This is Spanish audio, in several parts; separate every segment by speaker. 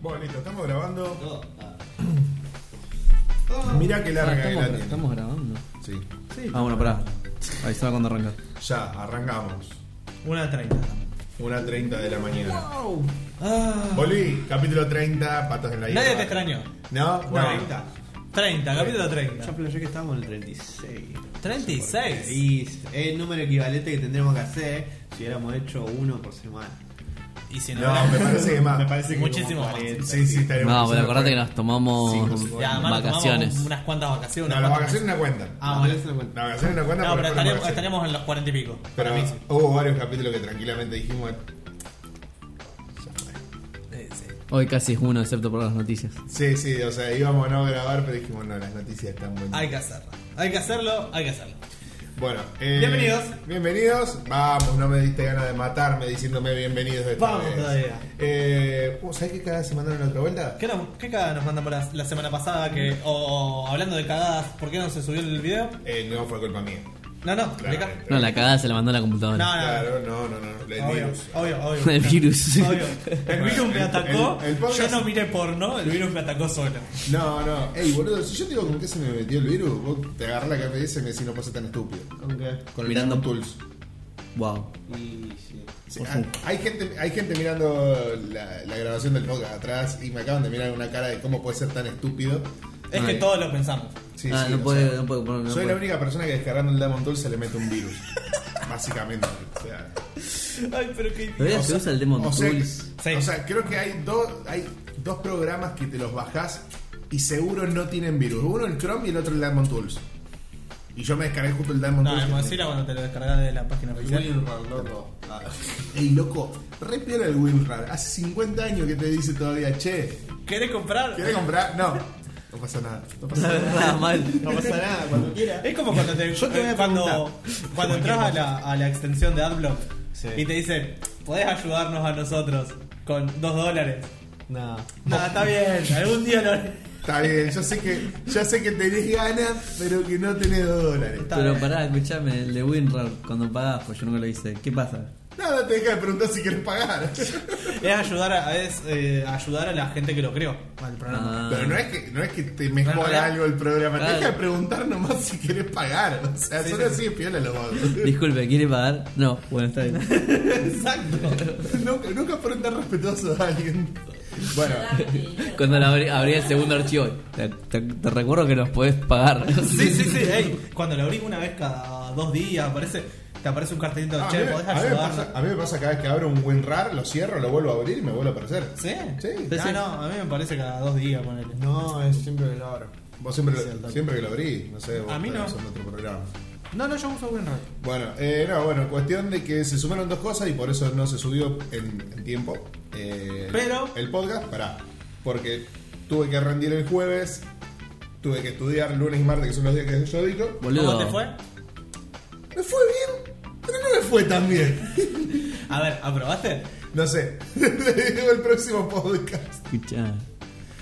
Speaker 1: Bueno, listo, estamos grabando.
Speaker 2: No, ah.
Speaker 1: Mirá que larga que la
Speaker 3: Ah, estamos,
Speaker 1: tiene.
Speaker 3: estamos grabando.
Speaker 1: Sí. Sí.
Speaker 3: Ah, bueno, pará. Ahí estaba cuando arranca.
Speaker 1: Ya, arrancamos.
Speaker 2: Una de 30.
Speaker 1: 1.30 de la mañana.
Speaker 2: Ah.
Speaker 1: Volví, capítulo 30, patas en la hierba.
Speaker 2: Nadie te extrañó.
Speaker 1: ¿No?
Speaker 2: Bueno,
Speaker 1: No.
Speaker 2: 30. 30, capítulo 30.
Speaker 4: Yo pensé que estábamos en el 36.
Speaker 2: 36.
Speaker 4: Y es el número equivalente que tendríamos que hacer si hubiéramos hecho uno por semana.
Speaker 2: Y si no,
Speaker 1: No, me
Speaker 2: era-
Speaker 1: parece que más.
Speaker 4: Me parece que
Speaker 2: Muchísimo
Speaker 4: como
Speaker 2: más.
Speaker 4: 40.
Speaker 1: Sí, sí, estaremos.
Speaker 3: No, pero acordate que nos tomamos
Speaker 1: Cinco segundos.
Speaker 2: Y además nos tomamos
Speaker 3: vacaciones.
Speaker 2: unas cuantas vacaciones.
Speaker 1: No, las
Speaker 2: unas cuantas-
Speaker 1: vacaciones una cuenta.
Speaker 2: Ah,
Speaker 4: No,
Speaker 2: bueno.
Speaker 4: tenés en cuenta.
Speaker 1: Las vacaciones una cuenta.
Speaker 2: No, pero
Speaker 1: fueron
Speaker 2: estaremos,
Speaker 1: vacaciones.
Speaker 2: estaremos en los 40 y pico.
Speaker 1: Pero
Speaker 2: Para mí sí.
Speaker 1: hubo varios capítulos que tranquilamente dijimos.
Speaker 2: Eh, sí.
Speaker 3: Hoy casi es uno, excepto por las noticias.
Speaker 1: Sí, sí, o sea, íbamos a no grabar, pero dijimos, no, las noticias están buenas.
Speaker 2: Hay que hacerlo. Hay que hacerlo, hay que hacerlo.
Speaker 1: Bueno, eh,
Speaker 2: Bienvenidos.
Speaker 1: Bienvenidos. Vamos, no me diste ganas de matarme diciéndome bienvenidos esta
Speaker 2: Vamos
Speaker 1: vez.
Speaker 2: todavía.
Speaker 1: Eh, uh, ¿Sabés que cada semana en la otra vuelta?
Speaker 2: ¿Qué, era- qué cagada nos mandan por la, la semana pasada? que o hablando de cagadas, ¿por qué no se subió el video?
Speaker 1: Eh, no fue culpa mía.
Speaker 2: No, no. le ca-
Speaker 1: Claramente.
Speaker 3: No, la cagada se la mandó a la computadora.
Speaker 2: Ah, No, Ah,
Speaker 1: Claro, no, no, no. El
Speaker 2: Obvio,
Speaker 1: virus.
Speaker 2: obvio, obvio.
Speaker 3: El virus.
Speaker 2: Obvio. El virus me
Speaker 1: el-
Speaker 2: atacó.
Speaker 1: el- el podcast-
Speaker 2: Yo no miré porno, el virus me atacó solo.
Speaker 1: No, no. Ey, boludo, si yo te digo con qué se me metió el virus, vos te agarrás la cabeza y me decís no pasa tan estúpido.
Speaker 4: ¿Con qué?
Speaker 1: Con el
Speaker 3: Mirando-
Speaker 1: mismo Tools.
Speaker 3: Wow.
Speaker 4: Y sí.
Speaker 1: Sí, hay, hay gente, hay gente mirando la, la grabación del podcast atrás y me acaban de mirar una cara de cómo puede ser tan estúpido.
Speaker 2: Es que
Speaker 3: Ay.
Speaker 2: todos lo pensamos.
Speaker 1: Sí,
Speaker 3: ah,
Speaker 1: sí,
Speaker 3: no,
Speaker 1: o
Speaker 3: puede,
Speaker 1: sea,
Speaker 3: no puede poner- no
Speaker 1: Soy
Speaker 3: puede.
Speaker 1: la única persona que descargando el Demon Tool se le mete un virus. básicamente. O sea,
Speaker 2: Ay, pero qué idiota.
Speaker 3: Todavía se usa el Demon
Speaker 1: o sea,
Speaker 3: Tools.
Speaker 2: Sí.
Speaker 1: o sea, creo que hay dos, hay dos programas que te los bajás y seguro no tienen virus. Uno el Chrome y el otro el Demon Tools. Y yo me descargué justo el Demon
Speaker 2: No,
Speaker 1: Tools.
Speaker 2: en Mozilla cuando te lo descargas de la página oficial.
Speaker 1: Ey, loco, re piola el WinRAR. Hace 50 años que te dice todavía, che,
Speaker 2: ¿Querés comprar?
Speaker 1: ¿quieres comprar? No, no pasa nada. No pasa
Speaker 3: La
Speaker 1: nada.
Speaker 3: verdad, Ah, mal.
Speaker 4: No pasa nada, cuando quiera.
Speaker 2: Es como cuando te,
Speaker 4: Yo te voy a
Speaker 2: cuando, cuando entras a la, a la extensión de AdBlock
Speaker 4: Sí.
Speaker 2: y te dice, podés ayudarnos a nosotros con dos dólares.
Speaker 4: No.
Speaker 2: Nada, está bien, algún día lo haré.
Speaker 1: Está bien, yo sé que, ya sé que tenés ganas, pero que no tenés dos dólares.
Speaker 2: Está
Speaker 3: Pero
Speaker 2: bien.
Speaker 3: pará, escuchame, el de WinRAR, cuando pagás, pues yo nunca lo hice. ¿Qué pasa?
Speaker 1: Nada, te deja de preguntar si querés pagar.
Speaker 2: Es ayudar a, es, eh, ayudar a la gente que lo creó al programa.
Speaker 3: Ah.
Speaker 1: Pero no es que, no es que te mejora
Speaker 2: Claro.
Speaker 1: algo el programa, te deja
Speaker 3: Claro.
Speaker 1: de preguntar nomás si querés pagar. O sea,
Speaker 2: Sí,
Speaker 1: solo
Speaker 2: sí.
Speaker 1: así es piola lo vos.
Speaker 3: Disculpe, ¿quiere pagar? No, bueno, está bien.
Speaker 2: Exacto.
Speaker 1: nunca, nunca preguntar respetuoso a alguien. Bueno,
Speaker 3: Cuando la abrí, abrí el segundo archivo, te, te- te recuerdo que nos podés pagar.
Speaker 2: Sí, sí, sí. Ey, cuando lo abrís una vez cada dos días, aparece, te aparece un cartelito de
Speaker 1: Ah, a,
Speaker 2: che,
Speaker 1: mí,
Speaker 2: podés
Speaker 1: a mí me
Speaker 2: ayudar.
Speaker 1: pasa, a mí me pasa cada vez que abro un WinRAR, lo cierro, lo vuelvo a abrir y me vuelvo a aparecer.
Speaker 2: ¿Sí?
Speaker 1: Sí.
Speaker 2: Ah, no, a mí me parece cada dos días, ponele.
Speaker 4: No, es siempre que lo abro.
Speaker 1: Vos siempre, lo-
Speaker 4: Cierto.
Speaker 1: siempre que lo abrí, no sé, vos
Speaker 2: A mí no.
Speaker 1: tenés otro programa.
Speaker 2: No, no, yo uso WinRAR.
Speaker 1: Bueno, eh, no, bueno, cuestión de que se sumaron dos cosas y por eso no se subió en, en tiempo. eh,
Speaker 2: Pero-
Speaker 1: El podcast, pará. Porque tuve que rendir el jueves, tuve que estudiar lunes y martes, que son los días que yo edito.
Speaker 3: Boludo.
Speaker 2: ¿Cómo te fue?
Speaker 1: Me fue bien, pero no me fue tan bien.
Speaker 2: A ver, ¿aprobaste?
Speaker 1: No sé. el próximo podcast.
Speaker 3: Escuchá.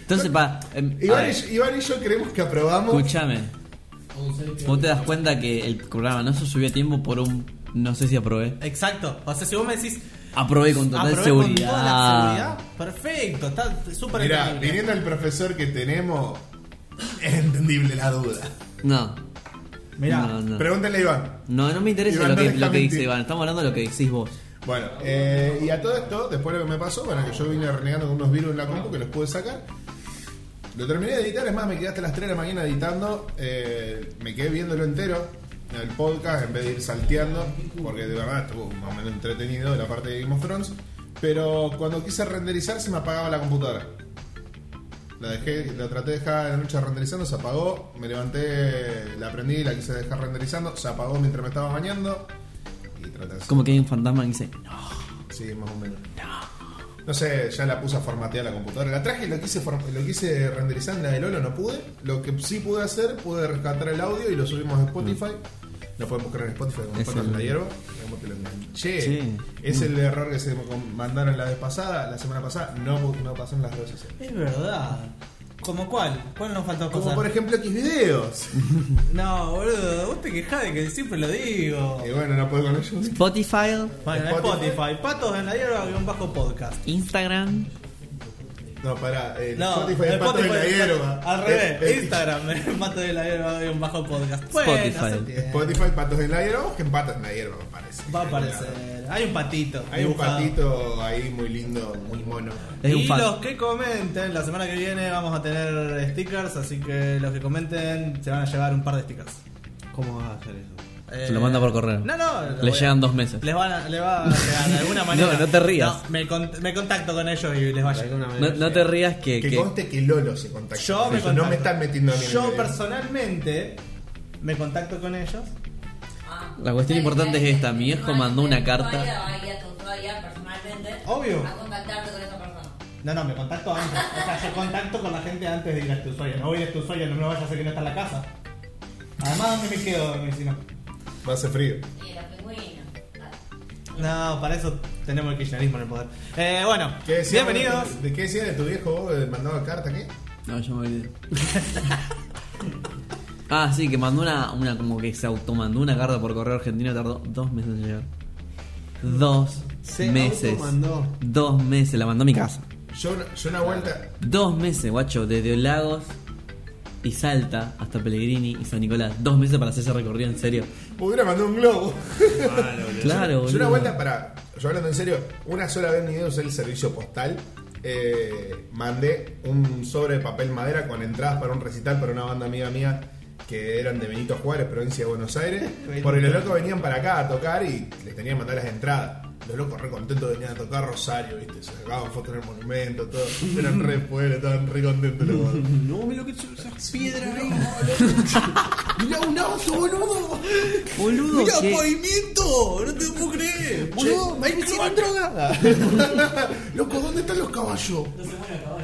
Speaker 3: Entonces, pa. em, a
Speaker 1: Iván
Speaker 3: ver.
Speaker 1: y, Iván y yo creemos que aprobamos.
Speaker 3: Escúchame. Vos te das cuenta que el programa no se subió a tiempo por un. No sé si aprobé.
Speaker 2: Exacto. O sea, si vos me decís.
Speaker 3: Aprobé con total
Speaker 2: aprobé con
Speaker 3: seguridad.
Speaker 2: toda la seguridad, perfecto. Está súper
Speaker 1: Mirá,
Speaker 2: entendible.
Speaker 1: viniendo el profesor que tenemos, es entendible la duda.
Speaker 3: No.
Speaker 2: Mirá.
Speaker 3: No, no.
Speaker 1: Pregúntenle a Iván.
Speaker 3: No, no me interesa
Speaker 1: Iván,
Speaker 3: lo,
Speaker 1: no
Speaker 3: que,
Speaker 1: deja
Speaker 3: lo que dice
Speaker 1: mentir.
Speaker 3: Iván. Estamos hablando de lo que decís vos.
Speaker 1: Bueno, eh, y a todo esto, después de lo que me pasó, bueno, que yo vine renegando con unos virus en la compu que los pude sacar. Lo terminé de editar, es más, me quedé hasta las 3 de la mañana editando. eh, me quedé viéndolo entero en el podcast en vez de ir salteando, porque de verdad estuvo más o menos entretenido la parte de Game of Thrones. Pero cuando quise renderizar, se me apagaba la computadora. La dejé, la traté de dejar en la noche renderizando, se apagó. Me levanté, la prendí y la quise dejar renderizando, se apagó mientras me estaba bañando. Y traté de hacer-
Speaker 3: Como que hay un fantasma que dice. No.
Speaker 1: Sí, más o menos. No sé, ya la puse a formatear la computadora. La traje y lo quise, form- lo quise renderizar en la de Lolo, no pude. Lo que sí pude hacer, pude rescatar el audio y lo subimos a Spotify.
Speaker 5: Mm.
Speaker 1: Lo pueden buscar en Spotify como
Speaker 3: Es
Speaker 1: patas en
Speaker 3: el-
Speaker 1: la hierba. Digamos que lo enganché.
Speaker 3: Sí.
Speaker 1: Es
Speaker 5: Mm.
Speaker 1: el error que se me com- mandaron la vez pasada, la semana pasada. No, pu- no pasó en las redes sociales.
Speaker 2: Es verdad. ¿Como cuál? ¿Cuál nos faltó
Speaker 1: Como
Speaker 2: pasar?
Speaker 1: por ejemplo Xvideos.
Speaker 2: No, boludo, vos te quejás de que siempre lo digo.
Speaker 1: y bueno, no puedo con ellos.
Speaker 3: Spotify,
Speaker 2: Bueno, Spotify, patos en la hierba, guión bajo podcast.
Speaker 3: Instagram.
Speaker 1: No, pará, el
Speaker 5: No,
Speaker 1: Spotify
Speaker 5: el
Speaker 1: es pato de la
Speaker 5: Spotify-
Speaker 1: hierba.
Speaker 5: Al
Speaker 1: Eh, eh,
Speaker 5: revés, Instagram, el pato de la hierba de un bajo podcast. Bueno,
Speaker 3: Spotify.
Speaker 5: se entiende.
Speaker 1: Spotify, patos de la hierba, o que empatas en la hierba, me parece.
Speaker 5: Va a aparecer. Hay un patito.
Speaker 1: Hay un
Speaker 5: dibujado.
Speaker 1: patito ahí muy lindo, muy mono.
Speaker 3: Es un
Speaker 5: y
Speaker 3: fan.
Speaker 5: los que comenten, la semana que viene vamos a tener stickers, así que los que comenten se van a llevar un par de stickers.
Speaker 4: ¿Cómo vas a hacer eso?
Speaker 3: Se lo manda por correo.
Speaker 5: No, no. lo
Speaker 3: Le
Speaker 5: voy a-
Speaker 3: llegan dos meses.
Speaker 5: Les van a- le va a llegar de alguna manera.
Speaker 3: No, no te rías.
Speaker 5: No, me, con- me contacto con ellos y les va a
Speaker 4: De alguna
Speaker 5: llegar.
Speaker 3: No, no te rías que,
Speaker 1: Que,
Speaker 3: que-
Speaker 1: conste que Lolo se contacta.
Speaker 5: Yo
Speaker 1: con
Speaker 5: me
Speaker 1: ellos, no me
Speaker 5: contacto.
Speaker 1: están metiendo a mí. en el
Speaker 5: Yo
Speaker 1: medio.
Speaker 5: personalmente me contacto con ellos.
Speaker 3: La cuestión importante es esta, mi viejo mandó una carta.
Speaker 6: Ahí a tu usuaria personalmente.
Speaker 5: Obvio.
Speaker 6: A contactarte con esa persona.
Speaker 5: No, no, me contacto antes. O sea, yo contacto con la gente antes de ir a tu usuario. No voy a tu usuario, no me vayas a hacer que no está en la casa. Además, ¿dónde me quedo, mi vecino?
Speaker 1: Va a hacer frío.
Speaker 6: Y los pingüinos.
Speaker 5: No, para eso tenemos el kirchnerismo en el poder. Eh, bueno,
Speaker 1: ¿Qué decías?
Speaker 5: bienvenidos.
Speaker 1: ¿De qué decías de tu viejo? vos? ¿Eh, ¿Mandaba carta qué?
Speaker 3: No, yo me olvidé. ah, sí, que mandó una, una como que se automandó una carta por correo argentino, tardó dos meses en llegar. Dos
Speaker 4: Se
Speaker 3: meses.
Speaker 4: automandó.
Speaker 3: Dos meses, la mandó a mi casa.
Speaker 1: Yo, una- yo una vuelta.
Speaker 3: Dos meses, guacho, desde Lagos y Salta hasta Pellegrini y San Nicolás. Dos meses para hacer ese recorrido, en serio.
Speaker 1: Hubiera mandado un globo. Yo
Speaker 3: Claro,
Speaker 1: una
Speaker 3: boludo.
Speaker 1: vuelta para. Yo hablando en serio, una sola vez en mi vida usé el servicio postal. eh, mandé un sobre de papel madera con entradas para un recital para una banda amiga mía que eran de Benito Juárez, provincia de Buenos Aires. Porque los locos venían para acá a tocar y les tenían que mandar las entradas. Los locos re contentos venían a tocar Rosario, ¿viste? Se sacaban fotos en el monumento, todo. Eran re pueblo, estaban re contentos los locos.
Speaker 4: No, me lo que esas piedras ahí. Mirá un oso, boludo.
Speaker 3: Boludo, que-
Speaker 4: pavimento. No te lo puedo creer. Boludo, ahí me hicieron droga.
Speaker 1: Loco, ¿dónde están los caballos?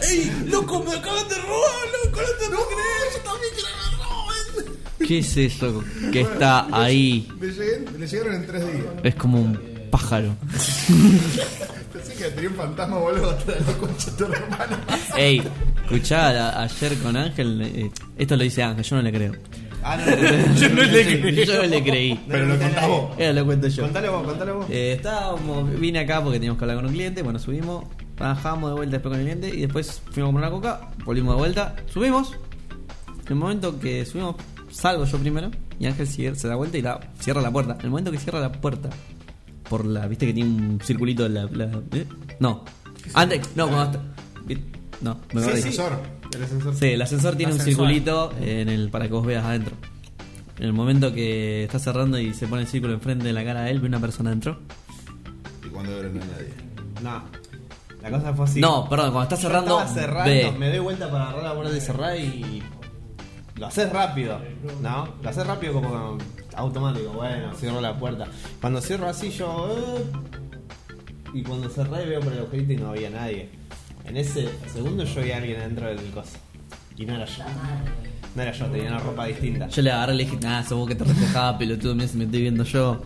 Speaker 4: Ey, loco, me acaban de robar, loco. No te lo puedo creer.
Speaker 3: ¿Qué es eso que está ahí?
Speaker 1: Le, llegué- le llegaron en tres días.
Speaker 3: Es como un pájaro.
Speaker 1: Pensé que tenía un fantasma boludo atrás de la concha de tu hermano.
Speaker 3: Ey, escuchá, a- ayer con Ángel, eh, esto lo dice Ángel, yo no le creo.
Speaker 4: Ah, no, no.
Speaker 3: Yo no le creí. Yo no le creí.
Speaker 1: Pero lo contás vos.
Speaker 3: Era lo cuento yo.
Speaker 4: Contale vos, contale vos.
Speaker 3: Eh, estábamos, vine acá porque teníamos que hablar con un cliente, bueno, subimos, bajamos de vuelta después con el cliente y después fuimos a comprar una coca, volvimos de vuelta, subimos. En el momento que subimos, salgo yo primero y Ángel cier- se da vuelta y la, cierra la puerta. En el momento que cierra la puerta, por la, viste que tiene un circulito la. la- ¿eh? No. Antes, no, cuando. está- No, me
Speaker 1: Sí,
Speaker 3: perdí.
Speaker 1: sí. Sor.
Speaker 4: El ascensor.
Speaker 3: Sí, el ascensor tiene
Speaker 5: Ascensor.
Speaker 3: un circulito en el para que vos veas adentro. En el momento que está cerrando y se pone el círculo enfrente de la cara de él, ve una persona adentro.
Speaker 1: Y cuando era no hay nadie.
Speaker 4: No. La cosa fue así.
Speaker 3: No, perdón, cuando está
Speaker 4: Yo
Speaker 3: cerrando,
Speaker 4: estaba cerrando,
Speaker 3: ve.
Speaker 4: me doy vuelta para agarrar la puerta y cerrar y. Lo haces rápido, ¿no? Lo haces rápido como automático. Bueno, cierro la puerta. Cuando cierro así, yo. eh, y cuando cerré, veo por el agujerito y no había nadie. En ese segundo, yo vi a alguien dentro del coso. Y no era yo. No era yo, tenía una ropa distinta.
Speaker 3: Yo le agarré y le dije, nah, sos vos que te reflejaba, pelotudo, mira si me estoy viendo yo.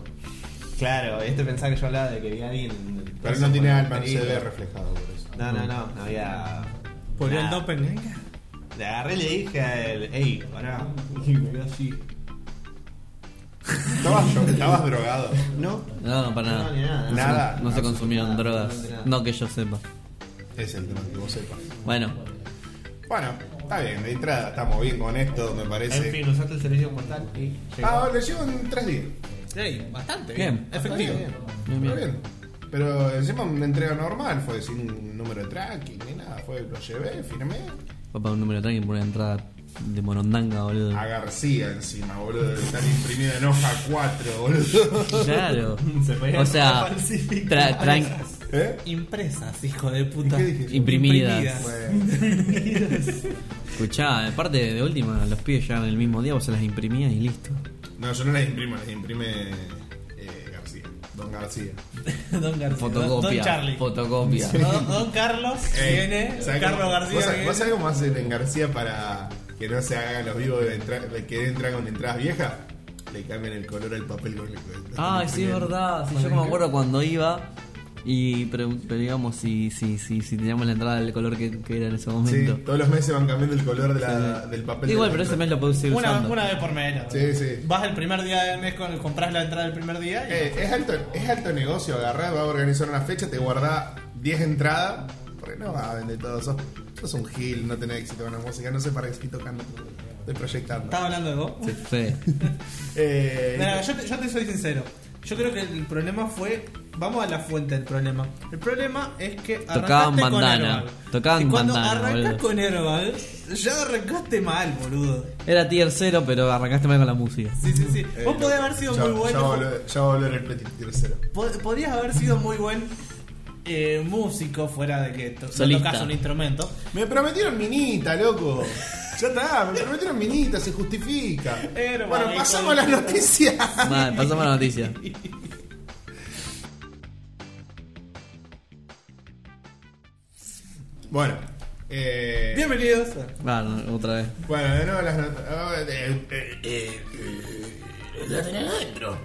Speaker 4: Claro, este pensaba que yo hablaba de que vi a alguien. en el
Speaker 1: Pero
Speaker 4: coso
Speaker 1: no tiene
Speaker 4: con el
Speaker 1: alma, no se
Speaker 4: agujerito.
Speaker 1: ve reflejado por eso.
Speaker 4: No, no, no, no había.
Speaker 5: ¿Por el
Speaker 4: nada.
Speaker 1: ¿eh?
Speaker 5: doppelganger?
Speaker 4: Le agarré y le dije a él, ey, pará. Y me quedé así.
Speaker 1: Estabas, yo- estabas drogado.
Speaker 4: No,
Speaker 3: No, no, para nada.
Speaker 4: No, ni nada.
Speaker 3: No se-
Speaker 1: Nada.
Speaker 3: No, se consumieron
Speaker 4: Nada,
Speaker 3: drogas.
Speaker 4: absolutamente nada.
Speaker 3: No que yo sepa.
Speaker 1: Es el tema que vos sepas.
Speaker 3: Bueno,
Speaker 1: Bueno, está bien, de entrada estamos bien con esto, me
Speaker 4: en
Speaker 1: parece.
Speaker 4: fin, usaste el servicio postal y llegó.
Speaker 1: Ah, le llevo en tres días.
Speaker 5: Sí, bastante.
Speaker 3: Bien.
Speaker 5: Efectivo.
Speaker 1: Está
Speaker 3: Bien,
Speaker 1: bien.
Speaker 3: bien.
Speaker 1: Está bien. Pero encima una entrega normal, fue sin un número de tracking ni nada. Fue, lo llevé, firmé.
Speaker 3: papá, un número de tracking por una entrada de morondanga, boludo.
Speaker 4: Ah,
Speaker 1: A García encima, boludo. Están imprimido en hoja 4, boludo.
Speaker 3: Claro.
Speaker 4: Se podía
Speaker 3: o sea,
Speaker 4: falsificar.
Speaker 3: tra tranqui-
Speaker 1: ¿Eh?
Speaker 5: Impresas, hijo de puta.
Speaker 1: ¿Qué dije yo?
Speaker 3: Imprimidas.
Speaker 1: Bueno,
Speaker 3: Escuchá, aparte de última, los pibes llegan el mismo día, vos se las imprimías y listo.
Speaker 1: no, yo no las imprimo, las imprime eh, García. Don García.
Speaker 5: Don García. Don,
Speaker 3: Fotocopia.
Speaker 5: Don Charlie.
Speaker 3: fotocopia.
Speaker 5: Don, don Carlos
Speaker 1: Eh,
Speaker 5: viene.
Speaker 1: ¿sabés
Speaker 5: Carlos
Speaker 1: cómo-
Speaker 5: García.
Speaker 1: ¿Vos, sab-
Speaker 5: viene.
Speaker 1: vos sabés cómo hacen en García para que no se hagan los vivos de, entra- de que entran con entradas viejas? Le cambian el color al papel con el que están
Speaker 3: Ah, sí, es
Speaker 1: imprimiendo.
Speaker 3: verdad. Sí, yo me acuerdo cuando iba y pregun- preguntábamos si, si, si, si teníamos la entrada del color que, que era en ese
Speaker 1: Sí,
Speaker 3: momento.
Speaker 1: todos los meses van cambiando el color de la- del papel.
Speaker 3: Igual,
Speaker 1: de
Speaker 3: pero
Speaker 1: la
Speaker 3: ese mes
Speaker 1: entrada.
Speaker 3: lo puedo seguir
Speaker 5: Una,
Speaker 3: usando.
Speaker 5: una vez por mes. ¿no?
Speaker 1: Sí, sí.
Speaker 5: Vas el primer día del mes, con- compras la entrada del primer día. y-
Speaker 1: Eh, es, alto, es alto negocio, agarrás, vas a organizar una fecha, te guardás 10 entradas. Por Torres, no va a vender todo. Sos, sos un gil, no tenés éxito con la música, no sé para qué estoy tocando. Estoy proyectando.
Speaker 2: ¿Estaba hablando de vos?
Speaker 3: Sí, sí.
Speaker 1: Eh,
Speaker 2: Mira, yo, te- yo te soy sincero. Yo creo que el problema fue. Vamos a la fuente del problema. El problema es que arrancaste
Speaker 3: Tocaban
Speaker 2: con
Speaker 3: bandana.
Speaker 2: Airbag.
Speaker 3: Tocaban
Speaker 2: y cuando
Speaker 3: bandana,
Speaker 2: arrancas
Speaker 3: boludo.
Speaker 2: con Airbag, ya arrancaste mal, boludo.
Speaker 3: Era tier 0, pero arrancaste mal con la música.
Speaker 2: Sí, sí, sí.
Speaker 1: eh,
Speaker 2: Vos podés haber sido
Speaker 1: ya-
Speaker 2: muy
Speaker 1: Ya
Speaker 2: bueno.
Speaker 1: va a volver- ya va a volver el platino tercero.
Speaker 2: po- podrías haber sido muy buen eh, músico fuera de que to- no
Speaker 3: Solista.
Speaker 2: tocas un instrumento.
Speaker 1: Me prometieron minita, loco. Ya está, me prometieron minita, se justifica.
Speaker 2: Pero,
Speaker 1: bueno,
Speaker 2: marico,
Speaker 1: pasamos a las noticias.
Speaker 3: Mal, pasamos a la noticia.
Speaker 1: Bueno, eh,
Speaker 2: Bienvenidos.
Speaker 3: Bueno, Ah, otra vez.
Speaker 1: bueno, de nuevo las noticias. Eh, eh, eh, eh, la tenés adentro.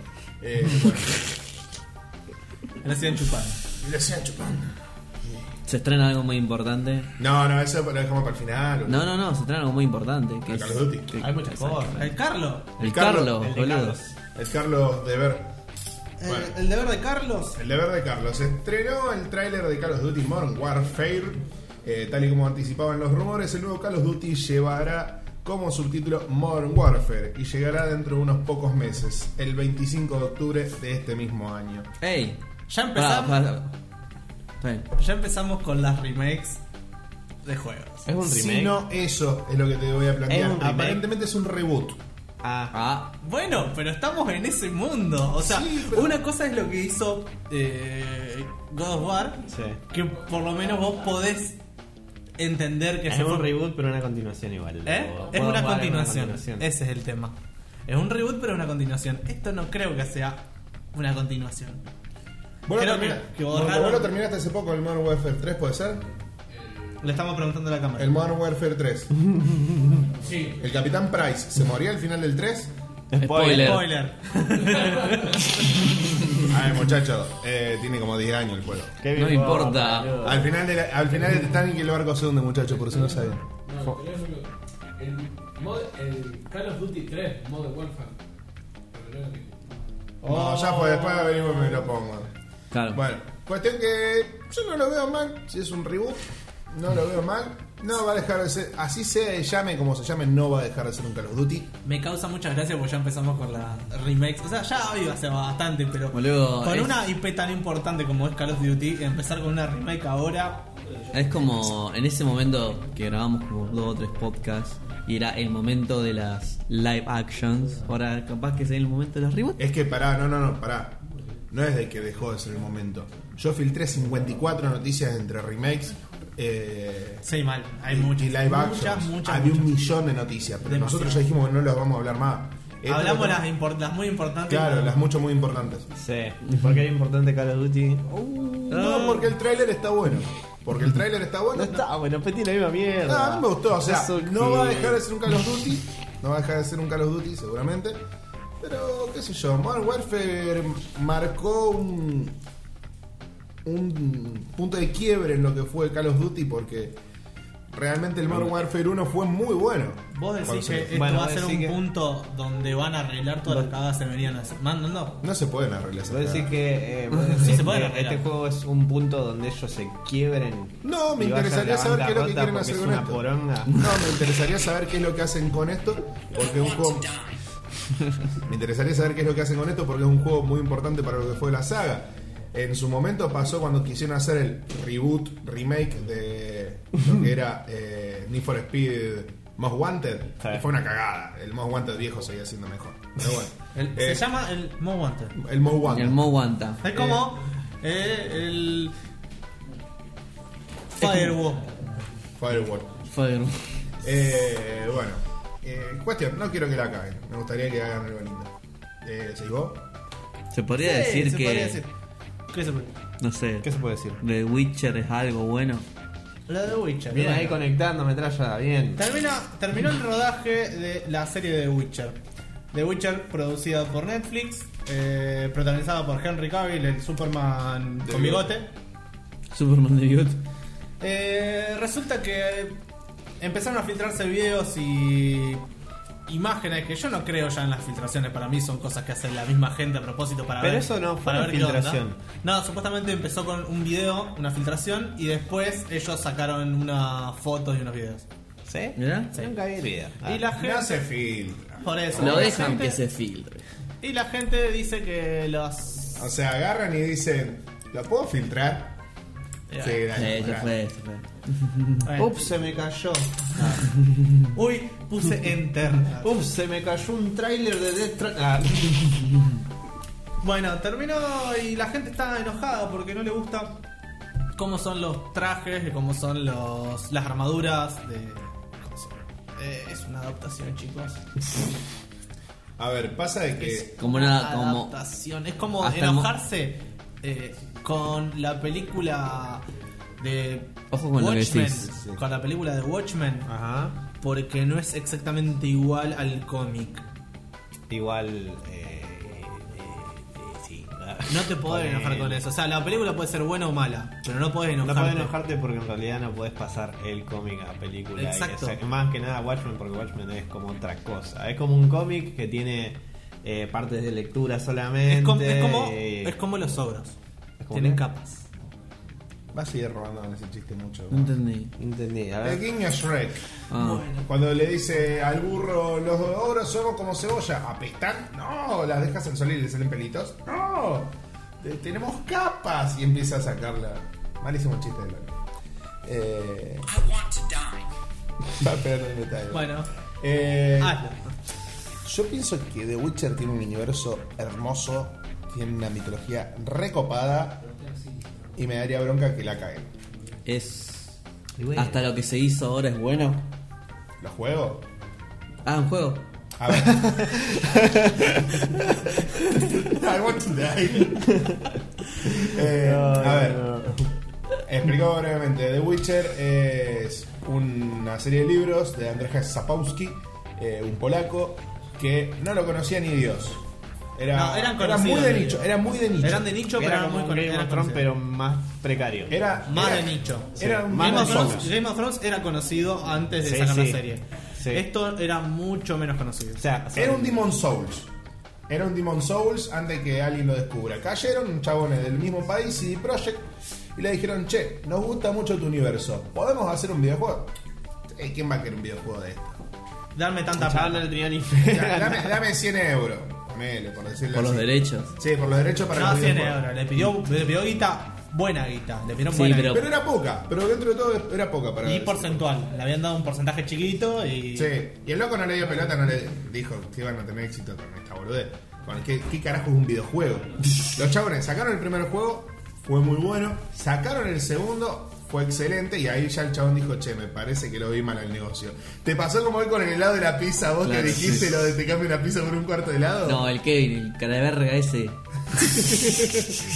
Speaker 1: Eh, bueno,
Speaker 2: La ciudad enchupada.
Speaker 1: y la sigan chupando.
Speaker 3: Se estrena algo muy importante.
Speaker 1: No, no, eso lo dejamos para el final.
Speaker 3: No, no, no, se estrena algo muy importante. Que
Speaker 1: El
Speaker 3: es-
Speaker 1: Call of Duty.
Speaker 3: que-
Speaker 4: Hay muchas cosas.
Speaker 2: El Carlos.
Speaker 3: El
Speaker 1: El
Speaker 3: Carlos,
Speaker 1: Carlos,
Speaker 5: el de
Speaker 3: boludo.
Speaker 5: Carlos.
Speaker 1: Es Carlos de Ver.
Speaker 2: El,
Speaker 1: Bueno.
Speaker 2: Eh, el deber de Carlos.
Speaker 1: El deber de Carlos. Estrenó el tráiler de Call of Duty Modern Warfare. Eh, tal y como anticipaban los rumores, el nuevo Call of Duty llevará como subtítulo Modern Warfare y llegará dentro de unos pocos meses, el 25 de octubre de este mismo año.
Speaker 3: ¡Ey!
Speaker 2: Ya empezamos.
Speaker 3: Pará, pará. Está bien.
Speaker 2: Ya empezamos con las remakes de juegos.
Speaker 4: Es un remake.
Speaker 1: Si no, eso es lo que te voy a
Speaker 4: Es
Speaker 1: plantear.
Speaker 4: un remake.
Speaker 1: Aparentemente es un reboot.
Speaker 4: Ah,
Speaker 3: Ah,
Speaker 2: Bueno, pero estamos en ese mundo. O sea,
Speaker 1: Sí, pero-
Speaker 2: una cosa es lo que hizo eh, God of War,
Speaker 4: sí.
Speaker 2: que por lo menos vos podés entender que
Speaker 4: Es
Speaker 2: se fue-
Speaker 4: un reboot, pero una continuación igual.
Speaker 2: ¿Eh?
Speaker 4: O-
Speaker 2: Es
Speaker 4: o-
Speaker 2: una
Speaker 4: vale,
Speaker 2: continuación. Ese es el tema. Es un reboot, pero una continuación. Esto no creo que sea una continuación.
Speaker 1: Vos lo,
Speaker 2: Creo que-
Speaker 1: termina-
Speaker 2: que
Speaker 1: vos-
Speaker 2: borraron-
Speaker 1: vos lo terminaste hace poco, el Modern Warfare 3, ¿puede ser?
Speaker 2: Le estamos preguntando a la cámara.
Speaker 1: El Modern Warfare 3.
Speaker 5: Sí.
Speaker 1: El Capitán Price, ¿se moría al final del 3?
Speaker 3: Spoiler.
Speaker 2: Spoiler.
Speaker 1: A ver, muchachos, eh, tiene como 10 años el juego.
Speaker 4: Qué
Speaker 3: No
Speaker 4: bien,
Speaker 3: importa.
Speaker 4: boludo.
Speaker 1: Al final, de la- al final del Titanic el barco se hunde, muchachos, por si no saben.
Speaker 5: No, te voy a decir lo- el, mod- el Call of Duty 3, Modern Warfare. Pero no era lo mismo.
Speaker 1: No, ya fue, después venimos y me lo pongo.
Speaker 3: claro.
Speaker 1: Bueno, cuestión que yo no lo veo mal, si es un reboot, no lo veo mal. No va a dejar de ser, así se llame como se llame, no va a dejar de ser un Call of Duty.
Speaker 2: Me causa muchas gracias porque ya empezamos con las remakes. O sea, ya había hace bastante, pero
Speaker 3: Boludo,
Speaker 2: con
Speaker 3: es-
Speaker 2: una IP tan importante como es Call of Duty, empezar con una remake ahora.
Speaker 3: Es como en ese momento que grabamos como dos o tres podcasts y era el momento de las live actions. Ahora capaz que sea el momento de los reboots.
Speaker 2: Eh,
Speaker 1: Es que pará, no, no, no, pará. No es de que dejó de ser el momento. Yo filtré 54 noticias entre remakes. Eh,
Speaker 2: Sí, mal. Hay
Speaker 1: y-
Speaker 2: muchas.
Speaker 1: y live
Speaker 2: muchas,
Speaker 1: actions.
Speaker 2: muchas,
Speaker 1: Había
Speaker 2: muchas.
Speaker 1: un millón de noticias, pero
Speaker 2: Demasiado.
Speaker 1: nosotros ya dijimos que no las vamos a hablar más. Esto
Speaker 2: Hablamos
Speaker 1: lo-
Speaker 2: las, Ah. import- las muy importantes.
Speaker 1: Claro, las mucho muy importantes.
Speaker 4: Sí. ¿Y por qué era importante Call of Duty?
Speaker 1: Oh, No, porque el tráiler está bueno. Porque el tráiler está bueno.
Speaker 4: No está, bueno, Petit la misma mierda.
Speaker 1: No, a mí me gustó. O sea,
Speaker 4: Eso
Speaker 1: no va a
Speaker 4: que-
Speaker 1: dejar de ser un Call of Duty. No va a dejar de ser un Call of Duty, seguramente. Pero, qué sé yo, Modern Warfare marcó un, un punto de quiebre en lo que fue Call of Duty porque realmente el Modern Warfare 1 fue muy bueno.
Speaker 2: Vos
Speaker 1: Cuando
Speaker 2: decís
Speaker 1: se-
Speaker 2: que esto
Speaker 4: Bueno,
Speaker 2: va a
Speaker 4: vos
Speaker 2: ser un
Speaker 4: decís que-
Speaker 2: punto donde van a arreglar todas las cagadas que se venían hacer- mandando.
Speaker 1: No se pueden arreglar. esas
Speaker 4: Vos decís
Speaker 1: cagadas.
Speaker 4: que eh, vos
Speaker 2: Sí,
Speaker 4: decís
Speaker 2: se puede
Speaker 4: que
Speaker 2: arreglar.
Speaker 4: este juego es un punto donde ellos se quiebren.
Speaker 1: No, me
Speaker 4: y vayan
Speaker 1: interesaría
Speaker 4: a la
Speaker 1: saber qué es lo que
Speaker 4: bancarrota
Speaker 1: quieren
Speaker 4: porque
Speaker 1: hacer
Speaker 4: es
Speaker 1: con
Speaker 4: una
Speaker 1: esto.
Speaker 4: poronga.
Speaker 1: No, me interesaría saber qué es lo que hacen con esto, porque es un juego. Me interesaría saber qué es lo que hacen con esto, porque es un juego muy importante para lo que fue la saga. En su momento pasó cuando quisieron hacer el reboot, remake de lo que era eh, Need for Speed Most Wanted.
Speaker 4: Sí.
Speaker 1: y Fue una cagada. El Most Wanted viejo seguía siendo mejor. Pero bueno.
Speaker 2: El-
Speaker 1: Eh,
Speaker 2: Se llama el Mo Wanted.
Speaker 1: el Most
Speaker 3: Y
Speaker 1: Wanted.
Speaker 3: el Mo Guanta.
Speaker 2: Es como eh, el. Firewall.
Speaker 1: Firewall.
Speaker 3: Fue
Speaker 1: Eh, bueno, eh, cuestión, no quiero que la caguen. Me gustaría que hagan algo lindo. Eh, ¿Seguís vos?
Speaker 3: Se podría
Speaker 2: Sí,
Speaker 3: decir
Speaker 2: se
Speaker 3: que.
Speaker 2: podría decir. ¿Qué se puede?
Speaker 3: No sé.
Speaker 4: ¿Qué se puede decir?
Speaker 3: The Witcher es algo bueno.
Speaker 2: La de Witcher.
Speaker 4: Bien,
Speaker 2: bueno.
Speaker 4: ahí conectando metralla, bien.
Speaker 2: Termina, terminó el rodaje de la serie de Witcher. The Witcher, producida por Netflix, eh, protagonizada por Henry Cavill, el Superman
Speaker 1: De
Speaker 2: con bigote.
Speaker 3: Superman de Youth.
Speaker 2: Eh, resulta que empezaron a filtrarse videos y imágenes que yo no creo ya en las filtraciones. Para mí son cosas que hace la misma gente a propósito para
Speaker 4: Pero
Speaker 2: ver.
Speaker 4: eso no fue
Speaker 2: para
Speaker 4: una
Speaker 2: ver qué onda.
Speaker 4: filtración.
Speaker 2: No, supuestamente empezó con un video, una filtración, y después ellos sacaron una foto y unos videos.
Speaker 4: ¿Sí?
Speaker 3: Mirá.
Speaker 4: Nunca vi el video.
Speaker 2: Y la gente.
Speaker 1: No se filtra.
Speaker 2: Por eso.
Speaker 3: Lo
Speaker 2: la
Speaker 3: dejan
Speaker 2: gente-
Speaker 3: que se filtre.
Speaker 2: Y la gente dice que los.
Speaker 1: O sea, agarran y dicen, ¿lo puedo filtrar? Sí, dale,
Speaker 3: Sí, Eh, ya
Speaker 1: filtrá.
Speaker 3: fue, ya fue.
Speaker 2: Bueno.
Speaker 4: Ups, se me cayó.
Speaker 2: eh, Uy, puse enter.
Speaker 4: Ups, se me cayó un tráiler de Death Stranding. Ah.
Speaker 2: Bueno, terminó y la gente está enojada porque no le gusta cómo son los trajes, cómo son los, las armaduras de... ¿cómo se llama? Eh, es una adaptación, chicos.
Speaker 1: A ver, pasa de que.
Speaker 3: Eh, Como una. Como,
Speaker 2: adaptación. Es como
Speaker 3: hasta el mo-
Speaker 2: enojarse eh, con la película de
Speaker 3: Ojo con lo que
Speaker 2: Watchmen,
Speaker 3: decís. Ah.
Speaker 2: con la película de Watchmen,
Speaker 4: Ajá.
Speaker 2: porque no es exactamente igual al cómic.
Speaker 4: Igual. Eh, eh, eh, sí. Ah.
Speaker 2: No te podés
Speaker 4: Ponele.
Speaker 2: enojar con eso. O sea, la película puede ser buena o mala, pero no podés
Speaker 4: No
Speaker 2: enojarte.
Speaker 4: puedes enojarte porque en realidad no puedes pasar el cómic a película. y que
Speaker 2: Exacto.
Speaker 4: sea- más que nada Watchmen, porque Watchmen es como otra cosa. Es como un cómic que tiene eh, partes de lectura solamente.
Speaker 2: Es com- es como,
Speaker 4: eh,
Speaker 2: es como los ogros.
Speaker 4: ¿Es como
Speaker 2: Tienen
Speaker 4: qué?
Speaker 2: capas.
Speaker 1: Va a seguir robando ese chiste mucho.
Speaker 3: No entendí.
Speaker 4: Entendí, a
Speaker 1: El
Speaker 4: ver.
Speaker 1: King es Shrek.
Speaker 3: Ah.
Speaker 1: Cuando le dice al burro, los ogros somos como cebolla, ¿apestan? No, las dejas al sol y le salen pelitos. No, Te- tenemos capas. Y empieza a sacarla. Malísimo el chiste de la. Eh. Va pegando el metal.
Speaker 2: Bueno,
Speaker 1: Eh,
Speaker 2: hazlo.
Speaker 1: Yo pienso que The Witcher tiene un universo hermoso, tiene una mitología recopada y me daría bronca que la caguen.
Speaker 3: Es.
Speaker 4: Y bueno.
Speaker 3: Hasta lo que se hizo ahora es bueno.
Speaker 1: ¿Lo juego?
Speaker 3: Ah, un juego.
Speaker 1: A ver. I want to die. Eh, a ver. Explico brevemente. The Witcher es una serie de libros de Andrzej Sapowski, eh, un polaco, que no lo conocía ni Dios. Era,
Speaker 2: No, eran
Speaker 1: era
Speaker 2: conocidos,
Speaker 1: muy de
Speaker 2: ni
Speaker 1: nicho,
Speaker 2: Dios.
Speaker 1: era muy de nicho.
Speaker 2: Eran de nicho, pero
Speaker 4: Era
Speaker 2: eran
Speaker 4: como
Speaker 2: muy
Speaker 4: un
Speaker 2: con-
Speaker 4: Game
Speaker 2: eran
Speaker 4: of Thrones,
Speaker 2: conocidos.
Speaker 4: pero más precario.
Speaker 1: Era-
Speaker 2: Más
Speaker 1: era-
Speaker 2: de nicho.
Speaker 1: Era un
Speaker 4: Más
Speaker 2: Game,
Speaker 1: más
Speaker 2: of
Speaker 4: de
Speaker 1: de
Speaker 2: Thrones, Game of Thrones era conocido antes de
Speaker 4: Sí,
Speaker 2: sacar
Speaker 4: sí.
Speaker 2: la serie.
Speaker 4: Sí.
Speaker 2: Esto era mucho menos conocido.
Speaker 4: O sea,
Speaker 1: Era un Demon Souls. Era un Demon Souls antes que alguien lo descubra. Cayeron chabones del mismo país, CD Projekt, y le dijeron, che, nos gusta mucho tu universo. ¿Podemos hacer un videojuego? Eh, ¿Quién va a querer un videojuego de esto?
Speaker 2: Darme tanta
Speaker 4: Chabón
Speaker 2: plata.
Speaker 4: del Trial
Speaker 1: Ya,
Speaker 4: Infernal.
Speaker 1: dame, dame 100 euros. Ponele, por decirlo
Speaker 3: Por los
Speaker 1: así.
Speaker 3: derechos.
Speaker 1: Sí, por los derechos para
Speaker 2: No,
Speaker 1: los
Speaker 2: 100
Speaker 1: videojuegos.
Speaker 2: euros. Le pidió, le pidió guita, buena guita. Le pidieron
Speaker 3: Sí,
Speaker 2: buena
Speaker 3: pero-
Speaker 1: Pero era poca, pero dentro de todo era poca para
Speaker 2: guita. Y
Speaker 1: decirlo.
Speaker 2: porcentual. Le habían dado un porcentaje chiquito y.
Speaker 1: Sí, y el loco no le dio pelota, no le dijo que iban a tener éxito con esta boludez. Con qué, qué carajo es un videojuego. Los chabones sacaron el primer juego, fue muy bueno. Sacaron el segundo, fue excelente. Y ahí ya el chabón dijo, che, me parece que lo vi mal al negocio. ¿Te pasó como hoy con el helado de la pizza? ¿Vos
Speaker 3: Claro,
Speaker 1: que dijiste
Speaker 3: sí.
Speaker 1: lo de te cambio una pizza por un cuarto de helado?
Speaker 3: No, el Kevin, el cara de verga ese.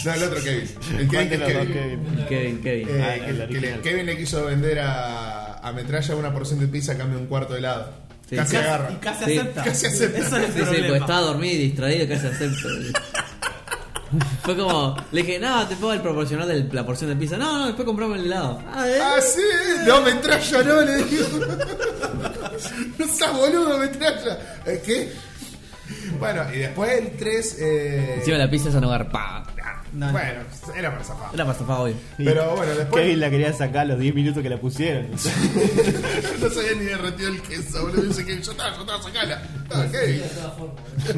Speaker 1: No, el otro Kevin. El Kevin que es
Speaker 4: Cuéntelo,
Speaker 1: Kevin.
Speaker 4: Kevin.
Speaker 3: El Kevin, Kevin.
Speaker 1: Eh,
Speaker 4: Ah, el
Speaker 1: que- que le-
Speaker 4: original.
Speaker 1: Kevin le quiso vender a, a Metralla una porción de pizza a cambio de un cuarto de helado.
Speaker 3: Sí.
Speaker 1: Casi
Speaker 2: Casi-
Speaker 1: agarra.
Speaker 2: Y casi
Speaker 3: Sí.
Speaker 2: acepta.
Speaker 1: Casi acepta.
Speaker 2: Eso
Speaker 3: Sí,
Speaker 2: es el
Speaker 3: sí, porque
Speaker 2: problema.
Speaker 3: "Pues, estaba dormido y distraído, casi acepto. Fue como, le dije, no, te pongo el proporcional de la porción de pizza. No, no, después compramos el helado. Ah, ¿eh?
Speaker 1: ¡Ah, sí! No, metralla, no, le digo. No seas boludo, metralla. ¿Eh, ¿Qué? Bueno, y después el 3. Eh...
Speaker 3: Encima la pizza esa no garpaba.
Speaker 1: ah,
Speaker 2: No, no.
Speaker 1: bueno, era para zafar.
Speaker 3: Era para zafar hoy.
Speaker 1: Pero bueno, después.
Speaker 4: Kevin la quería sacar a los 10 minutos que la pusieron.
Speaker 1: no sabía ni derretido el queso, boludo. Dice que yo estaba, yo estaba, sacala. Ah, ok.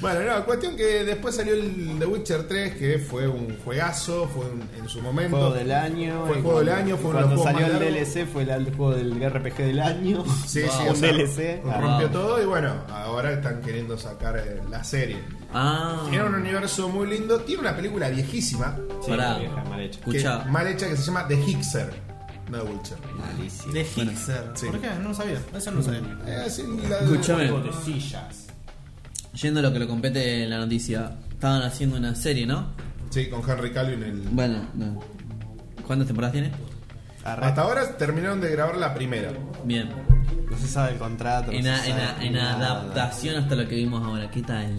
Speaker 1: Bueno, no, cuestión que después salió el The Witcher 3, que fue un juegazo, fue un- en su momento.
Speaker 4: Juego del año.
Speaker 1: Fue
Speaker 4: y
Speaker 1: juego del
Speaker 4: cuando-
Speaker 1: año, fue uno de los
Speaker 4: Cuando
Speaker 1: juegos
Speaker 4: salió
Speaker 1: más
Speaker 4: el
Speaker 1: largos.
Speaker 4: DLC fue el al- juego del RPG del año.
Speaker 1: Sí, sí,
Speaker 4: Un
Speaker 1: o sea,
Speaker 4: DLC.
Speaker 1: Rompió
Speaker 3: Ah.
Speaker 1: todo y bueno, ahora están queriendo sacar eh, la serie.
Speaker 3: Ah,
Speaker 1: Tiene un universo muy lindo. Tiene una película viejísima,
Speaker 4: Sí,
Speaker 3: Pará.
Speaker 4: vieja, mal hecho.
Speaker 1: que,
Speaker 3: escucha.
Speaker 1: mal hecha, que se llama The Hixer. No The Witcher.
Speaker 4: Malísimo.
Speaker 2: De Hixer.
Speaker 1: sí.
Speaker 2: ¿Por qué? No lo sabía. Eso no lo sabía.
Speaker 1: Eh, sí, la-
Speaker 3: Escúchame.
Speaker 4: Juego de sillas.
Speaker 3: Yendo a lo que lo compete en la noticia, estaban haciendo una serie, ¿no?
Speaker 1: Sí, con Henry Calvin. El...
Speaker 3: Bueno, no. ¿Cuántas temporadas tiene?
Speaker 1: Hasta ahora terminaron de grabar la primera.
Speaker 3: Bien.
Speaker 4: No se sabe el contrato. no
Speaker 3: En,
Speaker 4: se
Speaker 3: a-
Speaker 4: sabe
Speaker 3: en a- en
Speaker 4: nada.
Speaker 3: adaptación hasta lo que vimos ahora, ¿qué tal?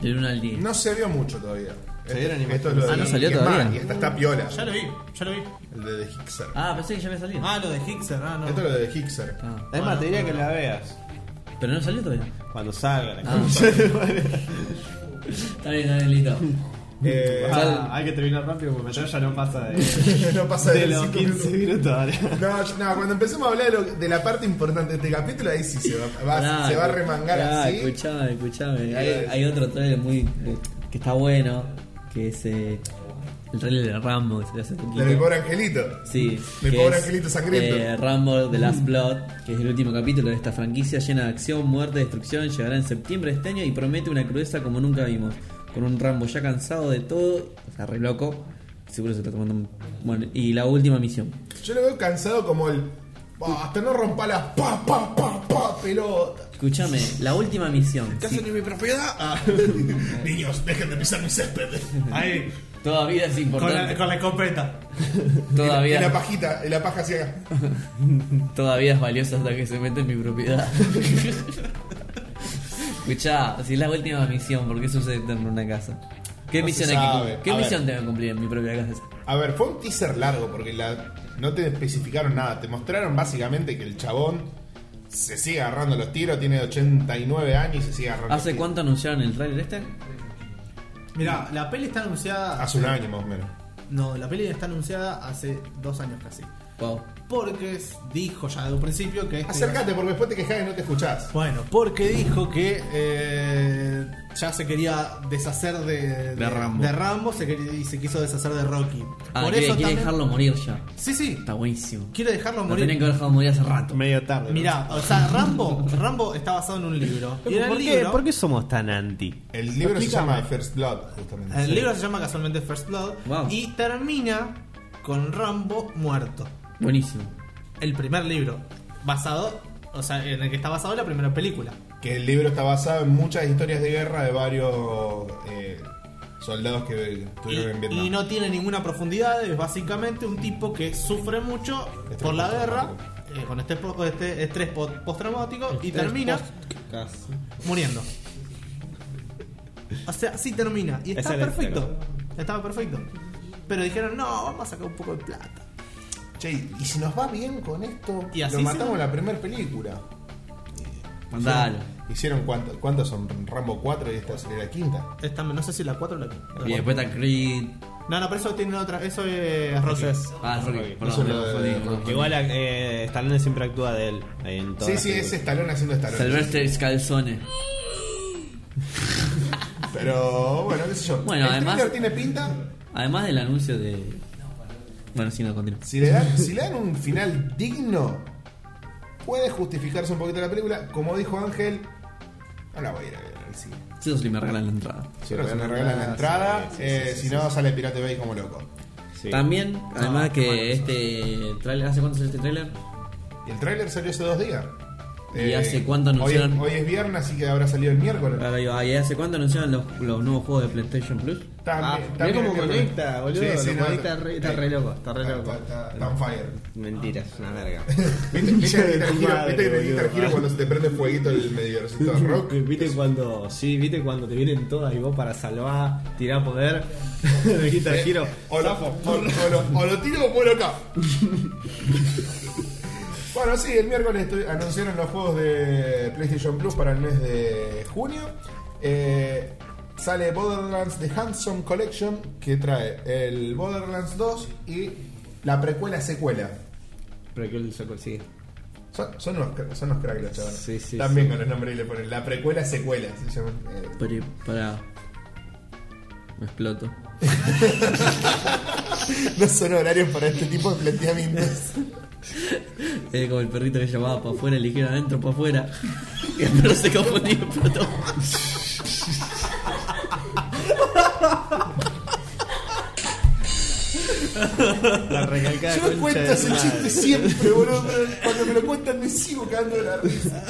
Speaker 3: Del 1 al 10.
Speaker 1: No se vio mucho todavía. Este-
Speaker 4: Se vieron imágenes.
Speaker 1: esto es lo de-
Speaker 3: Ah, no salió
Speaker 1: y es más,
Speaker 3: todavía.
Speaker 1: y esta está piola.
Speaker 2: Ya lo vi, ya lo vi.
Speaker 1: El de The Hixer.
Speaker 3: Ah, pensé que ya había salido.
Speaker 2: Ah, lo de Hixer, ah, no.
Speaker 1: Esto es lo de The Hixer.
Speaker 3: Ah.
Speaker 4: Es
Speaker 2: Bueno,
Speaker 4: materia que
Speaker 2: bueno.
Speaker 4: la veas.
Speaker 3: Pero no salió todavía.
Speaker 4: Cuando salga la
Speaker 3: Ah,
Speaker 4: concha.
Speaker 3: Está bien, está bien, listo.
Speaker 1: Eh,
Speaker 4: Ah, hay que terminar rápido porque ya ya no pasa de,
Speaker 1: no pasa
Speaker 4: de
Speaker 1: los
Speaker 4: los
Speaker 1: cinco
Speaker 4: 15
Speaker 1: minutos.
Speaker 4: minutos. dale.
Speaker 1: No, yo- no, cuando empecemos a hablar de, lo- de la parte importante de este capítulo, ahí sí se va, va-
Speaker 3: Pará,
Speaker 1: se va a
Speaker 3: escu-
Speaker 1: remangar
Speaker 3: pará,
Speaker 1: así.
Speaker 3: Escuchame, escuchame. Hay,
Speaker 1: Eh.
Speaker 3: hay otro trailer muy. de- que está bueno, que es eh, el trailer de Rambo que salió hace poquito.
Speaker 1: La de mi pobre angelito.
Speaker 3: Sí.
Speaker 1: Mi
Speaker 3: que
Speaker 1: pobre
Speaker 3: es,
Speaker 1: angelito sangriento. Mm.
Speaker 3: eh, Rambo The Last Blood, que es el último capítulo de esta franquicia llena de acción, muerte, destrucción, llegará en septiembre de este año y promete una crudeza como nunca vimos. Con un Rambo ya cansado de todo, o sea, re loco. Seguro se está tomando un... Bueno, y la última misión.
Speaker 1: Yo lo veo cansado como el. "Bah, hasta no rompa la pa pa pa pa pelota.
Speaker 3: Escúchame, la última misión. Si
Speaker 2: ni mi propiedad?
Speaker 1: Niños, dejen de pisar mi césped.
Speaker 5: Ahí,
Speaker 3: Todavía es
Speaker 5: con la,
Speaker 3: importante.
Speaker 5: con la escopeta.
Speaker 1: Y la
Speaker 3: Todavía,
Speaker 1: pajita, y la paja hacia acá.
Speaker 3: todavía es valiosa hasta que se mete en mi propiedad. Escuchá, si es la última misión, ¿por qué sucede tener una casa? ¿Qué
Speaker 1: No se
Speaker 3: misión, hay que
Speaker 1: sabe.
Speaker 3: cum- ¿qué
Speaker 1: A ver.
Speaker 3: misión tengo que cumplir en mi propia casa?
Speaker 1: A ver, fue un teaser largo porque la- no te especificaron nada. Te mostraron básicamente que el chabón se sigue agarrando los tiros, tiene 89 años y se sigue agarrando.
Speaker 3: ¿Hace
Speaker 1: los tiros.
Speaker 3: cuánto anunciaron el trailer este?
Speaker 2: Mirá, la peli está anunciada.
Speaker 1: Hace un año más o menos.
Speaker 2: No, la peli está anunciada hace dos años casi.
Speaker 3: Wow.
Speaker 2: Porque dijo ya de un principio que. este-
Speaker 1: Acércate porque después te quejas y no te escuchás.
Speaker 2: Bueno, porque dijo que eh, ya se quería deshacer de,
Speaker 3: De Rambo.
Speaker 2: se quería- y se quiso deshacer de Rocky.
Speaker 3: Ah, quiere, quiere
Speaker 2: también-
Speaker 3: dejarlo morir ya.
Speaker 2: Sí, sí,
Speaker 3: Está buenísimo.
Speaker 2: quiere dejarlo
Speaker 3: Lo
Speaker 2: morir.
Speaker 3: tenían que haber dejado morir hace rato.
Speaker 4: Medio tarde. ¿no?
Speaker 2: Mirá, o sea, Rambo, Rambo está basado en un libro. Y en el
Speaker 4: ¿Por qué,
Speaker 2: libro,
Speaker 4: por qué somos tan anti?
Speaker 1: El libro se
Speaker 4: Explícame.
Speaker 1: llama First Blood, justamente.
Speaker 2: El libro se llama casualmente First Blood
Speaker 3: Wow.
Speaker 2: y termina con Rambo muerto.
Speaker 3: Buenísimo.
Speaker 2: El primer libro, basado, o sea, en el que está basado la primera película.
Speaker 1: Que el libro está basado en muchas historias de guerra de varios eh, soldados que
Speaker 2: Y,
Speaker 1: estuvieron en Vietnam.
Speaker 2: y no tiene ninguna profundidad, es básicamente un tipo que sufre mucho
Speaker 1: Estrés
Speaker 2: por la guerra,
Speaker 1: postraumático.
Speaker 2: eh, con este, pro- este estrés po- postraumático y termina muriendo. O sea, así termina. Y está
Speaker 4: Es el
Speaker 2: perfecto. Estaba perfecto. Pero dijeron, no, vamos a sacar un poco de plata.
Speaker 1: Che, y si nos va bien con esto,
Speaker 2: Y así
Speaker 1: lo
Speaker 2: se-
Speaker 1: matamos en la primera película.
Speaker 3: Mandalo.
Speaker 1: ¿Hicieron cuántas cuántas son? Rambo 4 y esta sería la quinta.
Speaker 2: Esta, no sé si la 4 o la 5.
Speaker 3: Y después está Creed.
Speaker 2: No, no, pero eso tiene otra. Eso es Rogers.
Speaker 3: Ah, Rocky.
Speaker 1: No
Speaker 3: Perdón,
Speaker 1: solo de-
Speaker 3: me confundí, me
Speaker 1: Rocky.
Speaker 3: confundí.
Speaker 4: Igual eh, Stallone siempre actúa de él. ahí en todas
Speaker 1: Sí,
Speaker 4: las
Speaker 1: sí, es
Speaker 4: películas.
Speaker 1: Estalón haciendo Estalón.
Speaker 3: Sylvester Scalzone.
Speaker 1: Pero bueno, qué sé yo.
Speaker 3: Bueno,
Speaker 1: el
Speaker 3: además-
Speaker 1: thriller tiene pinta.
Speaker 3: Además del anuncio de. Bueno, sí, no, continúa.
Speaker 1: Si le, dan, si le dan un final digno, puede justificarse un poquito la película. Como dijo Ángel, no la voy a ir a ver al cine.
Speaker 3: Sí, eso sí me regalan la entrada.
Speaker 1: Si no, se me regalan la entrada, eh, si no, sale Pirate Bay como loco.
Speaker 4: Sí.
Speaker 3: También, además que este trailer. ¿Hace cuánto salió este trailer?
Speaker 1: Y el tráiler salió hace dos días. Eh,
Speaker 3: ¿Y hace cuánto anunciaron?
Speaker 1: Hoy, es- hoy es viernes, así que habrá salido el miércoles.
Speaker 3: Claro, digo, ah, ¿y hace cuánto anunciaron los, los nuevos juegos de PlayStation Plus?
Speaker 4: Ah,
Speaker 1: También-
Speaker 4: mirá
Speaker 1: también
Speaker 4: cómo
Speaker 1: el miércoles.
Speaker 4: conecta, boludo.
Speaker 1: Sí, sí,
Speaker 4: lo
Speaker 1: no,
Speaker 4: conecta re- está re loco, está re
Speaker 1: está-
Speaker 4: loco.
Speaker 1: está- está on fire.
Speaker 4: Mentira, es una verga.
Speaker 1: Ah. ¿Viste, viste,
Speaker 4: de
Speaker 1: el Guitar
Speaker 4: tu
Speaker 1: Hero-
Speaker 4: madre,
Speaker 1: viste que en el
Speaker 4: boludo.
Speaker 1: Guitar Hero cuando se te prende fueguito el medidorcito de rock?
Speaker 4: ¿Viste cuando, sí, viste cuando te vienen todas y vos para salvar, tirar poder de Guitar Hero?
Speaker 1: O lo, o- o lo- o lo tiro o muero acá. bueno, sí, el miércoles estu- anunciaron los juegos de PlayStation Plus para el mes de junio. Eh, sale Borderlands The Handsome Collection, que trae el Borderlands 2 y la precuela-secuela.
Speaker 4: Pero que el saco sigue.
Speaker 1: Son, son unos, cra- son unos cracks los chavales.
Speaker 4: Sí, sí,
Speaker 1: También
Speaker 4: sí.
Speaker 1: con los nombres le ponen la precuela-secuela. se llaman, eh,
Speaker 3: Pero, para. Me exploto.
Speaker 1: no son horarios para este tipo de planteamientos.
Speaker 3: Es como el perrito que llamaba para afuera, le dijeron adentro para afuera. Y el perro se confundió y explotó.
Speaker 4: La recalcada
Speaker 1: Yo no cuento ese chiste siempre, boludo, pero cuando me lo cuentan me sigo cagando de la risa.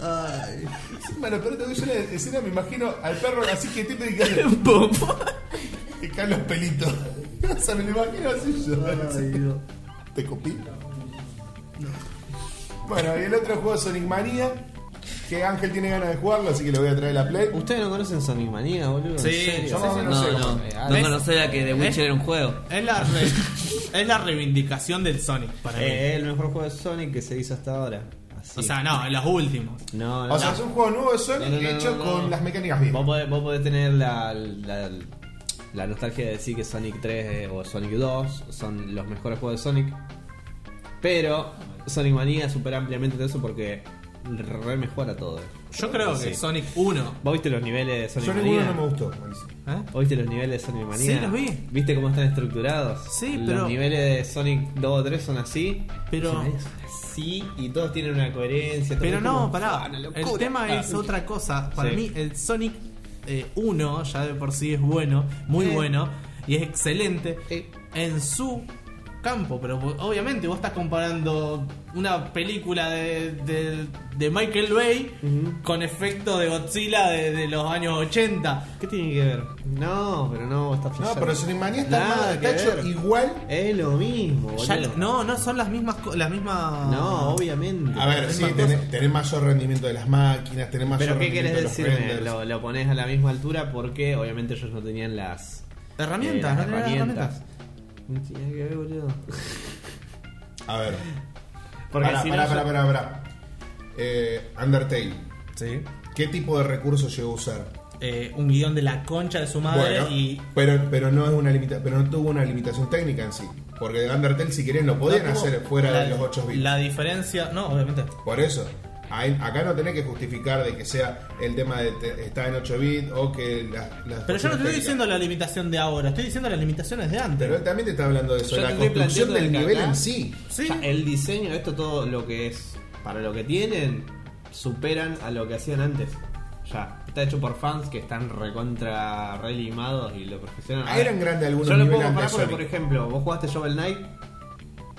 Speaker 1: Ay. Encima lo peor de todo es que yo en la escena me imagino al perro así que tiene que caer
Speaker 3: ¡Pum!
Speaker 1: que caen los pelitos. O sea, me lo imagino así yo. ¿Te copí? Bueno, y el otro juego Sonic Mania, que Ángel tiene ganas de jugarlo, así que le voy a traer la Play.
Speaker 4: Ustedes no conocen Sonic Manía, boludo.
Speaker 2: Sí,
Speaker 4: ¿En serio?
Speaker 1: yo más o menos sé
Speaker 3: No,
Speaker 1: cómo
Speaker 3: no.
Speaker 1: es.
Speaker 3: No conocía que The Witcher era un juego.
Speaker 2: Es la, re- es la reivindicación del Sonic para mí.
Speaker 4: Eh, el mejor juego de Sonic que se hizo hasta ahora. eh, sí.
Speaker 2: O sea, no, en los últimos.
Speaker 4: no, no,
Speaker 1: O sea,
Speaker 4: no.
Speaker 1: es un juego nuevo de Sonic
Speaker 4: No, no, no,
Speaker 1: hecho
Speaker 4: no, no.
Speaker 1: con las mecánicas bien.
Speaker 4: Vos podés, vos podés tener la, la, la nostalgia de decir que Sonic 3 eh, o Sonic 2 son los mejores juegos de Sonic. Pero Sonic Mania supera ampliamente todo eso porque re mejora todo.
Speaker 2: Yo creo que
Speaker 4: Sí.
Speaker 2: Sonic 1.
Speaker 4: ¿Vos viste los niveles de Sonic,
Speaker 1: Sonic
Speaker 4: Mania?
Speaker 1: 1 no me gustó. buenísimo.
Speaker 2: ¿eh?
Speaker 4: ¿Vos viste los niveles de Sonic Mania?
Speaker 2: Sí, los vi.
Speaker 4: ¿Viste cómo están estructurados?
Speaker 2: Sí,
Speaker 4: los
Speaker 2: pero-
Speaker 4: Los niveles de Sonic 2 o 3 son así.
Speaker 2: Pero-
Speaker 4: Son así y todos tienen una coherencia. todo
Speaker 2: Pero
Speaker 4: es
Speaker 2: no,
Speaker 4: como,
Speaker 2: pará.
Speaker 4: ¡ah, una locura!
Speaker 2: El tema
Speaker 4: Ah,
Speaker 2: es otra cosa. Para
Speaker 4: Sí.
Speaker 2: mí, el Sonic eh, 1 ya de por sí es bueno, muy
Speaker 4: Sí.
Speaker 2: bueno, y es excelente
Speaker 4: Sí.
Speaker 2: en su campo. Pero vos- obviamente vos estás comparando una película de, de- de Michael Bay con efecto de Godzilla de, de los años 80.
Speaker 4: ¿Qué tiene que ver? No, pero no, está
Speaker 1: No,
Speaker 4: flasheando.
Speaker 1: pero Sonic Mania está,
Speaker 4: Nada
Speaker 1: armado,
Speaker 4: que
Speaker 1: está hecho
Speaker 4: ver.
Speaker 1: igual.
Speaker 4: Es lo mismo, boludo.
Speaker 2: Ya lo- no, no son las mismas. co- Las mismas
Speaker 4: No, obviamente.
Speaker 1: A ver,
Speaker 2: Es
Speaker 1: sí,
Speaker 2: más
Speaker 1: tenés, tenés mayor rendimiento de las máquinas, tenés mayor
Speaker 4: Pero ¿qué querés
Speaker 1: rendimiento de los
Speaker 4: decirme?
Speaker 1: renders.
Speaker 4: Lo, lo ponés a la misma altura porque obviamente ellos no tenían las
Speaker 2: herramientas.
Speaker 4: eh,
Speaker 2: no
Speaker 4: las
Speaker 2: tienen herramientas.
Speaker 4: No tiene que ver, boludo.
Speaker 1: A ver.
Speaker 4: Porque
Speaker 1: pará,
Speaker 4: si
Speaker 1: pará,
Speaker 4: no,
Speaker 1: pará,
Speaker 4: yo-
Speaker 1: pará, pará. Eh, Undertale.
Speaker 2: Sí.
Speaker 1: ¿Qué tipo de recursos llegó a usar?
Speaker 2: Eh, un guión de la concha de su madre
Speaker 1: Bueno,
Speaker 2: y
Speaker 1: pero, pero no es una limita, pero no tuvo una limitación técnica en sí. Porque Undertale si querían lo podían
Speaker 2: No, como
Speaker 1: hacer fuera
Speaker 2: la-
Speaker 1: de los 8 bits.
Speaker 2: La diferencia, no, obviamente.
Speaker 1: Por eso, ahí- acá no tenés que justificar de que sea el tema de te- está en 8 bits o que las... las
Speaker 2: Pero yo no te
Speaker 1: cuestiones
Speaker 2: estoy
Speaker 1: técnicas.
Speaker 2: diciendo la limitación de ahora, estoy diciendo las limitaciones de antes.
Speaker 1: Pero él también te está hablando de eso,
Speaker 4: Yo te
Speaker 1: la
Speaker 4: estoy
Speaker 1: construcción
Speaker 4: planteando
Speaker 1: del
Speaker 4: de que
Speaker 1: nivel
Speaker 4: acá-
Speaker 1: en sí.
Speaker 2: sí,
Speaker 4: O sea, el diseño, esto todo lo que es, para lo que tienen, superan a lo que hacían antes. Ya, está hecho por fans que están recontra re limados y lo perfeccionan.
Speaker 1: Ah, eran grandes algunos
Speaker 4: Yo lo puedo
Speaker 1: niveles
Speaker 4: comparar
Speaker 1: antes de
Speaker 4: porque, por
Speaker 1: Sonic.
Speaker 4: ejemplo, vos jugaste Shovel Knight,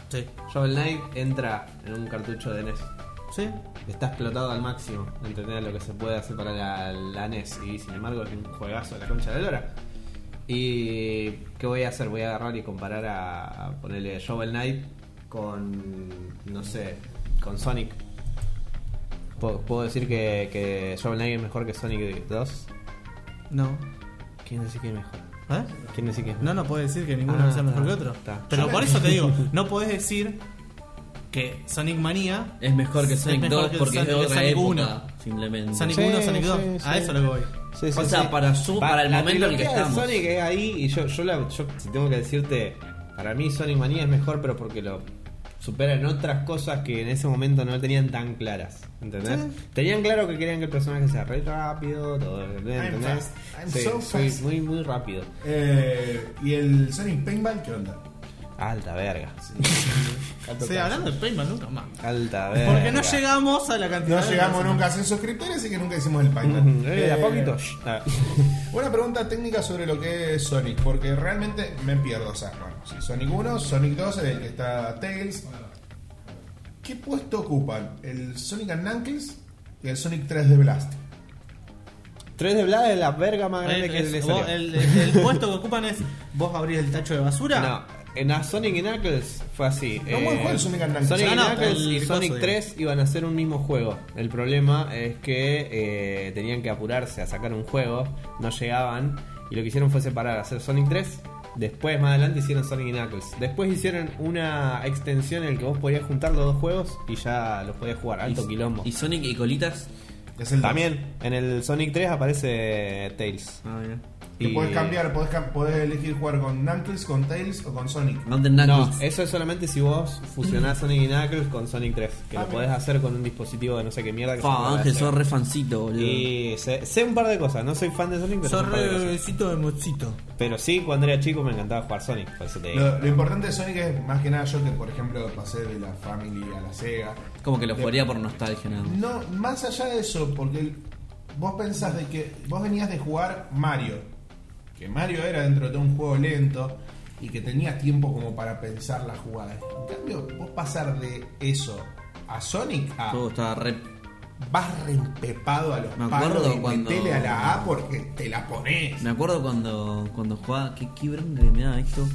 Speaker 2: sí,
Speaker 4: Shovel Knight entra en un cartucho de NES.
Speaker 2: sí.
Speaker 4: Está explotado al máximo, entender lo que se puede hacer para la, la NES. Y sin embargo, es un juegazo de la concha de Lora. ¿Y qué voy a hacer? Voy a agarrar y comparar a, a ponerle Shovel Knight con, no sé, con Sonic. ¿Puedo, puedo decir que, que Shovel Knight es mejor que Sonic 2?
Speaker 2: No.
Speaker 4: ¿Quién dice que es mejor?
Speaker 2: ¿Eh?
Speaker 4: ¿Quién dice que es mejor?
Speaker 2: No, no podés decir que ninguno
Speaker 4: Ah,
Speaker 2: sea mejor
Speaker 4: está,
Speaker 2: que otro.
Speaker 4: está.
Speaker 2: Pero por eso te digo, no podés decir que Sonic Manía,
Speaker 3: Es mejor que
Speaker 2: Es
Speaker 3: Sonic
Speaker 2: mejor
Speaker 3: 2
Speaker 2: que
Speaker 3: porque es de
Speaker 2: Sonic- que
Speaker 3: otra
Speaker 2: Sonic
Speaker 3: época.
Speaker 2: 1.
Speaker 3: Simplemente.
Speaker 2: Sonic
Speaker 4: Sí,
Speaker 2: 1, Sonic
Speaker 4: sí,
Speaker 2: 2, a
Speaker 4: sí.
Speaker 2: eso es lo que voy.
Speaker 4: Sí, sí,
Speaker 3: O sea,
Speaker 4: sí.
Speaker 3: para su- para el
Speaker 4: la
Speaker 3: momento en el que
Speaker 4: trilogía de
Speaker 3: estamos.
Speaker 4: Sonic es ahí y yo, yo, la- yo, si tengo que decirte, para mí Sonic Manía es mejor, pero porque lo supera en otras cosas que en ese momento no tenían tan claras. ¿Entendés? Tenían claro que querían que el personaje sea re rápido, todo, ¿entendés?
Speaker 1: I'm fast. I'm
Speaker 4: Sí,
Speaker 1: so
Speaker 4: soy
Speaker 1: fast.
Speaker 4: muy, muy rápido.
Speaker 1: Eh, ¿Y el Sonic Paintball qué onda?
Speaker 4: Alta verga.
Speaker 2: Sí, hablando de Paintball nunca más.
Speaker 4: Alta verga.
Speaker 2: Porque no llegamos a la
Speaker 1: No
Speaker 2: cantidad de
Speaker 1: llegamos
Speaker 2: personas.
Speaker 1: nunca a 100 suscriptores, así que nunca hicimos el Paintball.
Speaker 4: Ah, Ujú, eh, de a poquito. Ah.
Speaker 1: Eh. Una pregunta técnica sobre lo que es Sonic, porque realmente me pierdo. O sea, bueno, sí, Sonic 1, Sonic 2, en el que está Tails. ¿Qué puesto ocupan el Sonic and Knuckles y el Sonic 3 de Blast?
Speaker 4: Tres de Vlad es la verga más grande
Speaker 2: Eh,
Speaker 4: que
Speaker 2: es-
Speaker 4: le
Speaker 2: vos-
Speaker 4: salió.
Speaker 2: el, el puesto que ocupan es vos abrís el tacho de basura.
Speaker 4: No, en a Sonic y Knuckles fue así. eh,
Speaker 1: No, buen juego el Sonic and Knuckles.
Speaker 4: Sonic
Speaker 2: No,
Speaker 4: y
Speaker 2: no,
Speaker 4: Knuckles
Speaker 2: el
Speaker 4: y
Speaker 2: coso,
Speaker 4: Sonic
Speaker 2: digo.
Speaker 4: 3 iban a hacer un mismo juego. El problema es que eh, tenían que apurarse a sacar un juego, no llegaban y lo que hicieron fue separar, hacer Sonic 3. Después, más adelante, hicieron Sonic y Knuckles. Después hicieron una extensión en la que vos podías juntar los dos juegos y ya los podías jugar. Alto quilombo.
Speaker 3: ¿Y Sonic y Colitas?
Speaker 1: Es el
Speaker 4: También en el Sonic 3 aparece Tails.
Speaker 3: Ah, mira.
Speaker 1: Que podés cambiar, podés, cam- podés elegir jugar con Knuckles, con Tails o con Sonic.
Speaker 3: Mountain
Speaker 4: No,
Speaker 3: Knuckles.
Speaker 4: eso es solamente si vos fusionás Sonic y Knuckles con Sonic 3. Que lo podés hacer con un dispositivo de no sé qué mierda. Que se
Speaker 3: Fa,
Speaker 4: llama
Speaker 3: Ah, Ángel,
Speaker 4: Blaster.
Speaker 3: sos re fancito, boludo.
Speaker 4: Y sé, sé un par de cosas. No soy fan de Sonic, pero, sé
Speaker 2: Sos
Speaker 4: un par de
Speaker 2: re
Speaker 4: cosas.
Speaker 2: besito de mochito.
Speaker 4: pero sí, cuando era chico me encantaba jugar Sonic. pues, Por eso
Speaker 3: Eh,
Speaker 4: te digo.
Speaker 1: Lo, lo importante de Sonic es más que nada yo que por ejemplo pasé de la Family a la Sega.
Speaker 3: Como que lo
Speaker 1: De-
Speaker 3: jugaría por nostalgia nada más.
Speaker 1: No, más allá de eso, porque el- vos pensás de que vos venías de jugar Mario, que Mario era dentro de todo un juego lento y que tenías tiempo como para pensar la jugada. En cambio, vos pasar de eso a Sonic a
Speaker 2: Ah.
Speaker 3: Todo estaba re.
Speaker 1: vas reempepado a los
Speaker 3: Me
Speaker 1: palos
Speaker 3: acuerdo
Speaker 1: y
Speaker 3: cuando-
Speaker 1: metele a la A porque te la pones.
Speaker 3: Me acuerdo cuando, cuando jugaba. Qué, qué bronca que me daba esto.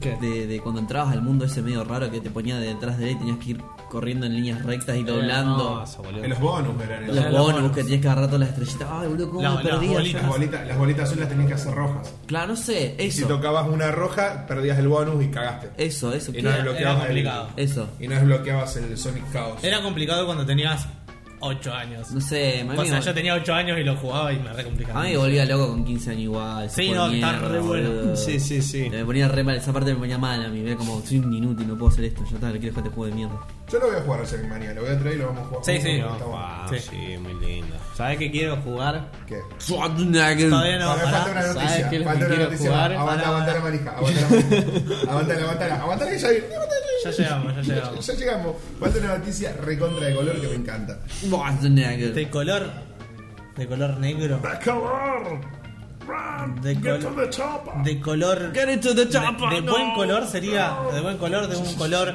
Speaker 4: ¿Qué?
Speaker 3: De, de cuando entrabas al mundo ese medio raro que te ponía detrás de él y tenías que ir corriendo en líneas rectas
Speaker 2: Eh,
Speaker 3: y doblando.
Speaker 2: Hermoso, boludo.
Speaker 1: En los bonus eran
Speaker 3: Los
Speaker 1: esos.
Speaker 3: bonus que tienes que agarrar todas las estrellitas. Ay, boludo, cómo
Speaker 2: La-
Speaker 3: me
Speaker 2: las
Speaker 3: perdí
Speaker 2: bolitas.
Speaker 3: allá.
Speaker 1: Las bolitas, las bolitas azules las tenías que hacer rojas.
Speaker 3: Claro, no sé,
Speaker 1: Si
Speaker 3: eso.
Speaker 1: tocabas una roja, perdías el bonus y cagaste.
Speaker 3: Eso, eso,
Speaker 1: Y
Speaker 3: ¿qué?
Speaker 1: no
Speaker 2: era-
Speaker 1: desbloqueabas
Speaker 2: era complicado.
Speaker 1: el,
Speaker 3: eso.
Speaker 1: y no desbloqueabas el Sonic Chaos.
Speaker 2: Era complicado cuando tenías 8 años.
Speaker 3: No sé, me
Speaker 2: o sea, yo tenía 8 años y lo jugaba y me re complicaba.
Speaker 3: A mí me volvía loco con 15 años igual.
Speaker 2: Sí,
Speaker 3: se
Speaker 2: no, está
Speaker 3: mierda,
Speaker 2: re bueno.
Speaker 3: boludo.
Speaker 4: Sí, sí, sí.
Speaker 3: Me ponía re mal, esa parte me ponía mal a mí. Era como, soy un inútil, no puedo hacer esto. Ya está, le quiero dejar este juego de mierda.
Speaker 1: Yo lo voy a jugar al Sonic Mania, lo voy a traer y lo vamos a jugar.
Speaker 2: Sí,
Speaker 1: juntos,
Speaker 2: sí,
Speaker 1: porque está bueno.
Speaker 4: Wow,
Speaker 2: Sí.
Speaker 4: sí. muy lindo. ¿Sabes qué quiero jugar?
Speaker 1: ¿Qué?
Speaker 2: Todavía no,
Speaker 1: Todavía falta
Speaker 2: pará.
Speaker 1: una
Speaker 4: ¿sabes
Speaker 1: noticia.
Speaker 4: qué es lo
Speaker 1: Falta
Speaker 4: que
Speaker 1: una
Speaker 4: quiero
Speaker 1: noticia.
Speaker 4: jugar?
Speaker 1: más. Aguanta,
Speaker 2: Pará,
Speaker 1: aguanta la
Speaker 2: pará.
Speaker 1: manija. Aguanta la manija. Aguanta, aguanta. Aguanta que ya viene.
Speaker 2: Ya llegamos, ya llegamos.
Speaker 1: Ya llegamos. Falta una noticia recontra de color que me encanta.
Speaker 2: De color. De color negro.
Speaker 1: ¡De color! ¡Run!
Speaker 2: De
Speaker 1: ¡Get
Speaker 2: col-
Speaker 1: to the chopper!
Speaker 2: De color.
Speaker 3: Get into the chopper,
Speaker 2: de, de
Speaker 3: este no.
Speaker 2: buen color sería. De buen color, de un color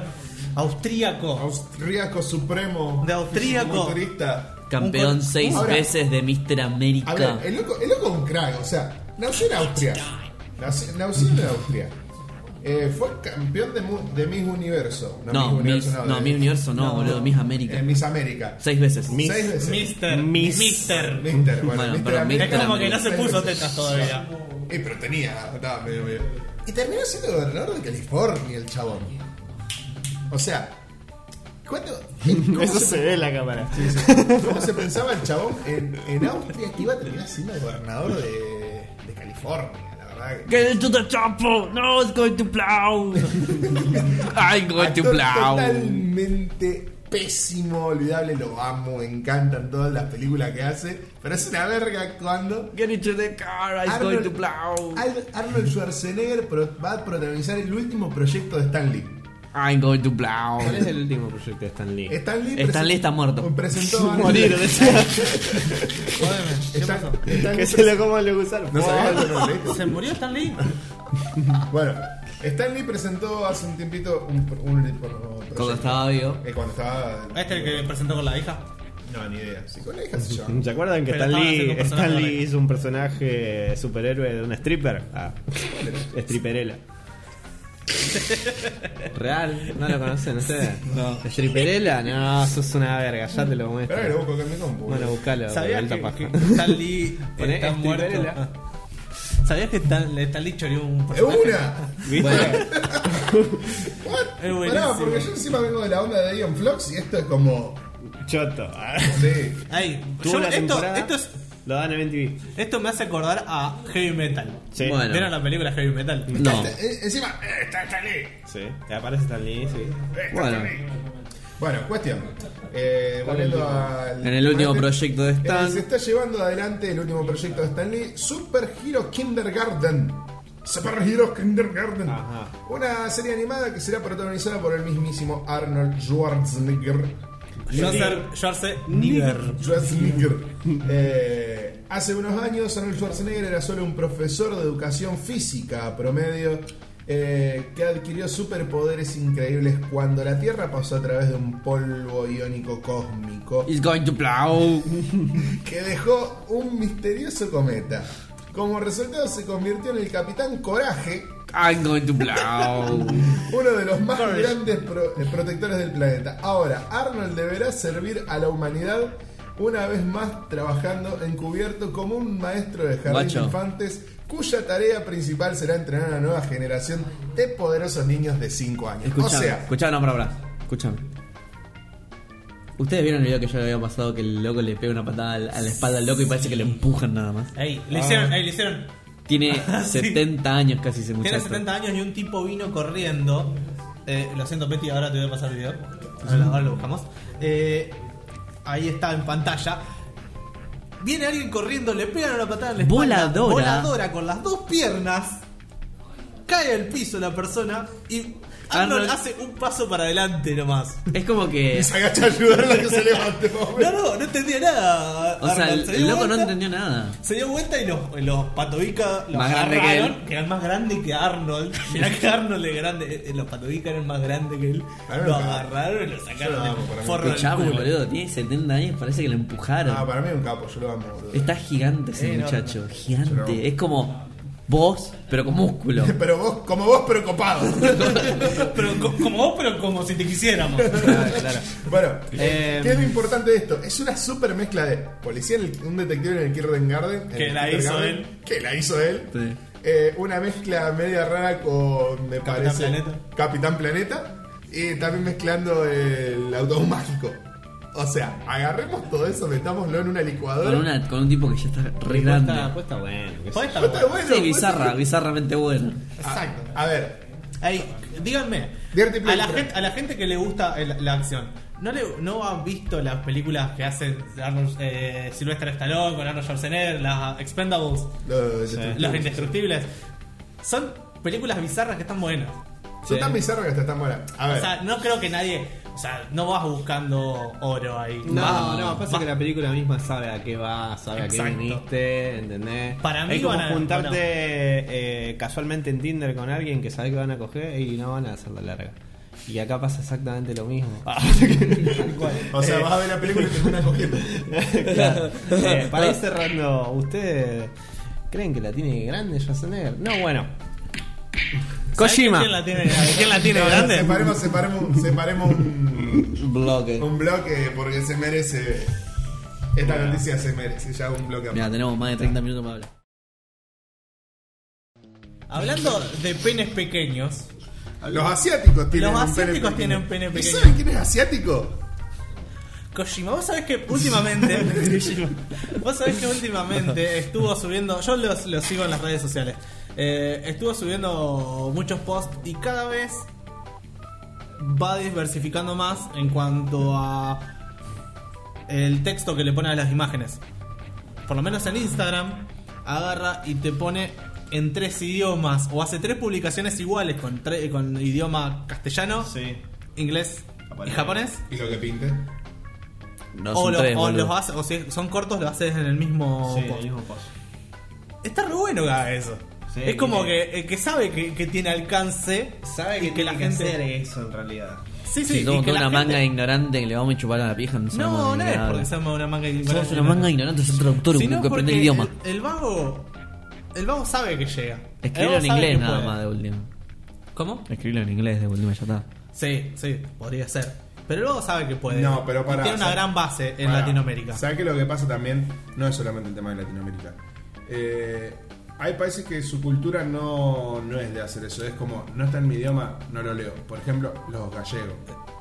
Speaker 2: austríaco.
Speaker 1: Austríaco supremo.
Speaker 2: De austríaco.
Speaker 1: Futurista.
Speaker 3: Campeón
Speaker 2: Un cor-
Speaker 3: 6
Speaker 1: Ahora-
Speaker 3: veces de Mr.
Speaker 1: A
Speaker 3: América.
Speaker 1: ver, el loco, el loco es un crack, o sea, nació en Austria. Nació, nació en Austria. Eh, fue campeón de, mu- de Miss Universo.
Speaker 3: No, Miss- no, Miss Universo no, boludo, Miss América.
Speaker 1: Eh, Miss América.
Speaker 3: Seis veces.
Speaker 1: Seis veces.
Speaker 2: Mister.
Speaker 4: Miss-
Speaker 2: Mister.
Speaker 1: Mister, bueno,
Speaker 3: Bueno,
Speaker 1: Mister
Speaker 3: pero
Speaker 1: América.
Speaker 3: Mister
Speaker 2: Es como que no se
Speaker 1: Seis
Speaker 2: puso
Speaker 1: veces.
Speaker 2: tetas todavía.
Speaker 1: Eh, pero tenía, estaba medio, medio. Y terminó siendo gobernador de California el chabón. O sea, ¿cuánto? ¿cómo
Speaker 4: Eso se ve en la cámara.
Speaker 1: Sí, sí. ¿Cómo se pensaba el chabón en, en Austria que iba a terminar siendo gobernador de, de California? La verdad que.
Speaker 3: Get into the chopper, no, it's going to plow. I'm going to
Speaker 1: Actor
Speaker 3: plow.
Speaker 1: Totalmente pésimo, olvidable, lo amo, me encantan todas las películas que hace, pero es una verga cuando.
Speaker 3: Get into the car, I'm going to plow.
Speaker 1: Al- Arnold Schwarzenegger pro- va a protagonizar el último proyecto de Stan Lee.
Speaker 3: I'm going to plow.
Speaker 4: ¿Cuál es el último proyecto de Stan Lee?
Speaker 1: Stan Lee,
Speaker 3: Stan
Speaker 1: presen-
Speaker 3: Lee está muerto.
Speaker 1: Presentó a
Speaker 4: Morir, decía.
Speaker 2: Jódeme, ¿qué
Speaker 1: Stan-
Speaker 2: pasó?
Speaker 1: Stan
Speaker 4: que
Speaker 1: Lee
Speaker 4: se lo coman los gusanos.
Speaker 1: No sabía el nombre.
Speaker 2: ¿Se murió Stan Lee?
Speaker 1: Bueno, Stan Lee presentó hace un tiempito un, pro- un pro- proyecto.
Speaker 3: Cuando estaba vivo.
Speaker 1: Eh, cuando estaba.
Speaker 2: Este es el que presentó con la hija.
Speaker 1: No, ni idea. Sí, con la hija se llama.
Speaker 4: ¿Se acuerdan que
Speaker 2: Pero
Speaker 4: Stan
Speaker 2: estaba
Speaker 4: Lee, Stan
Speaker 2: haciendo un personaje
Speaker 4: Lee
Speaker 2: ahora.
Speaker 4: hizo un personaje superhéroe de una stripper? Ah, stripperela. Real, no lo conocen, ustedes. No. ¿Stripperela? No, sos una verga, ya te lo muestro.
Speaker 1: Pero ahora lo busco acá en mi compu.
Speaker 4: Bueno, buscalo,
Speaker 2: ¿Sabías
Speaker 4: alta
Speaker 2: que,
Speaker 4: paja.
Speaker 2: que Stan Lee
Speaker 4: Poné
Speaker 2: está
Speaker 4: Steve
Speaker 2: muerto?
Speaker 4: Carell,
Speaker 2: ¿Sabías que Stan, Stan Lee choreó un
Speaker 1: ¡Es
Speaker 2: personaje?
Speaker 1: una!
Speaker 4: ¿Viste?
Speaker 1: ¿What?
Speaker 2: Es buenísimo.
Speaker 1: Pará, porque yo encima vengo de la onda de Ian Flox y esto es como.
Speaker 4: Choto. ah.
Speaker 1: Sí.
Speaker 2: Ay,
Speaker 4: Tuvo
Speaker 2: yo-
Speaker 4: una
Speaker 2: esto,
Speaker 4: temporada,
Speaker 2: esto, es-
Speaker 4: Lo dan en MTV.
Speaker 2: esto me hace acordar a Heavy Metal.
Speaker 4: Sí.
Speaker 3: Bueno.
Speaker 2: ¿Vieron la película Heavy Metal?
Speaker 3: No.
Speaker 1: Este- eh, encima, eh, está Stan Lee.
Speaker 4: Sí. Te aparece Stan Lee, sí.
Speaker 1: eh, está
Speaker 3: Bueno.
Speaker 1: Stan Lee. Bueno, cuestión. Eh, volviendo al.
Speaker 3: En el último
Speaker 1: debate,
Speaker 3: proyecto de Stan.
Speaker 1: eh, se está llevando adelante el último proyecto de Stan Lee: Super Hero Kindergarten. Super Hero Kindergarten.
Speaker 4: Ajá.
Speaker 1: Una serie animada que será protagonizada por el mismísimo Arnold Schwarzenegger.
Speaker 2: Schwarzer- Schwarzenegger.
Speaker 1: Schwarzenegger. Eh, hace unos años Arnold Schwarzenegger era solo un profesor de educación física promedio eh, que adquirió superpoderes increíbles cuando la Tierra pasó a través de un polvo iónico cósmico
Speaker 3: It's going to plow.
Speaker 1: que dejó un misterioso cometa. Como resultado se convirtió en el Capitán Coraje,
Speaker 3: I'm going to plow.
Speaker 1: uno de los más grandes pro- eh, protectores del planeta. Ahora, Arnold deberá servir a la humanidad una vez más trabajando encubierto como un maestro de jardín
Speaker 3: Guacho.
Speaker 1: de infantes cuya tarea principal será entrenar a una nueva generación de poderosos niños de 5 años.
Speaker 3: Escuchame,
Speaker 1: o sea,
Speaker 3: escuchame, no, para, para. Escuchame. ¿Ustedes vieron el video que yo le había pasado que el loco le pega una patada al- a la espalda al loco y parece que le empujan nada más?
Speaker 2: Ey, le hicieron,
Speaker 4: Ah.
Speaker 2: ey, le hicieron.
Speaker 3: Tiene
Speaker 2: Sí.
Speaker 3: 70 años casi ese muchacho.
Speaker 2: Tiene 70 años y un tipo vino corriendo. Eh, lo siento, Petty, ahora te voy a pasar el video. Ahora, lo- ahora lo buscamos. Eh, ahí está en pantalla. Viene alguien corriendo, le pegan una patada en la espalda.
Speaker 3: Voladora.
Speaker 2: Voladora con las dos piernas. Cae al piso la persona y Arnold
Speaker 3: Arnold-
Speaker 2: hace un paso para adelante nomás.
Speaker 3: Es como que.
Speaker 1: se agacha a ayudarlo a que se levante. más o menos.
Speaker 2: No, no, no entendía nada.
Speaker 3: O sea,
Speaker 2: Arnold.
Speaker 3: el,
Speaker 2: Se dio
Speaker 3: el loco no
Speaker 2: vuelta,
Speaker 3: entendió nada.
Speaker 2: Se dio vuelta y los, los patobicas los
Speaker 3: Más grande que
Speaker 2: agarraron,
Speaker 3: él.
Speaker 2: que eran más grandes que Arnold. Mirá que Arnold es grande, eh, los patobicas eran más grandes que él.
Speaker 1: Claro,
Speaker 2: lo
Speaker 1: claro.
Speaker 2: agarraron y lo sacaron
Speaker 1: Yo lo amo, para
Speaker 2: del
Speaker 1: mí.
Speaker 2: forro del
Speaker 3: Escuchame,
Speaker 2: culo.
Speaker 3: boludo. Tiene 70 años, parece que le empujaron.
Speaker 1: Ah, para mí es un capo, yo lo amo, boludo.
Speaker 3: Está gigante ese
Speaker 2: Enorme.
Speaker 3: muchacho, gigante.
Speaker 1: Pero-
Speaker 3: Es como. Vos, pero con músculo.
Speaker 1: Pero vos, como vos, pero copado.
Speaker 2: Pero co- como vos, pero como si te quisiéramos.
Speaker 3: Claro, claro.
Speaker 1: Bueno,
Speaker 3: Eh,
Speaker 1: ¿qué es lo importante de esto? Es una super mezcla de policía, en el- un detective en el Kirden Garden. en
Speaker 2: Que
Speaker 1: el
Speaker 2: la
Speaker 1: Kindergarten,
Speaker 2: hizo él.
Speaker 1: Que la hizo él.
Speaker 3: Sí.
Speaker 1: Eh, una mezcla media rara con, me
Speaker 2: Capitán
Speaker 1: parece,
Speaker 2: Planeta.
Speaker 1: Capitán Planeta. Y también mezclando el autobús mágico. O sea, agarremos todo eso, metámoslo en una licuadora.
Speaker 3: Con, una, con un tipo que ya está re
Speaker 4: Puesta-
Speaker 3: grande.
Speaker 4: puesta bueno. qué sé yo.
Speaker 2: Puede estar
Speaker 1: No está
Speaker 2: bueno.
Speaker 1: bueno,
Speaker 3: Sí,
Speaker 1: pues.
Speaker 3: bizarra, bizarramente buena.
Speaker 2: Exacto.
Speaker 1: Ah, A ver,
Speaker 2: Ahí, díganme,
Speaker 1: Dirty
Speaker 2: a la,
Speaker 1: Pleasure.
Speaker 2: gente, a la gente que le gusta el- la acción, ¿no, le, ¿no han visto las películas que hace Arnold, eh, Sylvester Stallone con Arnold Schwarzenegger, las Expendables,
Speaker 1: los,
Speaker 2: Los Indestructibles? Son películas bizarras que están buenas.
Speaker 1: son tan bizarros que hasta están buenas. A
Speaker 2: O
Speaker 1: ver,
Speaker 2: sea, no creo que nadie. O sea, no vas buscando oro ahí.
Speaker 4: No,
Speaker 2: Vas-
Speaker 4: no, pasa
Speaker 2: vas-
Speaker 4: que la película misma sabe a qué va, sabe a qué
Speaker 2: Exacto.
Speaker 4: viniste, ¿entendés?
Speaker 2: Para mí
Speaker 4: es como
Speaker 2: van a-
Speaker 4: juntarte
Speaker 2: bueno.
Speaker 4: eh, casualmente en Tinder con alguien que sabe que van a coger y no van a hacer la larga. Y acá pasa exactamente lo mismo.
Speaker 2: Ah,
Speaker 1: o
Speaker 2: Eh,
Speaker 1: sea, vas a ver la película y te terminas cogiendo.
Speaker 4: Claro. Eh, para ir cerrando, ¿ustedes creen que la tiene grande Schwarzenegger? No, bueno.
Speaker 2: ¿Sabés
Speaker 3: Kojima.
Speaker 2: ¿Quién la tiene, quién la tiene
Speaker 1: No, no,
Speaker 2: grande?
Speaker 1: Separemos, separemos, un- separemos un,
Speaker 3: Bloque.
Speaker 1: un bloque porque se merece. Esta noticia se merece ya un bloque.
Speaker 3: Mira,
Speaker 1: aparte.
Speaker 3: tenemos más de 30 minutos para hablar.
Speaker 2: Hablando de penes pequeños,
Speaker 1: Los asiáticos tienen
Speaker 2: Los
Speaker 1: un pene
Speaker 2: asiáticos
Speaker 1: pequeño.
Speaker 2: tienen un pene
Speaker 1: ¿Y
Speaker 2: pequeño.
Speaker 1: saben quién es asiático?
Speaker 2: Kojima, vos sabés que últimamente. vos sabés que últimamente estuvo subiendo. Yo los, los sigo en las redes sociales. Eh, estuvo subiendo muchos posts y cada vez va diversificando más en cuanto a el texto que le pone a las imágenes. Por lo menos en Instagram, agarra y te pone en tres idiomas o hace tres publicaciones iguales con, tre- con idioma castellano,
Speaker 4: Sí.
Speaker 2: inglés y japonés.
Speaker 1: ¿Y lo que pinte?
Speaker 3: No
Speaker 2: O,
Speaker 3: son
Speaker 2: lo-
Speaker 3: tres,
Speaker 2: o
Speaker 3: boludo.
Speaker 2: los hace- o si son cortos, los haces en el mismo post. Está re bueno que haga eso.
Speaker 4: Sí,
Speaker 2: es como
Speaker 4: tiene-
Speaker 2: que, eh, que sabe que, que tiene alcance.
Speaker 4: Sabe
Speaker 2: y
Speaker 4: que, tiene que hacer eso en realidad.
Speaker 2: Sí, sí,
Speaker 3: Si
Speaker 2: y
Speaker 3: somos
Speaker 2: que
Speaker 3: toda
Speaker 2: la
Speaker 3: una manga
Speaker 2: gente-
Speaker 3: ignorante que le vamos a chupar a la pija, no
Speaker 2: No,
Speaker 3: somos
Speaker 2: no
Speaker 3: ni
Speaker 2: es
Speaker 3: nada.
Speaker 2: porque somos una manga ignorante.
Speaker 3: Somos una manga ignorante, es un traductor,
Speaker 2: Sino
Speaker 3: un que aprende el
Speaker 2: porque
Speaker 3: idioma.
Speaker 2: El, el vago. El vago sabe que llega. El
Speaker 3: Escribirlo
Speaker 2: vago
Speaker 3: en
Speaker 2: sabe
Speaker 3: inglés
Speaker 2: que
Speaker 3: nada
Speaker 2: puede.
Speaker 3: más de última.
Speaker 2: ¿Cómo?
Speaker 3: Escribirlo en inglés de última, ya está.
Speaker 2: Sí, sí, podría ser. Pero el vago sabe que puede.
Speaker 1: No, pero
Speaker 2: Y
Speaker 1: pará,
Speaker 2: Tiene una
Speaker 1: sabe-
Speaker 2: gran base en
Speaker 1: Pará,
Speaker 2: Latinoamérica.
Speaker 1: ¿Sabes qué lo que pasa también? No es solamente el tema de Latinoamérica. Eh, hay países que su cultura no, no es de hacer eso. Es como, no está en mi idioma, no lo leo. Por ejemplo, los gallegos.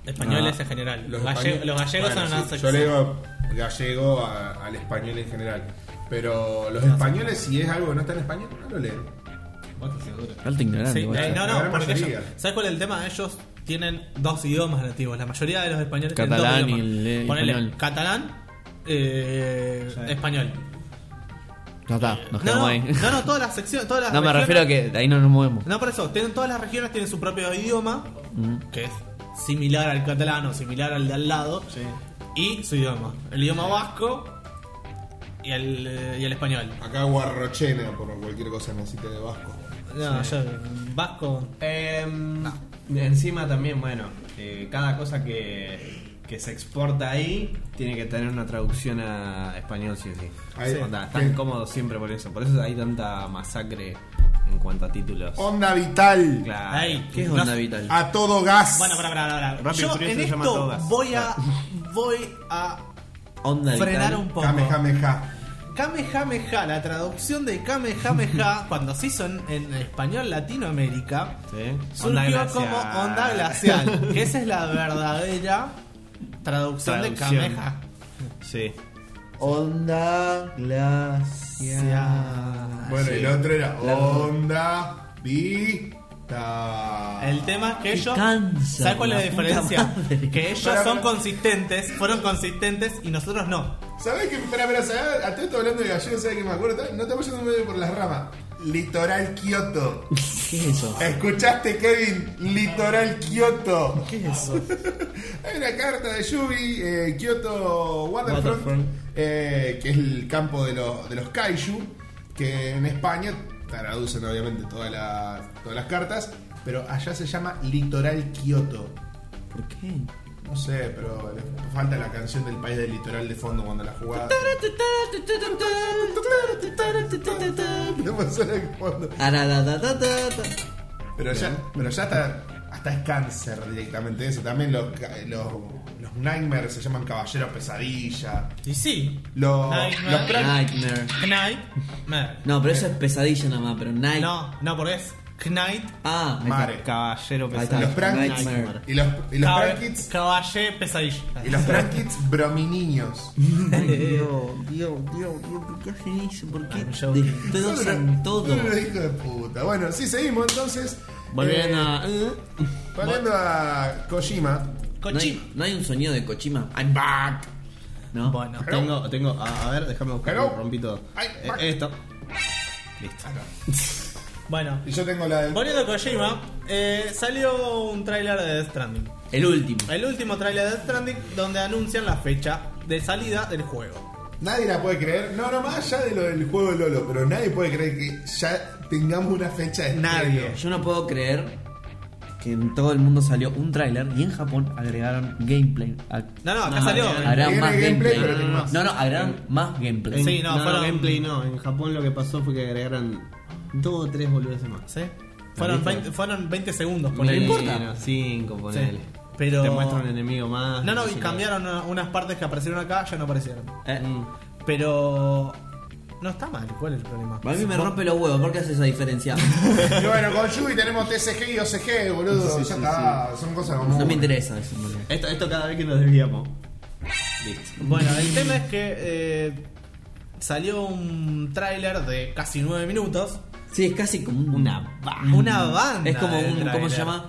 Speaker 2: Españoles
Speaker 3: Ah,
Speaker 2: en general. Los,
Speaker 1: españoles-
Speaker 2: galle- los gallegos
Speaker 1: bueno,
Speaker 2: son
Speaker 1: sí,
Speaker 2: una
Speaker 1: Yo
Speaker 2: sección.
Speaker 1: le digo gallego a- al español en general. Pero los españoles, si es algo que no está en español, no lo leen.
Speaker 3: Alto ignorante,
Speaker 2: Sí,
Speaker 3: guacho.
Speaker 2: eh, no,
Speaker 1: La
Speaker 2: no,
Speaker 1: gran
Speaker 2: porque
Speaker 1: mayoría.
Speaker 2: ellos- ¿sabes cuál es el tema? Ellos tienen dos idiomas nativos. La mayoría de los españoles tienen
Speaker 3: Catalán
Speaker 2: dos idiomas.
Speaker 3: y el- el
Speaker 2: Ponele
Speaker 3: español.
Speaker 2: catalán, eh, español.
Speaker 3: Ya está, nos
Speaker 2: No,
Speaker 3: quedamos
Speaker 2: no,
Speaker 3: ahí.
Speaker 2: no, no, todas las secciones, todas las
Speaker 3: No, me
Speaker 2: regiones-
Speaker 3: refiero a que de ahí no nos movemos.
Speaker 2: No, por eso, tienen, todas las regiones tienen su propio idioma, que es similar al catalán o similar al de al lado, y su idioma. El idioma vasco y el, eh, y el español.
Speaker 1: Acá Guarrochena, por cualquier cosa necesite de vasco.
Speaker 2: No, yo, vasco...
Speaker 4: Em, Encima también, bueno, eh, cada cosa que, que se exporta ahí tiene que tener una traducción a español, sí o sí.
Speaker 1: Ahí-
Speaker 4: Sí. Onda, están
Speaker 1: Sí.
Speaker 4: cómodos siempre por eso. Por eso hay tanta masacre en cuanto a títulos.
Speaker 1: Onda vital.
Speaker 4: Claro.
Speaker 2: Ay,
Speaker 3: ¿Qué es
Speaker 2: no-
Speaker 3: onda vital?
Speaker 1: A todo gas.
Speaker 2: Bueno, pará, pará, pará. pará.
Speaker 4: Rápido y
Speaker 2: Yo
Speaker 4: Furioso
Speaker 2: en
Speaker 4: se llama
Speaker 2: esto
Speaker 4: Togas.
Speaker 2: voy a, voy a
Speaker 3: onda
Speaker 2: frenar
Speaker 3: vital.
Speaker 2: un poco.
Speaker 1: Jame, jame, ja.
Speaker 2: Kamehameha, la traducción de Kamehameha, cuando se hizo en, en español Latinoamérica,
Speaker 4: Sí. Onda
Speaker 2: surgió
Speaker 4: glacial.
Speaker 2: como onda glacial. que esa es la verdadera traducción, de
Speaker 4: Traducción.
Speaker 2: Kamehameha.
Speaker 4: Sí.
Speaker 3: Onda
Speaker 2: Ah,
Speaker 3: glacial.
Speaker 1: Bueno,
Speaker 4: sí.
Speaker 1: y el otro era onda vital.
Speaker 2: El tema es que
Speaker 3: Qué
Speaker 2: ellos.
Speaker 3: cansa,
Speaker 2: ¿Sabes cuál es la
Speaker 3: la puta
Speaker 2: diferencia?
Speaker 3: madre.
Speaker 2: Que ellos
Speaker 1: Pará,
Speaker 2: son
Speaker 1: pará.
Speaker 2: consistentes, fueron consistentes y nosotros no.
Speaker 1: ¿Sabés que, espera, espera, ¿sabés? A todo esto hablando de gallego, ¿sabés que me acuerdo? No estamos yendo medio por las ramas. Litoral Kioto.
Speaker 3: ¿Qué es eso?
Speaker 1: ¿Escuchaste, Kevin? Litoral Kioto.
Speaker 3: ¿Qué es eso?
Speaker 1: Hay una carta de Yubi, eh, Kyoto Waterfront,
Speaker 3: Waterfront.
Speaker 1: eh, que es el campo de los, de los kaiju, que en España traducen obviamente todas las, todas las cartas, pero allá se llama Litoral Kioto.
Speaker 3: ¿Por qué?
Speaker 1: No sé, pero le falta la canción del país del litoral de fondo cuando la jugaba. No pasó la que fondo.
Speaker 3: Araratatata.
Speaker 1: Pero ya, pero ya hasta, hasta es cáncer directamente eso. También los, ca- los, los nightmares se llaman caballeros pesadilla.
Speaker 2: Y sí.
Speaker 1: Los,
Speaker 2: Nightmare.
Speaker 1: los pra-
Speaker 3: Ah, Nightmare.
Speaker 2: Knight. Mare.
Speaker 3: No, pero eso es pesadilla nada más, pero night.
Speaker 2: No, no, porque es Knight.
Speaker 3: Ah,
Speaker 1: mare.
Speaker 4: Caballero
Speaker 3: Ahí está.
Speaker 1: Los
Speaker 4: pesado.
Speaker 1: prankits.
Speaker 3: Nightmare. Ah, eh.
Speaker 1: Y los, y los
Speaker 2: Cab-
Speaker 1: prankits.
Speaker 2: Caballé pesadilla.
Speaker 1: Y los prankits brominiños.
Speaker 3: Ay, Dios, Dios, Dios, Dios, ¿por qué hacen eso? ¿Por qué
Speaker 2: Ay, yo-
Speaker 3: destrozan todo?
Speaker 1: Son unos hijos de puta. Bueno, sí, seguimos entonces.
Speaker 3: Volviendo
Speaker 1: Eh,
Speaker 3: a... ¿eh?
Speaker 1: volviendo a Kojima.
Speaker 3: ¿No
Speaker 2: Cochino.
Speaker 3: hay, no hay un sonido de Kojima. I'm back. No.
Speaker 2: Bueno.
Speaker 4: Tengo, tengo, a, a ver, déjame buscar,
Speaker 1: Hello.
Speaker 4: rompí todo.
Speaker 1: Ay,
Speaker 4: Eh,
Speaker 1: fuck.
Speaker 4: esto.
Speaker 2: Bueno.
Speaker 1: Y yo tengo la del.
Speaker 2: Volviendo a Kojima, eh, salió un tráiler de Death Stranding.
Speaker 3: El último.
Speaker 2: El último tráiler de Death Stranding donde anuncian la fecha de salida del juego.
Speaker 1: Nadie la puede creer. No, no, más allá de lo del juego de Lolo, pero nadie puede creer que ya tengamos una fecha de
Speaker 2: Nadie.
Speaker 1: estreno.
Speaker 3: Yo no puedo creer que en todo el mundo salió un tráiler y en Japón agregaron gameplay. A-
Speaker 2: No, no, acá salió.
Speaker 3: Agregaron
Speaker 1: Tiene
Speaker 3: más
Speaker 1: gameplay,
Speaker 3: gameplay.
Speaker 1: pero tiene
Speaker 3: No,
Speaker 1: más.
Speaker 3: no, agregaron más gameplay.
Speaker 2: Sí, no, fueron-
Speaker 4: gameplay no. En Japón lo que pasó fue que agregaron dos o tres boludeces más.
Speaker 2: ¿Sí? Fueron
Speaker 4: ¿Viste?
Speaker 2: 20, fueron 20 segundos,
Speaker 4: Menos,
Speaker 2: ponele.
Speaker 4: Cinco,
Speaker 2: Sí,
Speaker 4: ponele.
Speaker 2: pero-
Speaker 4: Te muestra un enemigo más.
Speaker 2: No, no, y
Speaker 4: sé qué.
Speaker 2: cambiaron una- unas partes que aparecieron acá, ya no aparecieron.
Speaker 3: Eh,
Speaker 4: Mm.
Speaker 2: Pero. No está mal, ¿cuál es el problema?
Speaker 3: A mí me rompe los huevos, ¿por qué haces esa diferencia?
Speaker 1: Y bueno, con Yui tenemos TCG y OCG, boludo. ya está. Son cosas como.
Speaker 3: No me interesa eso. boludo.
Speaker 4: Esto, esto cada vez que nos desviamos. Listo.
Speaker 2: Bueno, el tema es que eh, salió un tráiler de casi 9 minutos.
Speaker 3: Sí, es casi como un-
Speaker 4: Una
Speaker 2: banda. Una banda
Speaker 3: Es como
Speaker 2: de
Speaker 3: un. ¿Cómo
Speaker 2: tráiler.
Speaker 3: se llama?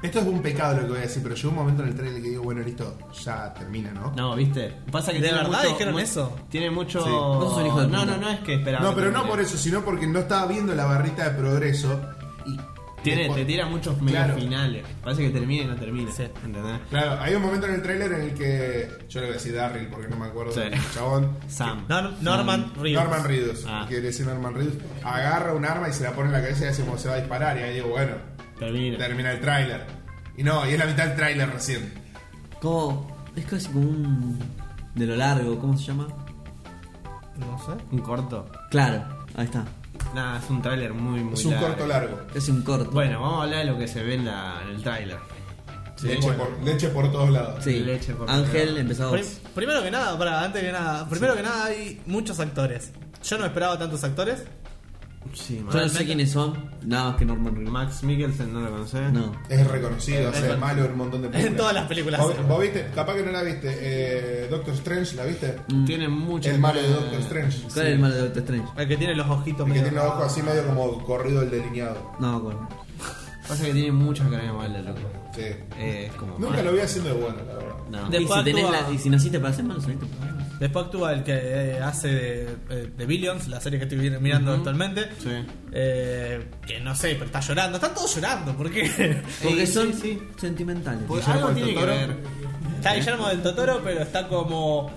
Speaker 1: Esto es un pecado lo que voy a decir, pero llegó un momento en el trailer que digo, bueno, listo, ya termina, ¿no?
Speaker 4: No, viste. Pasa que
Speaker 2: ¿De
Speaker 4: tiene
Speaker 2: verdad
Speaker 4: mucho-
Speaker 2: dijeron
Speaker 4: mu-
Speaker 2: eso?
Speaker 4: Tiene mucho.
Speaker 1: Sí.
Speaker 3: Vos sos un hijo de
Speaker 4: no,
Speaker 3: puta.
Speaker 4: no, no es que esperaba.
Speaker 1: No,
Speaker 4: que
Speaker 1: pero no
Speaker 4: termine.
Speaker 1: por eso, sino porque no estaba viendo la barrita de progreso. Y
Speaker 4: Tiene,
Speaker 1: después-
Speaker 4: te tira muchos medio
Speaker 1: Claro.
Speaker 4: finales. Parece que termina y no termina.
Speaker 2: Sí.
Speaker 4: ¿Entendés?
Speaker 1: Claro, hay un momento en el tráiler en el que. Yo le voy a decir Darryl porque no me acuerdo
Speaker 4: Sí.
Speaker 1: del chabón.
Speaker 4: Sam.
Speaker 2: Nor- Norman Reedus.
Speaker 1: Norman Reedus,
Speaker 4: Ah.
Speaker 1: quiere decir Norman Reedus, agarra un arma y se la pone en la cabeza y hace como se va a disparar. Y ahí digo, bueno,
Speaker 4: Termina.
Speaker 1: termina el tráiler. Y no, y es la mitad del tráiler recién.
Speaker 3: Como. Es casi como un. De lo largo, ¿cómo se llama?
Speaker 2: No sé.
Speaker 4: un corto.
Speaker 3: Claro, ahí está.
Speaker 4: Nada, es un tráiler muy, muy
Speaker 1: es un corto largo.
Speaker 3: Casi un corto.
Speaker 4: Bueno, vamos a hablar de lo que se ve en, la- en el tráiler.
Speaker 1: leche, por, leche por todos lados.
Speaker 3: Sí.
Speaker 4: Leche, por
Speaker 3: Ángel,
Speaker 4: favor.
Speaker 3: empezó
Speaker 2: Prim-
Speaker 3: vos.
Speaker 2: primero que nada, para, antes que nada, primero que nada hay muchos actores. Yo no esperaba tantos actores.
Speaker 4: Sí,
Speaker 3: Yo no sé quiénes son, nada más que Norman Reedus.
Speaker 4: Max Mikkelsen no lo conoces.
Speaker 3: No.
Speaker 1: Es reconocido, o sea, es malo en un montón de películas.
Speaker 2: todas las películas.
Speaker 1: ¿Vos, vos viste? Capaz que no la viste. Eh, Doctor Strange, ¿la viste?
Speaker 4: Tiene Mm, mucho.
Speaker 1: El malo de Doctor Strange.
Speaker 3: ¿Cuál es el malo de Doctor Strange?
Speaker 2: El que tiene los ojitos
Speaker 1: El que
Speaker 2: medio-
Speaker 1: tiene los ojos así medio como corrido el delineado.
Speaker 3: No me acuerdo.
Speaker 4: Pasa que tiene mucha cara de malo, loco.
Speaker 1: Sí.
Speaker 4: Eh, es como.
Speaker 1: Nunca lo vi haciendo de bueno, la verdad.
Speaker 4: No.
Speaker 3: Y
Speaker 2: Después
Speaker 3: si, tenés
Speaker 2: actúa-
Speaker 3: la- y si naciste para ser malo, saliste para ser malo.
Speaker 2: Después actúa el que eh, hace de, eh, de Billions, la serie que estoy vi- mirando actualmente.
Speaker 4: Sí.
Speaker 2: Eh, que no sé, pero está llorando. Están todos llorando, ¿por qué?
Speaker 3: Porque
Speaker 4: Sí,
Speaker 3: son
Speaker 4: sí, sí.
Speaker 3: sentimentales.
Speaker 4: Pues
Speaker 1: Guillermo
Speaker 4: algo
Speaker 1: del
Speaker 4: tiene que
Speaker 1: Totoro.
Speaker 4: ver.
Speaker 2: Está Guillermo del Totoro, pero está como.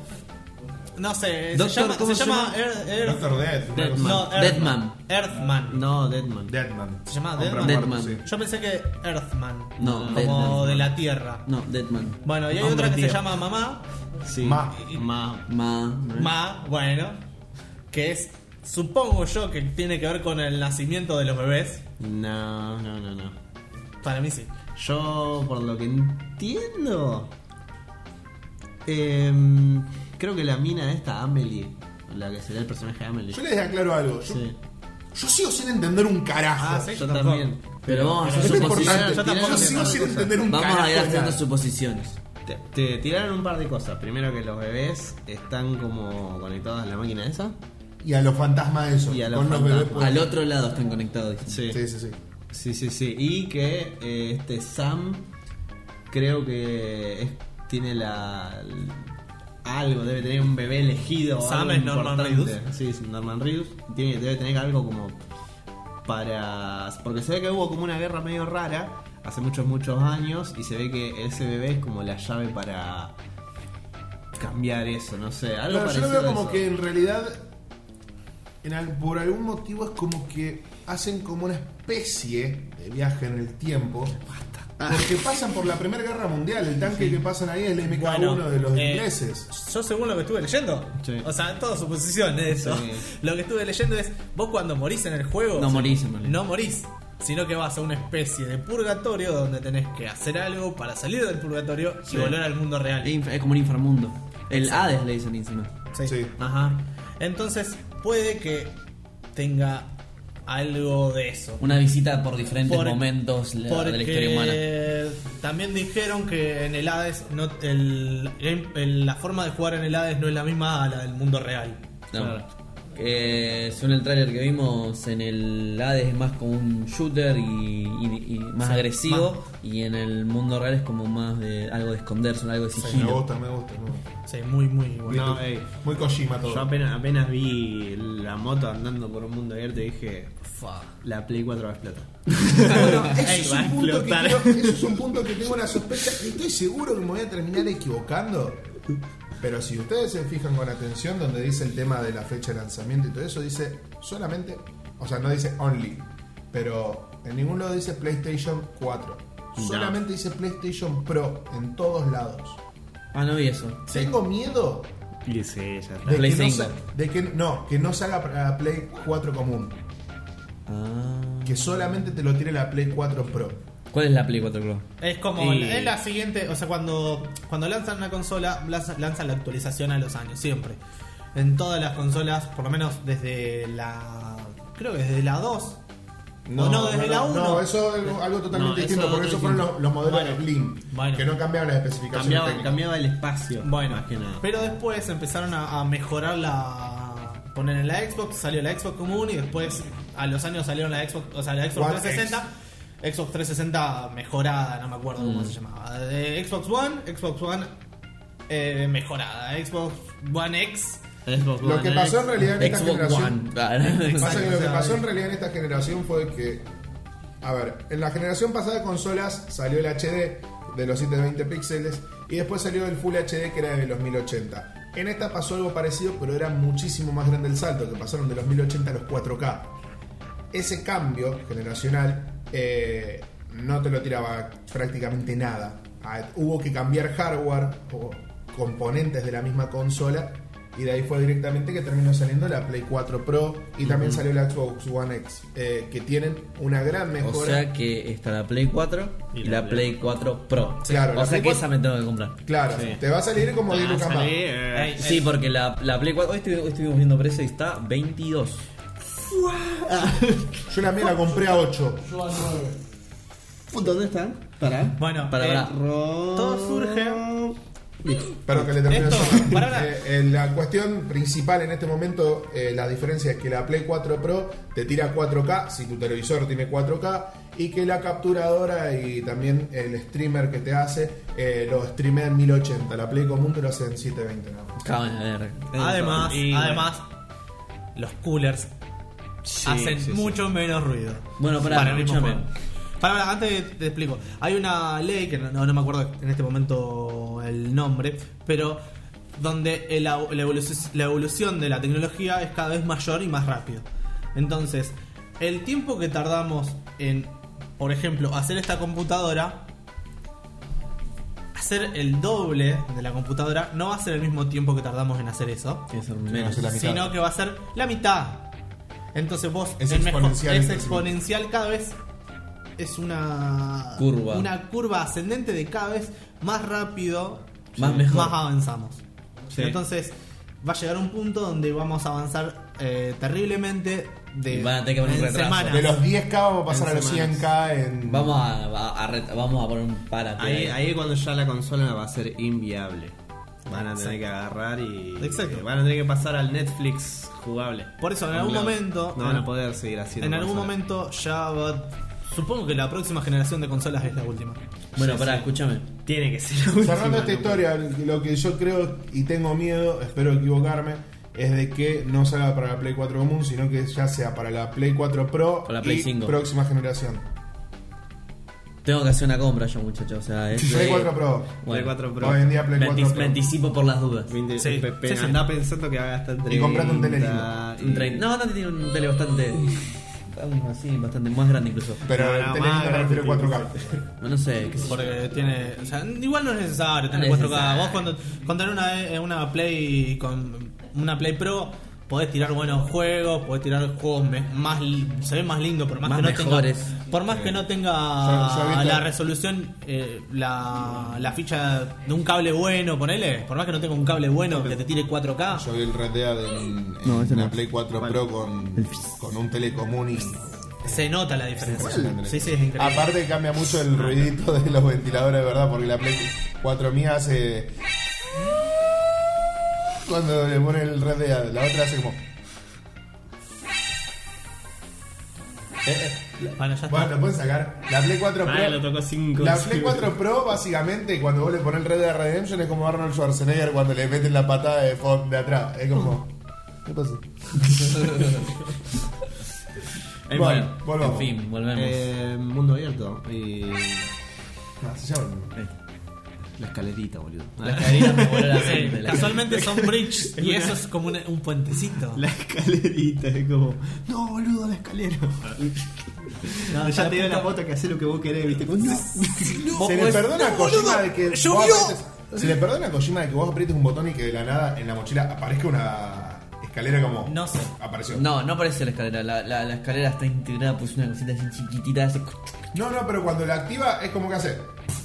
Speaker 2: No sé,
Speaker 3: Doctor,
Speaker 2: se llama.
Speaker 3: ¿cómo se llama?
Speaker 2: Earth- Earth-
Speaker 1: Doctor Death. una
Speaker 4: Deathman.
Speaker 1: cosa-
Speaker 2: no, Earthman.
Speaker 3: Deadman.
Speaker 2: Earthman.
Speaker 4: No, Deadman.
Speaker 1: Deadman.
Speaker 2: ¿Se llama
Speaker 1: Hombre
Speaker 2: Deadman?
Speaker 1: muerto,
Speaker 3: Deadman.
Speaker 1: sí.
Speaker 2: Yo pensé que Earthman.
Speaker 3: No,
Speaker 2: como
Speaker 3: Deadman.
Speaker 2: de la Tierra.
Speaker 3: No, Deadman.
Speaker 2: Bueno, y hay
Speaker 4: Hombre,
Speaker 2: otra que se
Speaker 4: tío.
Speaker 2: llama Mamá.
Speaker 4: Sí.
Speaker 1: Ma.
Speaker 4: Ma.
Speaker 3: Ma.
Speaker 2: Ma, bueno. Que es, supongo yo, que tiene que ver con el nacimiento de los bebés.
Speaker 4: No, no, no, no.
Speaker 2: Para mí sí.
Speaker 4: Yo, por lo que entiendo, eh, creo que la mina esta, Amelie, la que será el personaje de Amelie.
Speaker 1: Yo les aclaro algo. Yo,
Speaker 4: Sí.
Speaker 1: yo sigo sin entender un carajo.
Speaker 2: Ah, sí,
Speaker 4: Yo
Speaker 2: yo
Speaker 4: también.
Speaker 2: tampoco.
Speaker 3: Pero vamos a
Speaker 1: Eso
Speaker 3: hacer
Speaker 1: es
Speaker 3: suposiciones.
Speaker 1: importante.
Speaker 2: yo tampoco
Speaker 1: Yo sigo
Speaker 2: entiendo
Speaker 1: sin
Speaker 2: las cosas.
Speaker 1: entender un
Speaker 3: Vamos
Speaker 1: carajo.
Speaker 3: a ir
Speaker 1: de nada.
Speaker 3: haciendo suposiciones.
Speaker 4: Te, te tiraron un par de cosas. Primero que los bebés están como conectados a la máquina esa.
Speaker 1: Y a los fantasmas esos.
Speaker 4: Y a los
Speaker 1: con los
Speaker 4: fantasmas.
Speaker 1: bebés puestos.
Speaker 3: Al otro lado están conectados. dicen.
Speaker 1: Sí, sí, sí.
Speaker 4: Sí, sí, sí. Y que eh, este Sam creo que es- tiene la... Algo, debe tener un bebé elegido. o
Speaker 2: Sam
Speaker 4: algo
Speaker 2: es Norman
Speaker 4: importante.
Speaker 2: Reedus.
Speaker 4: Sí, es Norman Reedus. Tiene, debe tener algo como para... Porque se ve que hubo como una guerra medio rara hace muchos, muchos años y se ve que ese bebé es como la llave para cambiar eso, no sé. Algo
Speaker 1: Claro, yo
Speaker 4: parecido
Speaker 1: lo veo
Speaker 4: a
Speaker 1: como
Speaker 4: eso.
Speaker 1: que en realidad, en al- por algún motivo es como que hacen como una especie de viaje en el tiempo. Porque pasan por la Primera Guerra Mundial. El tanque que pasan ahí es el MK1
Speaker 2: Bueno,
Speaker 1: de los
Speaker 2: eh,
Speaker 1: ingleses.
Speaker 2: Yo según lo que estuve leyendo,
Speaker 3: Sí.
Speaker 2: o sea, todo suposición es eso.
Speaker 3: Sí.
Speaker 2: Lo que estuve leyendo es, vos cuando morís en el juego,
Speaker 3: No
Speaker 2: o sea,
Speaker 3: morís, en realidad.
Speaker 2: no morís, sino que vas a una especie de purgatorio donde tenés que hacer algo para salir del purgatorio
Speaker 3: Sí.
Speaker 2: y volver al mundo real.
Speaker 3: Inf- Es como un inframundo. El Hades le dicen encima.
Speaker 2: Sí.
Speaker 1: Sí.
Speaker 3: Ajá.
Speaker 2: Entonces puede que tenga algo de eso.
Speaker 3: Una visita por diferentes
Speaker 2: Por-
Speaker 3: momentos la- de la historia humana.
Speaker 2: También dijeron que en el Hades no, el- el- la forma de jugar en el Hades no es la misma a la del mundo real.
Speaker 3: No.
Speaker 2: Claro.
Speaker 3: Eh, según el tráiler que vimos, en el Hades es más como un shooter y, y- y más
Speaker 2: Sí,
Speaker 3: agresivo. Y en el mundo real es como más de algo de esconderse, algo de
Speaker 1: Me
Speaker 3: sigilo.
Speaker 1: gusta, me gusta. me gusta.
Speaker 2: Sí, muy, muy bueno.
Speaker 4: No, ey.
Speaker 1: Muy Kojima todo.
Speaker 4: Yo apenas, apenas vi la moto andando por un mundo abierto y dije,
Speaker 2: Fa.
Speaker 4: la Play 4 va a explotar.
Speaker 1: Bueno,
Speaker 4: Ey,
Speaker 1: ese es
Speaker 4: va a
Speaker 1: un punto que
Speaker 4: explotar.
Speaker 1: quiero- ese es un punto que tengo una sospecha. y Estoy seguro que me voy a terminar equivocando. Pero si ustedes se fijan con atención, donde dice el tema de la fecha de lanzamiento y todo eso, dice solamente, o sea, no dice only, pero en ningún lado dice PlayStation 4.
Speaker 4: No.
Speaker 1: Solamente dice PlayStation Pro en todos lados.
Speaker 3: Ah, no vi eso.
Speaker 1: Tengo miedo
Speaker 4: Y sí, ya está.
Speaker 1: de,
Speaker 3: Play
Speaker 1: que no,
Speaker 3: 5.
Speaker 1: sa- de que no, que no salga para Play 4 común,
Speaker 3: Ah.
Speaker 1: que solamente te lo tire la Play 4 Pro.
Speaker 3: ¿Cuál es la Play 4 Pro?
Speaker 2: Es como la- es la siguiente, o sea, cuando, cuando lanzan una consola, lanza- lanzan la actualización a los años, siempre. En todas las consolas, por lo menos desde la. Creo que desde la 2. No, no, desde la 1.
Speaker 1: No, eso es algo, algo totalmente
Speaker 4: No, eso
Speaker 1: distinto, porque
Speaker 4: es
Speaker 1: esos fueron los, los modelos
Speaker 2: Bueno,
Speaker 1: de Slim,
Speaker 2: bueno.
Speaker 1: que no cambiaban las especificaciones
Speaker 4: Cambiaba,
Speaker 1: técnicas.
Speaker 4: cambiaba el espacio.
Speaker 2: Bueno,
Speaker 4: más que nada.
Speaker 2: pero después empezaron a, a mejorar la. Poner en la Xbox, salió la Xbox común y después a los años salieron la Xbox, o sea, la Xbox
Speaker 1: One
Speaker 2: 360. Xbox 360 mejorada, no me acuerdo
Speaker 4: Mm.
Speaker 2: cómo se llamaba. Eh, Xbox One, Xbox One eh, mejorada, Xbox One X.
Speaker 4: Xbox
Speaker 1: Lo
Speaker 4: One
Speaker 1: que
Speaker 4: X.
Speaker 1: pasó en realidad en esta
Speaker 3: Xbox
Speaker 1: generación...
Speaker 3: One. Claro.
Speaker 1: Pasa que lo que
Speaker 2: Exacto.
Speaker 1: pasó en realidad en esta generación fue que... A ver, en la generación pasada de consolas salió el HD de los 720 píxeles y después salió el Full HD que era de los 1080. En esta pasó algo parecido, pero era muchísimo más grande el salto, que pasaron de los 1080 a los 4K. Ese cambio generacional eh, no te lo tiraba prácticamente nada. Ah, Hubo que cambiar hardware o componentes de la misma consola y de ahí fue directamente que terminó saliendo la Play 4 Pro y también salió la Xbox One X, eh, que tienen una gran mejora.
Speaker 3: O sea que está la Play 4 y la Play 4 Pro.
Speaker 1: Sí. Claro,
Speaker 3: o
Speaker 1: la
Speaker 3: sea
Speaker 1: Play
Speaker 3: que
Speaker 1: 4
Speaker 3: esa me tengo que comprar.
Speaker 1: Claro,
Speaker 4: Sí.
Speaker 1: te va a salir como de
Speaker 4: Ah,
Speaker 1: Lucas más.
Speaker 4: salí, eh.
Speaker 2: Ey,
Speaker 3: Sí, porque la, la Play 4. Hoy estuvi- hoy estuvimos viendo precio y está 22.
Speaker 1: Yo la mía la compré a 8.
Speaker 4: ¿Dónde están? Para.
Speaker 2: Bueno,
Speaker 3: Para,
Speaker 2: eh,
Speaker 3: para.
Speaker 2: todo surge.
Speaker 1: Perdón que le termine
Speaker 2: Esto,
Speaker 1: eso.
Speaker 2: pará.
Speaker 1: Eh, eh, la cuestión principal en este momento, eh, la diferencia es que la Play 4 Pro te tira 4K si tu televisor tiene 4K y que la capturadora y también el streamer que te hace eh, lo streamea en 1080. La Play común te lo hace en 720 nada más.
Speaker 3: Cabrón, a ver.
Speaker 2: Además,
Speaker 4: Y-
Speaker 2: además, los coolers hacen
Speaker 4: sí, sí.
Speaker 2: mucho menos ruido.
Speaker 3: Bueno, pará,
Speaker 2: para el mismo
Speaker 3: escúchame.
Speaker 2: juego. Pará, pará, antes te, te explico. Hay una ley que no, no me acuerdo en este momento el nombre, pero donde el au- la, evoluc- la evolución de la tecnología es cada vez mayor y más rápido. Entonces, el tiempo que tardamos en, por ejemplo, hacer esta computadora, hacer el doble de la computadora no va a ser el mismo tiempo que tardamos en hacer eso
Speaker 3: Tiene que ser menos.
Speaker 1: La mitad.
Speaker 2: sino que va a ser la mitad. Entonces vos
Speaker 1: Es
Speaker 2: el mejor-
Speaker 1: exponencial,
Speaker 2: es
Speaker 1: entonces.
Speaker 2: exponencial cada vez es una
Speaker 3: Curva.
Speaker 2: una curva ascendente de cada vez más rápido,
Speaker 3: Más mejor.
Speaker 2: avanzamos.
Speaker 4: Sí.
Speaker 2: Entonces va a llegar un punto donde vamos a avanzar eh, terriblemente de
Speaker 3: Y van a tener que poner un
Speaker 2: en
Speaker 3: retraso.
Speaker 2: semanas.
Speaker 1: De los 10K vamos a pasar a
Speaker 4: En
Speaker 1: los
Speaker 4: semanas.
Speaker 1: 100K en...
Speaker 3: Vamos a, a- a re- vamos a poner un para.
Speaker 4: Ahí, ahí es cuando ya la consola va a ser inviable. Van a tener que agarrar y.
Speaker 2: Exacto.
Speaker 4: eh, Van a tener que pasar al Netflix jugable.
Speaker 2: Por eso, en
Speaker 4: Con
Speaker 2: algún
Speaker 4: cloud.
Speaker 2: momento-
Speaker 4: No van a poder seguir haciendo.
Speaker 2: en algún
Speaker 4: consola.
Speaker 2: momento ya va supongo que la próxima generación de consolas es la última.
Speaker 3: Bueno,
Speaker 4: Sí,
Speaker 3: pará,
Speaker 4: sí.
Speaker 3: escúchame.
Speaker 4: Tiene que ser la última,
Speaker 1: Cerrando esta
Speaker 4: no puede-
Speaker 1: historia, lo que yo creo y tengo miedo, espero equivocarme, es de que no salga para la Play 4 común, sino que ya sea para la Play 4 Pro
Speaker 3: Para la Play
Speaker 1: y
Speaker 3: 5.
Speaker 1: próxima generación.
Speaker 3: Tengo que hacer una compra yo, muchachos. O sea, es.
Speaker 1: Play 4 Pro.
Speaker 4: Play
Speaker 3: Bueno,
Speaker 4: 4 Pro.
Speaker 1: Hoy en día Play
Speaker 3: me,
Speaker 1: 4
Speaker 3: anti- me
Speaker 1: Pro.
Speaker 3: anticipo por las dudas.
Speaker 4: Veinte-
Speaker 2: Sí,
Speaker 4: pe- pe-
Speaker 2: sí, sí.
Speaker 4: Andá pensando que va a gastar 30.
Speaker 1: Y comprate un telelindo.
Speaker 4: y-
Speaker 3: Un trein- No, no tiene un tele bastante. Uno así, bastante más grande incluso.
Speaker 1: Pero
Speaker 4: No,
Speaker 1: el
Speaker 4: no,
Speaker 1: teléfono
Speaker 4: más
Speaker 1: me refiero
Speaker 4: grande,
Speaker 1: 4K.
Speaker 3: No sé, qué sé yo.
Speaker 2: Porque tiene. O sea, igual no es necesario
Speaker 3: No
Speaker 2: tener
Speaker 3: es
Speaker 2: 4K. Vos
Speaker 3: necesario.
Speaker 2: cuando, con tener una, eh, una Play con una Play Pro podés tirar buenos juegos, podés tirar juegos me- más li- se ve más lindo por más,
Speaker 3: Más
Speaker 2: que no
Speaker 3: mejores.
Speaker 2: tenga por más que no tenga
Speaker 1: Yo- yo he visto-
Speaker 2: la resolución eh, la, la ficha de un cable bueno, ponele, por más que no tenga un cable bueno que te tire 4K.
Speaker 1: Yo vi el Red Dead en, en
Speaker 3: No, ese
Speaker 1: una
Speaker 3: no.
Speaker 1: Play 4 Pro con, con un telecomún y...
Speaker 2: Se nota la diferencia.
Speaker 1: Sí, sí.
Speaker 2: Sí, sí, es increíble.
Speaker 1: Aparte cambia mucho el ruidito de los ventiladores, de verdad, porque la Play 4 mía hace... Cuando le pone el Red Dead, la otra hace como...
Speaker 2: Bueno, ya está.
Speaker 1: Bueno, lo pueden sacar. La Play 4
Speaker 2: Ah,
Speaker 1: Pro...
Speaker 7: Ay, lo tocó 5.
Speaker 1: La Play 4 Pro, básicamente, cuando vos le pones el Red Dead Redemption, es como Arnold Schwarzenegger cuando le meten la patada de, fo- de atrás. Es como. ¿Qué pasó?
Speaker 3: Eh,
Speaker 1: Bueno,
Speaker 3: en
Speaker 1: volvamos.
Speaker 3: fin, volvemos.
Speaker 4: Eh, mundo abierto. Y.
Speaker 1: Ah, se llama.
Speaker 4: La escalerita, boludo.
Speaker 3: Las caídas me voló la
Speaker 2: Sí,
Speaker 3: mente. la-
Speaker 2: Eh, casualmente son bridge y eso es como un, un puentecito.
Speaker 4: La escalerita, es como. No, boludo, la escalera.
Speaker 2: No,
Speaker 4: ya te dio
Speaker 2: puta-
Speaker 4: la foto que hace lo que vos querés, viste. Como, no.
Speaker 2: Vos
Speaker 1: Se le
Speaker 2: podés-
Speaker 1: perdona a
Speaker 2: pues, ¡No,
Speaker 1: Kojima
Speaker 2: boludo!
Speaker 1: de que. vos
Speaker 2: ¡Llovió!
Speaker 1: aprietes- Se le perdona a Kojima de que vos aprietes un botón y que de la nada en la mochila aparezca una escalera como.
Speaker 2: No sé.
Speaker 1: Apareció.
Speaker 3: No, no parece la escalera. La, la- la escalera está integrada por una cosita así chiquitita. así-
Speaker 1: No, no, pero cuando la activa es como que hace.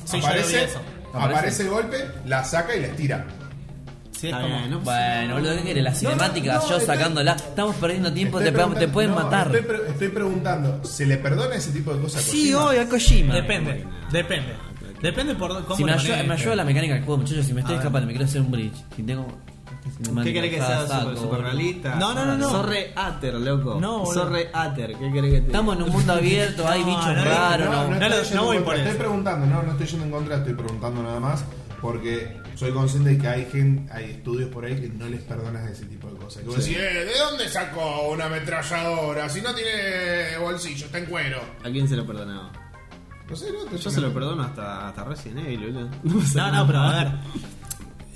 Speaker 2: Sí, yo
Speaker 1: aparece,
Speaker 2: lo vi eso.
Speaker 1: aparece el golpe, la saca y la estira.
Speaker 2: Sí, es
Speaker 4: Está
Speaker 2: como-
Speaker 4: bien, no pasa
Speaker 3: Bueno, boludo, ¿qué querés? La cinemática,
Speaker 1: no,
Speaker 3: yo
Speaker 1: estoy-
Speaker 3: sacándola. Estamos perdiendo tiempo, te,
Speaker 1: Estoy
Speaker 3: pe- te
Speaker 1: preguntando-
Speaker 3: pueden
Speaker 1: no,
Speaker 3: matar.
Speaker 1: Estoy, pre- estoy preguntando, ¿se le perdona ese tipo de cosas a
Speaker 3: Sí,
Speaker 1: Kojima?
Speaker 3: obvio, a Kojima.
Speaker 2: Depende, depende. Depende por dó- cómo
Speaker 3: Si me
Speaker 2: lo
Speaker 3: ayuda,
Speaker 2: manejes.
Speaker 3: me ayuda la mecánica del juego, muchachos. Si me estoy
Speaker 2: A ver.
Speaker 3: escapando, me quiero hacer un bridge. Si tengo.
Speaker 4: ¿Qué querés que sea? Super, super realista.
Speaker 2: No, no, no, no.
Speaker 4: Sorre Ater, loco.
Speaker 2: No, boludo.
Speaker 4: Sorre Ater, ¿qué querés que te diga?
Speaker 3: Estamos en un mundo abierto, hay
Speaker 2: No,
Speaker 3: bichos
Speaker 2: no,
Speaker 3: raros.
Speaker 1: no,
Speaker 3: No,
Speaker 1: no,
Speaker 2: No,
Speaker 1: estoy
Speaker 2: no,
Speaker 1: yendo
Speaker 2: no voy
Speaker 1: en contra,
Speaker 2: por
Speaker 1: Estoy
Speaker 2: eso.
Speaker 1: preguntando, no, no estoy yendo en contra, estoy preguntando nada más. Porque soy consciente de que hay gente, hay estudios por ahí que no les perdonas ese tipo de cosas. Que vos decís, "Eh, ¿de dónde sacó una ametralladora? Si no tiene bolsillo, está en cuero.
Speaker 4: ¿A quién se lo perdonaba?
Speaker 1: No sé, no, te-
Speaker 4: Yo se lo perdono hasta, hasta Resident Evil, boludo.
Speaker 2: No, no, pero a ver.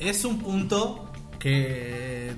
Speaker 2: Es un punto que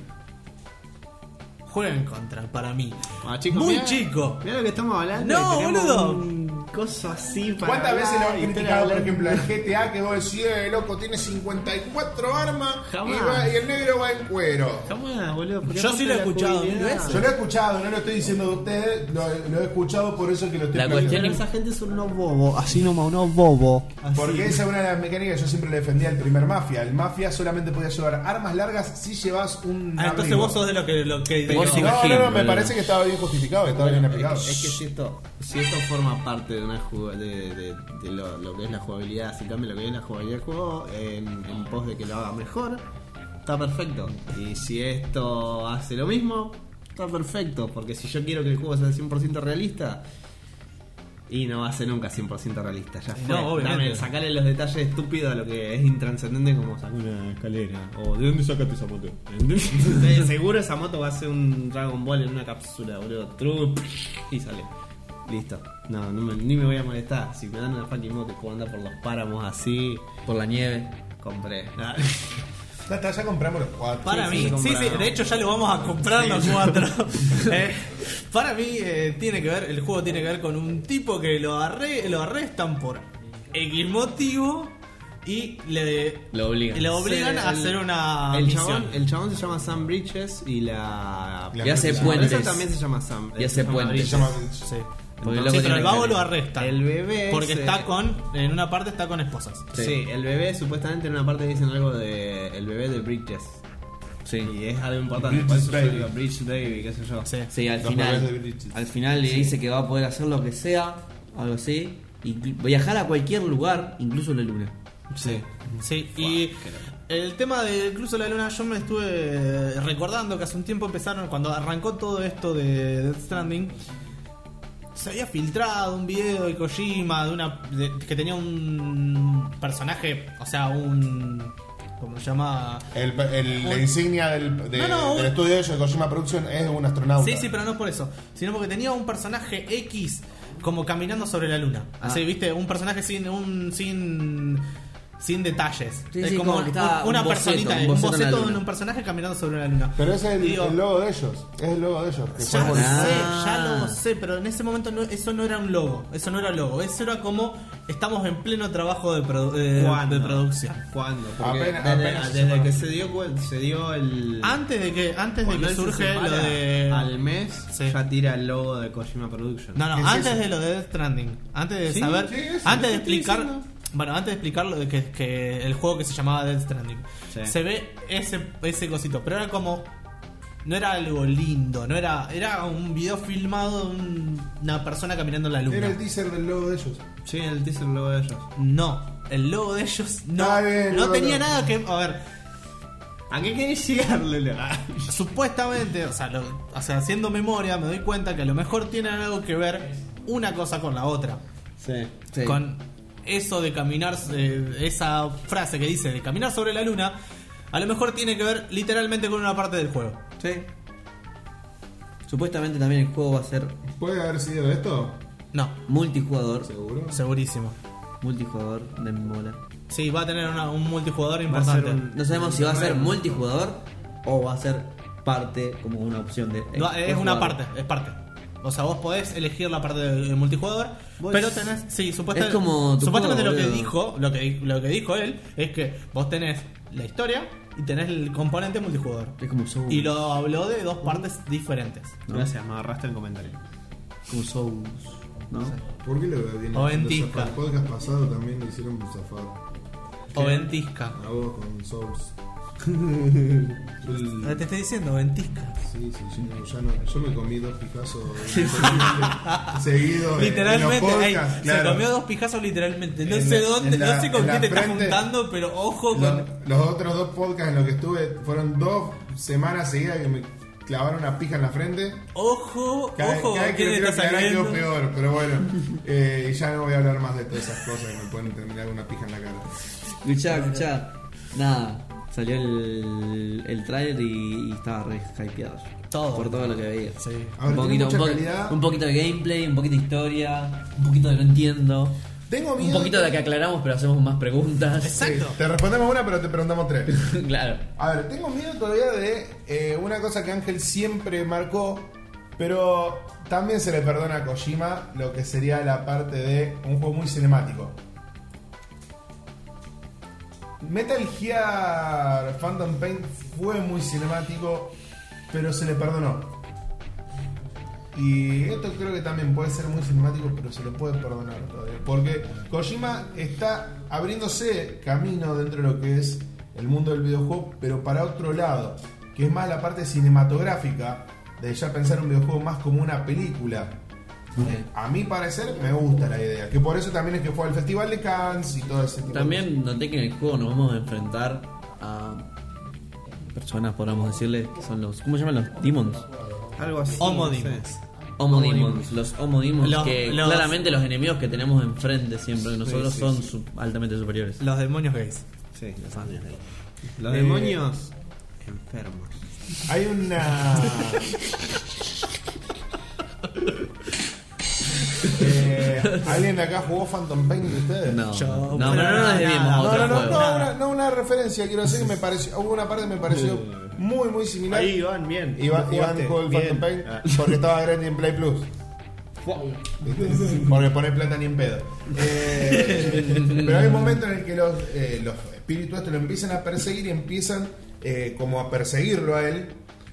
Speaker 2: juega en contra para mí.
Speaker 4: Ah, chicos,
Speaker 2: Muy
Speaker 4: mirá-
Speaker 2: chico.
Speaker 4: Mirá lo que estamos hablando.
Speaker 2: No,
Speaker 4: que tenemos
Speaker 2: boludo.
Speaker 4: Un coso así para.
Speaker 1: ¿Cuántas veces lo
Speaker 4: hablar
Speaker 1: han
Speaker 4: y
Speaker 1: criticado, por
Speaker 4: tener-
Speaker 1: ejemplo, el GTA que vos decís, "Eh, loco, tiene 54 armas y,
Speaker 4: Jamás.
Speaker 1: va- y el negro va en cuero?
Speaker 4: Jamás, boludo. porque
Speaker 2: Yo sí
Speaker 4: aparte la
Speaker 2: lo he escuchado mil
Speaker 4: jubilidad-
Speaker 2: veces.
Speaker 1: Yo lo he escuchado, no lo estoy diciendo de ustedes, lo, lo he escuchado por eso que lo estoy
Speaker 3: La
Speaker 1: planteando.
Speaker 3: cuestión
Speaker 4: Pero esa gente son unos bobos. Así nomás, unos bobos. Así.
Speaker 1: Porque esa es una de las mecánicas que yo siempre le defendía al primer mafia. El mafia solamente podía llevar armas largas si llevas un.
Speaker 2: Ah, entonces
Speaker 1: abrigo.
Speaker 2: vos sos de lo que. Lo que
Speaker 3: Vos
Speaker 2: no.
Speaker 3: sí,
Speaker 1: No, no, no, me
Speaker 3: Imagino,
Speaker 1: parece que estaba bien justificado, que estaba bien aplicado.
Speaker 4: Es que si esto, si esto forma parte de, una jug- de, de- de lo, lo que es la jugabilidad, si cambia lo que es la jugabilidad del juego en, en pos de que lo haga mejor, está perfecto. Y si esto hace lo mismo, está perfecto. Porque si yo quiero que el juego sea 100% realista, y no va a ser nunca 100% realista. Ya fue.
Speaker 2: No, obviamente.
Speaker 4: Dame, sacale los detalles estúpidos a lo que es intranscendente como sacar una escalera. O ¿de dónde sacaste esa moto? De seguro esa moto va a ser un Dragon Ball en una cápsula, boludo. Tru, Y sale. Listo. No, no me- ni me voy a molestar. Si me dan una fucking moto y puedo andar por los páramos así,
Speaker 3: Por la nieve.
Speaker 4: compré.
Speaker 1: Ya está, ya compramos los cuatro.
Speaker 2: Para
Speaker 4: Sí,
Speaker 2: mí,
Speaker 4: sí,
Speaker 2: sí, sí,
Speaker 4: compramos.
Speaker 2: de hecho ya lo vamos a comprar los cuatro. Eh, para mí eh, tiene que ver, el juego tiene que ver con un tipo que lo, arre- lo arrestan por X motivo y le
Speaker 3: Lo obligan.
Speaker 2: le obligan a
Speaker 4: El-
Speaker 2: hacer una
Speaker 4: el
Speaker 2: misión.
Speaker 4: chabón, el chabón se llama Sam Bridges y la.
Speaker 1: Y
Speaker 3: Y hace
Speaker 4: la
Speaker 3: puentes.
Speaker 4: empresa también se llama Sam.
Speaker 3: Y hace
Speaker 4: se llama
Speaker 3: puentes.
Speaker 1: Se
Speaker 4: Bridges.
Speaker 1: llama-
Speaker 2: Sí.
Speaker 3: Porque
Speaker 2: Sí,
Speaker 3: loco
Speaker 2: pero
Speaker 3: tiene
Speaker 2: el vago
Speaker 3: cara.
Speaker 2: lo arrestan.
Speaker 4: El bebé
Speaker 2: Porque
Speaker 4: se-
Speaker 2: está con. En una parte está con esposas.
Speaker 3: Sí.
Speaker 4: Sí. el bebé supuestamente en una parte dicen algo de el bebé de Bridges.
Speaker 3: Sí.
Speaker 4: Y es algo importante.
Speaker 1: Bridges
Speaker 4: por eso yo
Speaker 1: Baby.
Speaker 4: digo Bridges Baby, qué sé yo.
Speaker 2: Sí.
Speaker 3: Sí, al
Speaker 1: Los bebés de
Speaker 3: final.
Speaker 1: Bridget.
Speaker 3: Al final le dice que va a poder hacer lo que sea, algo así. Y viajar a cualquier lugar, incluso la luna.
Speaker 4: Sí.
Speaker 2: Sí, y el tema del Cruzo de la Luna, yo me estuve eh, recordando que hace un tiempo empezaron, cuando arrancó todo esto de Death Stranding, se había filtrado un video de Kojima de una, de- que tenía un personaje, o sea, un. ¿Cómo se llama?
Speaker 1: El, el- la insignia del, de-
Speaker 2: No, no,
Speaker 1: del
Speaker 2: un-
Speaker 1: estudio de Kojima Production es un astronauta.
Speaker 2: Sí, sí, pero no por eso, sino porque tenía un personaje
Speaker 1: Ah.
Speaker 2: X como caminando sobre la luna. Así, viste, un personaje sin. Un, sin sin detalles.
Speaker 3: Sí,
Speaker 2: es
Speaker 3: sí,
Speaker 2: como,
Speaker 3: como que está
Speaker 2: una
Speaker 3: un boceto,
Speaker 2: personita,
Speaker 3: un
Speaker 2: un
Speaker 3: boceto
Speaker 2: boceto,
Speaker 3: en la
Speaker 2: de
Speaker 3: luna.
Speaker 2: un personaje caminando sobre una luna.
Speaker 1: Pero es el,
Speaker 2: Y digo,
Speaker 1: el logo de ellos. Es el logo de ellos. que
Speaker 2: ya
Speaker 1: fue
Speaker 2: lo
Speaker 1: por-
Speaker 2: sé,
Speaker 3: Ah.
Speaker 2: ya lo sé, pero en ese momento no- eso no era un logo, eso no era logo, eso era como estamos en pleno trabajo de, produ- eh,
Speaker 4: ¿Cuándo?
Speaker 2: de producción.
Speaker 4: ¿Cuándo? Porque
Speaker 1: Apenas-
Speaker 4: desde,
Speaker 1: apenas
Speaker 4: desde
Speaker 1: se
Speaker 4: que se dio, cuen- se dio el.
Speaker 2: Antes de que antes de
Speaker 4: cuando
Speaker 2: que
Speaker 4: él se
Speaker 2: surge
Speaker 4: separa,
Speaker 2: lo de
Speaker 4: Al mes
Speaker 2: Sí.
Speaker 4: ya tira el logo de Kojima Productions.
Speaker 2: No, no,
Speaker 1: ¿Qué es
Speaker 2: antes
Speaker 1: eso?
Speaker 2: de lo de Death Stranding, antes de
Speaker 4: Sí,
Speaker 2: saber,
Speaker 1: sí, eso,
Speaker 2: antes
Speaker 1: ¿qué
Speaker 2: de
Speaker 1: estoy
Speaker 2: explicar,
Speaker 1: diciendo?
Speaker 2: bueno, antes de explicar lo de que, que el juego que se llamaba Death Stranding,
Speaker 4: Sí.
Speaker 2: se ve ese ese cosito, pero era como no era algo lindo, no era era un video filmado de un- una persona caminando en la
Speaker 1: Era el
Speaker 2: luna.
Speaker 1: teaser del logo de ellos.
Speaker 4: Sí, el teaser logo de ellos.
Speaker 2: No, el logo de ellos no
Speaker 1: Está bien,
Speaker 2: no
Speaker 1: no,
Speaker 2: tenía
Speaker 1: no.
Speaker 2: nada que a ver,
Speaker 4: ¿A qué querés llegar, Lele?
Speaker 2: Supuestamente, o sea, lo- o sea, haciendo memoria me doy cuenta que a lo mejor tienen algo que ver una cosa con la otra.
Speaker 4: sí.
Speaker 3: Sí.
Speaker 2: Con eso de caminar, eh, esa frase que dice de caminar sobre la luna, a lo mejor tiene que ver literalmente con una parte del juego.
Speaker 3: Sí. Supuestamente también el juego va a ser
Speaker 1: ¿Puede haber sido esto?
Speaker 2: No,
Speaker 3: multijugador.
Speaker 1: Seguro.
Speaker 2: segurísimo.
Speaker 3: Multijugador de mola.
Speaker 2: Sí, va a tener una- un multijugador
Speaker 4: Va a ser
Speaker 2: importante.
Speaker 4: un-
Speaker 3: No sabemos si va a ser multijugador o va a ser parte como una opción de.
Speaker 2: Va- es una
Speaker 3: jugador.
Speaker 2: parte, es parte. O sea, vos podés elegir la parte del del multijugador,
Speaker 3: Vos-
Speaker 2: pero tenés, sí, supuestamente,
Speaker 3: es como tu
Speaker 2: supuestamente
Speaker 3: juego,
Speaker 2: lo que
Speaker 3: boludo.
Speaker 2: dijo, lo que di- lo que dijo él es que vos tenés la historia y tenés el componente multijugador.
Speaker 3: Es como Soul.
Speaker 2: Y lo habló de dos partes diferentes.
Speaker 4: Gracias, me agarraste el comentario.
Speaker 3: Como Souls. ¿No?
Speaker 1: ¿Por qué lo viene
Speaker 2: O en
Speaker 1: haciendo
Speaker 2: Tisca.
Speaker 1: zafar? El podcast pasado también le hicieron zafar.
Speaker 2: O ventisca.
Speaker 1: A vos con Souls.
Speaker 2: Eh, Te estoy diciendo, ventisca.
Speaker 1: Sí, sí, sí, no, ya no. Yo me comí dos picazos seguidos. seguido en-
Speaker 2: Literalmente,
Speaker 1: en los
Speaker 2: ey,
Speaker 1: podcasts,
Speaker 2: se
Speaker 1: claro.
Speaker 2: comió dos pijazos literalmente. No
Speaker 1: En
Speaker 2: sé
Speaker 1: la-
Speaker 2: dónde,
Speaker 1: en la-
Speaker 2: no sé con
Speaker 1: en
Speaker 2: qué
Speaker 1: la
Speaker 2: te estás
Speaker 1: frente-
Speaker 2: juntando, pero ojo con.
Speaker 1: Los, los otros dos podcasts en los que estuve fueron dos semanas seguidas que me clavaron una pija en la frente.
Speaker 2: Ojo,
Speaker 1: Cada, cada
Speaker 2: ojo, con
Speaker 1: vez que
Speaker 2: quién
Speaker 1: lo
Speaker 2: te
Speaker 1: quiero
Speaker 2: estás
Speaker 1: aclarar quedó
Speaker 2: saliendo.
Speaker 1: peor, pero bueno. Eh, y ya no voy a hablar más de todas esas cosas que me pueden terminar una pija en la cara.
Speaker 3: Escuchá, escuchá. Nada. Salió el, el trailer y, y estaba re hypeado.
Speaker 2: Todo.
Speaker 3: Por todo lo que veía.
Speaker 2: Sí.
Speaker 1: A ver,
Speaker 3: un, poquito,
Speaker 1: tiene mucha
Speaker 3: un, po-
Speaker 1: calidad.
Speaker 3: un poquito de gameplay, un poquito de historia, un poquito de no entiendo.
Speaker 1: Tengo
Speaker 3: Un
Speaker 1: miedo.
Speaker 3: poquito de que aclaramos, pero hacemos más preguntas.
Speaker 1: Sí,
Speaker 2: Exacto.
Speaker 1: te respondemos una, pero te preguntamos tres.
Speaker 3: claro.
Speaker 1: A ver, tengo miedo todavía de eh, una cosa que Ángel siempre marcó, pero también se le perdona a Kojima lo que sería la parte de un juego muy cinemático. Metal Gear Phantom Pain fue muy cinemático, pero se le perdonó. Y esto creo que también puede ser muy cinemático, pero se le puede perdonar todavía. Porque Kojima está abriéndose camino dentro de lo que es el mundo del videojuego, pero para otro lado, que es más la parte cinematográfica, de ya pensar un videojuego más como una película. A mi parecer me gusta la idea, que por eso también es que fue al Festival de Cannes y todo ese tipo de
Speaker 3: También noté que en el juego nos vamos a enfrentar a personas, podríamos decirle, que son los. ¿Cómo se llaman los demons?
Speaker 4: Algo así.
Speaker 2: Homo
Speaker 4: no sé.
Speaker 2: Demons.
Speaker 3: Homo demons, los homo demons,
Speaker 2: Los-
Speaker 3: que
Speaker 2: los-
Speaker 3: claramente los enemigos que tenemos enfrente siempre, nosotros
Speaker 4: sí,
Speaker 3: son
Speaker 4: sí.
Speaker 3: su- altamente superiores.
Speaker 2: Los demonios gays.
Speaker 4: Sí, los años. Los
Speaker 1: Eh,
Speaker 4: demonios enfermos.
Speaker 1: Hay una. Eh, ¿Alguien de acá jugó Phantom Pain de ustedes?
Speaker 3: No,
Speaker 2: Yo-
Speaker 3: no, no, pero no nos
Speaker 2: pero nada,
Speaker 3: desviemos a
Speaker 1: No,
Speaker 2: nada.
Speaker 1: no,
Speaker 3: otro
Speaker 1: no,
Speaker 3: juego.
Speaker 1: no, una, no, una referencia, quiero decir que me pareció, hubo una parte que me pareció muy, muy similar.
Speaker 4: Iván, bien.
Speaker 1: Iván, Iván jugó el Phantom Pain
Speaker 4: Ah.
Speaker 1: porque estaba gratis en Play Plus. ¿Viste? Porque poner plata ni en pedo. Eh, pero hay un momento en el que los, eh, los espíritus estos lo empiezan a perseguir y empiezan eh, como a perseguirlo a él.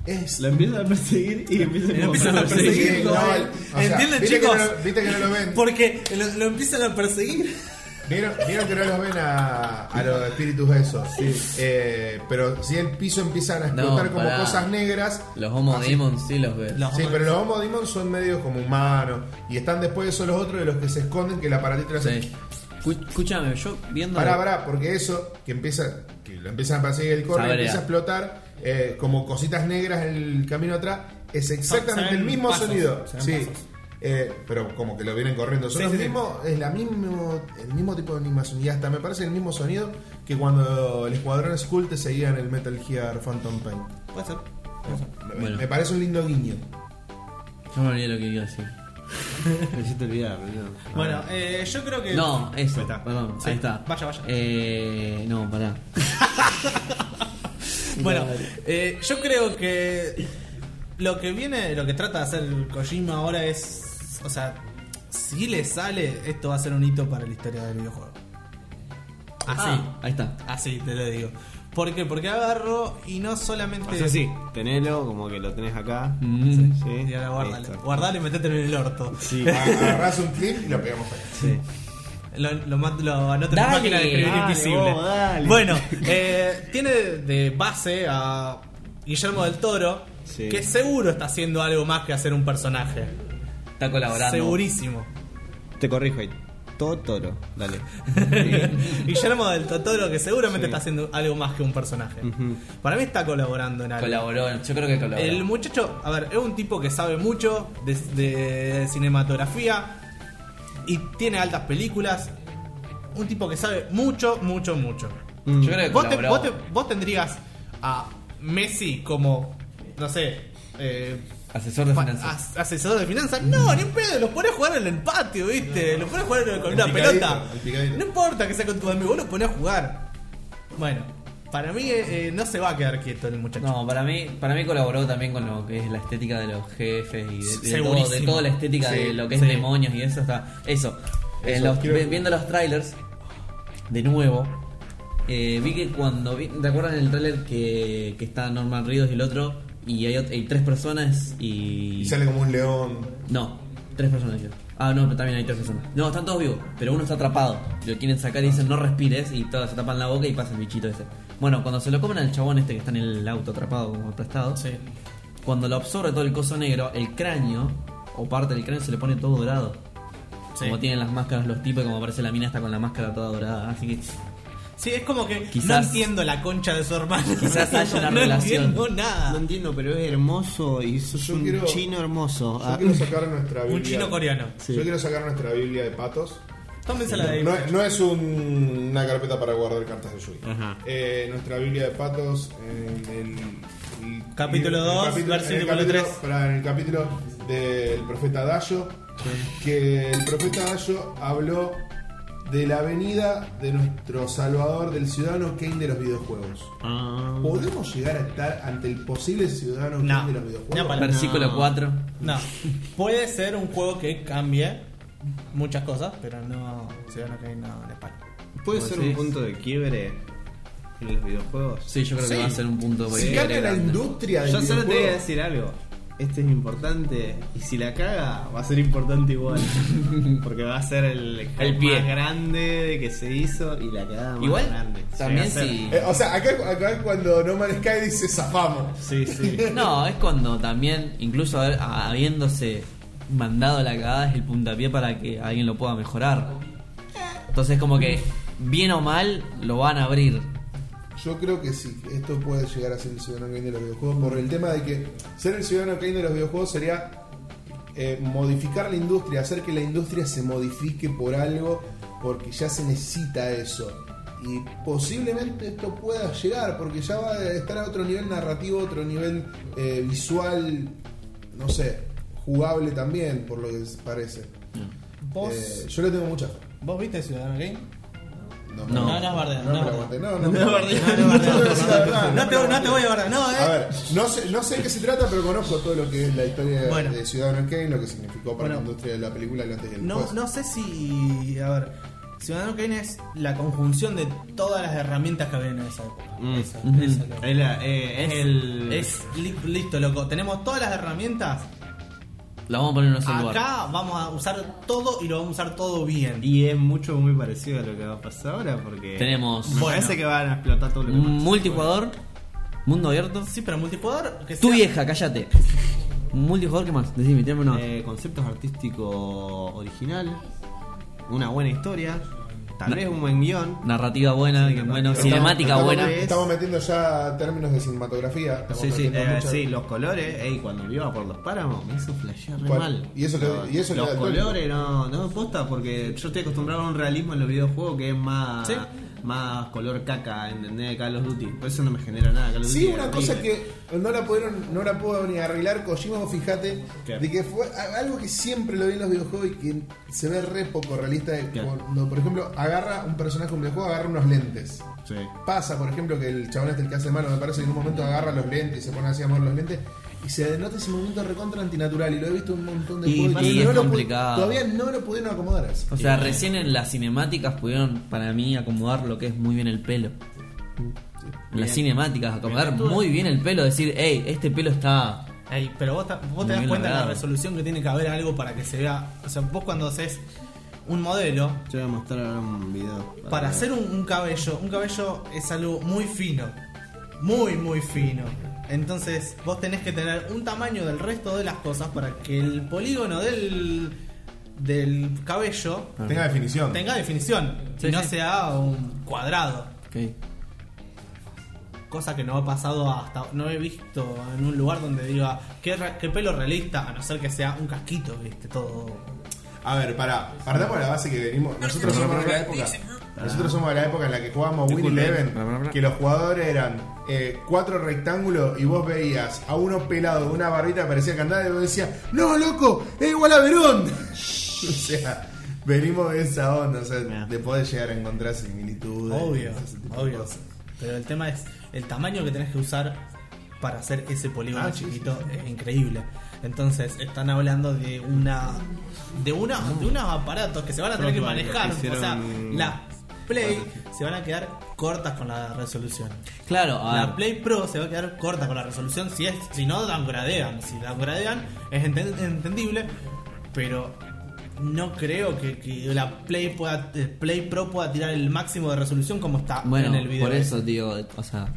Speaker 1: Es
Speaker 4: Lo empiezan a perseguir y empiezan,
Speaker 2: Lo empiezan a
Speaker 1: Sí,
Speaker 2: perseguir.
Speaker 1: no,
Speaker 2: Igual.
Speaker 1: el- o sea, viste
Speaker 2: ¿Entienden,
Speaker 1: que
Speaker 2: chicos?
Speaker 1: no lo- viste que no lo ven.
Speaker 2: Porque lo, lo empiezan a perseguir.
Speaker 1: Vieron, vieron que no los ven a, a los espíritus esos. Eh, pero si el piso empiezan a
Speaker 3: No,
Speaker 1: explotar como
Speaker 3: pará.
Speaker 1: cosas negras.
Speaker 3: Los homo demons sí los ves.
Speaker 2: Ah, Los
Speaker 1: sí,
Speaker 2: homo-
Speaker 1: pero los Homo Demons son medios como humanos. Y están después de eso los otros de los que se esconden que el aparatito lo hace.
Speaker 3: Sí. Escu- Escúchame, yo viendo.
Speaker 1: Pará, pará, porque eso que empieza, que lo empiezan a perseguir el corre,
Speaker 3: Sabrea.
Speaker 1: empieza a explotar eh, como cositas negras en el camino atrás, es exactamente
Speaker 2: Se ven
Speaker 1: el mismo
Speaker 2: pasos,
Speaker 1: sonido.
Speaker 2: se ven
Speaker 1: Sí.
Speaker 2: pasos.
Speaker 1: Eh, pero como que lo vienen corriendo. Son
Speaker 2: Sí,
Speaker 1: los
Speaker 2: sí, sí.
Speaker 1: mismos- es la mismo, el mismo tipo de animación. Y hasta me parece el mismo sonido que cuando el escuadrón Skull te seguía en el Metal Gear Phantom Pain.
Speaker 2: Puede ser.
Speaker 1: Me-
Speaker 3: Bueno.
Speaker 1: Me parece un lindo guiño.
Speaker 3: Yo me olvidé lo que iba a decir.
Speaker 4: Me hiciste olvidar, boludo.
Speaker 2: Bueno, eh, yo creo que.
Speaker 3: No, eso,
Speaker 4: Ahí está.
Speaker 3: perdón,
Speaker 2: Sí,
Speaker 3: ahí está.
Speaker 2: vaya, vaya.
Speaker 3: Eh, no, pará.
Speaker 2: Bueno, eh, yo creo que lo que viene, lo que trata de hacer Kojima ahora es, o sea, si le sale, esto va a ser un hito para la historia del videojuego. Así,
Speaker 3: Ah, ahí está.
Speaker 2: así te lo digo. ¿Por qué? Porque agarro y no solamente...
Speaker 4: O sea, sí, tenelo como que lo tenés acá.
Speaker 3: Mm.
Speaker 4: este, Sí.
Speaker 2: Y ahora guardale.
Speaker 4: Listo.
Speaker 2: Guardale y metete en el orto.
Speaker 4: Sí.
Speaker 1: Ah, Agarrás un clip y lo pegamos para allá.
Speaker 3: Sí.
Speaker 2: Lo, lo, mat- lo anoto en la
Speaker 3: Dale,
Speaker 2: máquina de escribir
Speaker 4: dale,
Speaker 2: invisible.
Speaker 4: vos, dale.
Speaker 2: Bueno, eh, tiene de base a Guillermo del Toro,
Speaker 4: Sí.
Speaker 2: que seguro está haciendo algo más que hacer un personaje.
Speaker 3: Está colaborando.
Speaker 2: Segurísimo.
Speaker 4: Te corrijo ahí. Totoro. Dale.
Speaker 2: Guillermo del Totoro, que seguramente
Speaker 4: Sí.
Speaker 2: está haciendo algo más que un personaje.
Speaker 4: Ujú.
Speaker 2: Para mí está colaborando en algo.
Speaker 3: Colaboró, yo creo que colaboró.
Speaker 2: El muchacho, a ver, es un tipo que sabe mucho de, de cinematografía y tiene altas películas. Un tipo que sabe mucho, mucho, mucho.
Speaker 4: Mm.
Speaker 3: Yo creo que
Speaker 2: Vos, te-
Speaker 3: colaboró.
Speaker 2: vos te- vos tendrías a Messi como, no sé, eh,
Speaker 3: Asesor de
Speaker 2: fa-
Speaker 3: finanzas.
Speaker 2: as- asesor de finanzas. No, ni un pedo, los pones a jugar en el patio, ¿viste? Los pones a jugar con
Speaker 1: El
Speaker 2: una
Speaker 1: picadito,
Speaker 2: pelota.
Speaker 1: el picadito.
Speaker 2: No importa que sea con tu amigo, vos lo pones a jugar. Bueno, para mí eh, no se va a quedar quieto el muchacho.
Speaker 3: No, para mí, para mí colaboró también con lo que es la estética de los jefes y de- de,
Speaker 2: Segurísimo.
Speaker 3: todo- de toda la estética de
Speaker 2: Sí,
Speaker 3: lo que es
Speaker 2: sí.
Speaker 3: demonios y eso está. Eso. En
Speaker 1: Eso,
Speaker 3: los-
Speaker 1: quiero-
Speaker 3: vi- viendo los trailers, de nuevo, eh, vi que cuando vi, ¿te acuerdan el trailer que, que está Norman Reedus y el otro? Y hay, ot- hay tres personas y.
Speaker 1: Y sale como un león.
Speaker 3: No, tres personas yo. Ah, no, pero también hay tres personas. No, están todos vivos, pero uno está atrapado. Lo quieren sacar y dicen no respires y todos se tapan la boca y pasa el bichito ese. Bueno, cuando se lo comen al chabón este que está en el auto atrapado como aplastado,
Speaker 2: Sí.
Speaker 3: cuando lo absorbe todo el coso negro, el cráneo o parte del cráneo se le pone todo dorado.
Speaker 2: Sí.
Speaker 3: Como tienen las máscaras los tipos y como aparece la mina está con la máscara toda dorada. Así que
Speaker 2: Sí, es como que
Speaker 3: Quizás-
Speaker 2: no entiendo la concha de su hermano.
Speaker 3: Quizás haya una
Speaker 2: no
Speaker 3: relación.
Speaker 2: entiendo nada.
Speaker 4: No entiendo, pero es hermoso y sos
Speaker 1: Yo
Speaker 4: un
Speaker 1: quiero-
Speaker 4: chino hermoso.
Speaker 1: Yo
Speaker 4: Ah,
Speaker 1: quiero sacar nuestra Biblia.
Speaker 2: Un chino coreano.
Speaker 4: Sí.
Speaker 1: Yo quiero sacar nuestra Biblia de patos.
Speaker 2: Tómensela de ahí.
Speaker 1: No, no es un- una carpeta para guardar cartas de Yu-Gi-Oh.
Speaker 4: Ajá.
Speaker 1: Eh, nuestra Biblia de patos en el, el-
Speaker 2: Capítulo
Speaker 1: el
Speaker 2: dos,
Speaker 1: capítulo-
Speaker 2: versículo
Speaker 1: en el capítulo-
Speaker 2: tres.
Speaker 1: pará, en el capítulo del profeta Dayo, que el profeta Dayo habló de la venida de nuestro Salvador, del ciudadano Kane de los videojuegos.
Speaker 4: Ah.
Speaker 1: ¿Podemos llegar a estar ante el posible ciudadano
Speaker 2: No.
Speaker 1: Kane de los
Speaker 2: Una
Speaker 1: videojuegos?
Speaker 2: palabra.
Speaker 3: versículo 4.
Speaker 2: No. Puede ser un juego que cambie muchas cosas, pero no se van a caer nada en espalda.
Speaker 4: ¿Puede
Speaker 3: ¿Vos
Speaker 4: ser un
Speaker 3: decís?
Speaker 4: punto de quiebre en los videojuegos?
Speaker 3: Sí, yo creo que
Speaker 2: Sí.
Speaker 3: va a ser un punto
Speaker 1: si
Speaker 3: muy
Speaker 1: cambia la
Speaker 3: grande.
Speaker 1: industria del
Speaker 4: Yo solo te voy a
Speaker 1: videojuego,
Speaker 4: decir algo. Este es importante y si la caga va a ser importante igual. Porque va a ser el,
Speaker 3: El pie.
Speaker 4: más grande que se hizo y la cagada más
Speaker 3: Igual,
Speaker 4: grande.
Speaker 3: también
Speaker 4: Llega a ser-
Speaker 3: si-
Speaker 1: Eh, o sea, acá, acá es cuando No Man's Sky dice zafamos.
Speaker 4: Sí, sí.
Speaker 3: No, es cuando también, incluso haber- habiéndose mandado la cagada, es el puntapié para que alguien lo pueda mejorar. Entonces, como que, bien o mal, lo van a abrir.
Speaker 1: Yo creo que sí, que esto puede llegar a ser el ciudadano Kane de los videojuegos por el tema de que ser el ciudadano Kane de los videojuegos sería eh, modificar la industria, hacer que la industria se modifique por algo, porque ya se necesita eso. Y posiblemente esto pueda llegar, porque ya va a estar a otro nivel narrativo, otro nivel eh, visual, no sé, jugable también, por lo que parece.
Speaker 2: ¿Vos,
Speaker 1: Eh, yo le tengo mucha fe.
Speaker 2: ¿Vos viste Ciudadano Kane?
Speaker 1: No,
Speaker 3: No.
Speaker 1: me-
Speaker 2: No, no es bardeo,
Speaker 1: No,
Speaker 2: no.
Speaker 1: me la aguanté, no, no. me la aguanté.
Speaker 2: No, no,
Speaker 1: Yo te voy a decir la verdad,
Speaker 2: no,
Speaker 1: me
Speaker 2: te,
Speaker 1: la
Speaker 2: no te
Speaker 1: aguanté.
Speaker 2: voy a guardar, no, eh.
Speaker 1: A ver, no sé, no sé de qué se trata, pero conozco todo lo que es la historia
Speaker 2: Bueno.
Speaker 1: de Ciudadano Kane, lo que significó para la
Speaker 2: Bueno.
Speaker 1: industria de la película el antes y el
Speaker 2: No,
Speaker 1: después.
Speaker 2: no sé si. A ver. Ciudadano Kane es la conjunción de todas las herramientas que había en esa época.
Speaker 4: Mm.
Speaker 2: Esa-
Speaker 3: Ujú.
Speaker 2: esa época.
Speaker 4: Es, la- eh, es el.
Speaker 2: Es li- listo, loco. Tenemos todas las herramientas.
Speaker 3: Lo vamos a poner en un solo lugar.
Speaker 2: Acá vamos a usar todo y lo vamos a usar todo bien.
Speaker 4: Y es mucho muy parecido a lo que va a pasar ahora porque.
Speaker 3: Tenemos
Speaker 4: Me parece que van a explotar todo lo que
Speaker 3: un
Speaker 4: pasa.
Speaker 3: multijugador, mundo abierto.
Speaker 2: Sí, pero multijugador. Que
Speaker 3: Tu
Speaker 2: sea-
Speaker 3: vieja, cállate. Un multijugador, ¿qué más? Decime, tirame uno.
Speaker 4: Eh, conceptos artísticos original. Una buena historia. Tal
Speaker 3: Na-
Speaker 4: vez un buen guión.
Speaker 3: Narrativa buena, que bueno, cinemática
Speaker 1: estamos,
Speaker 3: buena.
Speaker 4: es-
Speaker 1: Estamos metiendo ya términos de cinematografía. estamos
Speaker 3: Sí, sí,
Speaker 1: metiendo
Speaker 4: Eh,
Speaker 1: mucho-
Speaker 4: sí, los colores, ey, cuando me iba por los páramos, me hizo flashear re
Speaker 1: ¿Cuál?
Speaker 4: mal.
Speaker 1: ¿Y eso que-
Speaker 4: No,
Speaker 1: y eso que
Speaker 4: los
Speaker 1: da el
Speaker 4: colores no, no me posta porque yo estoy acostumbrado a un realismo en los videojuegos que es más
Speaker 2: Sí.
Speaker 4: más color caca, ¿entendés? Call of Duty. Por eso no me genera nada. Call of
Speaker 1: Sí,
Speaker 4: Duty
Speaker 1: una
Speaker 4: es
Speaker 1: cosa
Speaker 4: horrible.
Speaker 1: que no la pudieron, no la pudo ni arreglar Kojima, vos fíjate,
Speaker 4: ¿Qué?
Speaker 1: de que fue a- algo que siempre lo vi en los videojuegos y que se ve re poco realista de
Speaker 4: ¿Qué?
Speaker 1: cuando, por ejemplo, agarra un personaje de un videojuego, agarra unos lentes.
Speaker 4: Sí.
Speaker 1: Pasa, por ejemplo, que el chabón este el que hace malo, me parece que en un momento agarra los lentes y se pone así a mover los lentes. Y se denota ese movimiento recontra antinatural y lo he visto en un montón de
Speaker 3: Y
Speaker 1: juegos
Speaker 3: sí, es
Speaker 1: no lo pu-
Speaker 3: complicado.
Speaker 1: todavía no lo pudieron acomodar. a eso.
Speaker 3: O sea, recién en las cinemáticas pudieron, para mí, acomodar lo que es muy bien el pelo. En las cinemáticas, acomodar muy bien el pelo, decir, hey, este pelo está.
Speaker 2: Ey, pero vos, ta- vos
Speaker 3: Muy
Speaker 2: te das
Speaker 3: bien
Speaker 2: cuenta de la
Speaker 3: logrado.
Speaker 2: resolución que tiene que haber algo para que se vea. O sea, vos cuando haces un modelo,
Speaker 4: Te voy a mostrar ahora un video.
Speaker 2: para hacer un, un cabello, un cabello es algo muy fino. Muy, muy fino. Entonces, vos tenés que tener un tamaño del resto de las cosas para que el polígono del, del cabello
Speaker 1: Tenga definición.
Speaker 2: tenga definición
Speaker 3: Sí,
Speaker 2: y no
Speaker 3: sí.
Speaker 2: sea un cuadrado.
Speaker 3: Ok.
Speaker 2: Cosa que no ha pasado hasta. No he visto en un lugar donde diga. ¿Qué, re- qué pelo realista? A no ser que sea un casquito, viste, todo.
Speaker 1: A ver, pará, partamos de la base que venimos. Nosotros somos de la época. Nosotros somos de la época en la que jugábamos Win
Speaker 3: Disculpe.
Speaker 1: Eleven,
Speaker 3: Pará, pará, pará.
Speaker 1: que los jugadores eran eh, cuatro rectángulos y vos veías a uno pelado con una barbita que parecía que andaba y vos decías, ¡No, loco! ¡Es igual a Verón! o sea, venimos de esa onda, o sea,
Speaker 4: Mirá.
Speaker 1: de poder llegar a encontrar similitudes.
Speaker 2: Obvio,
Speaker 1: ese tipo de
Speaker 2: obvio.
Speaker 1: cosas.
Speaker 2: Pero el tema es el tamaño que tenés que usar para hacer ese polígono
Speaker 1: Ah, sí,
Speaker 2: chiquito es increíble. Entonces están hablando de una de una de unos aparatos que se van a tener que
Speaker 4: Frostbite,
Speaker 2: manejar,
Speaker 4: hicieron-
Speaker 2: o sea, la Play se van a quedar cortas con la resolución.
Speaker 3: Claro, a
Speaker 2: La
Speaker 3: ver.
Speaker 2: Play Pro se va a quedar corta con la resolución si es si no downgradean, si downgradean es enten- entendible, pero no creo que, que la Play pueda eh, Play Pro pueda tirar el máximo de resolución como está
Speaker 3: Bueno,
Speaker 2: en el video.
Speaker 3: por eso, tío, o sea,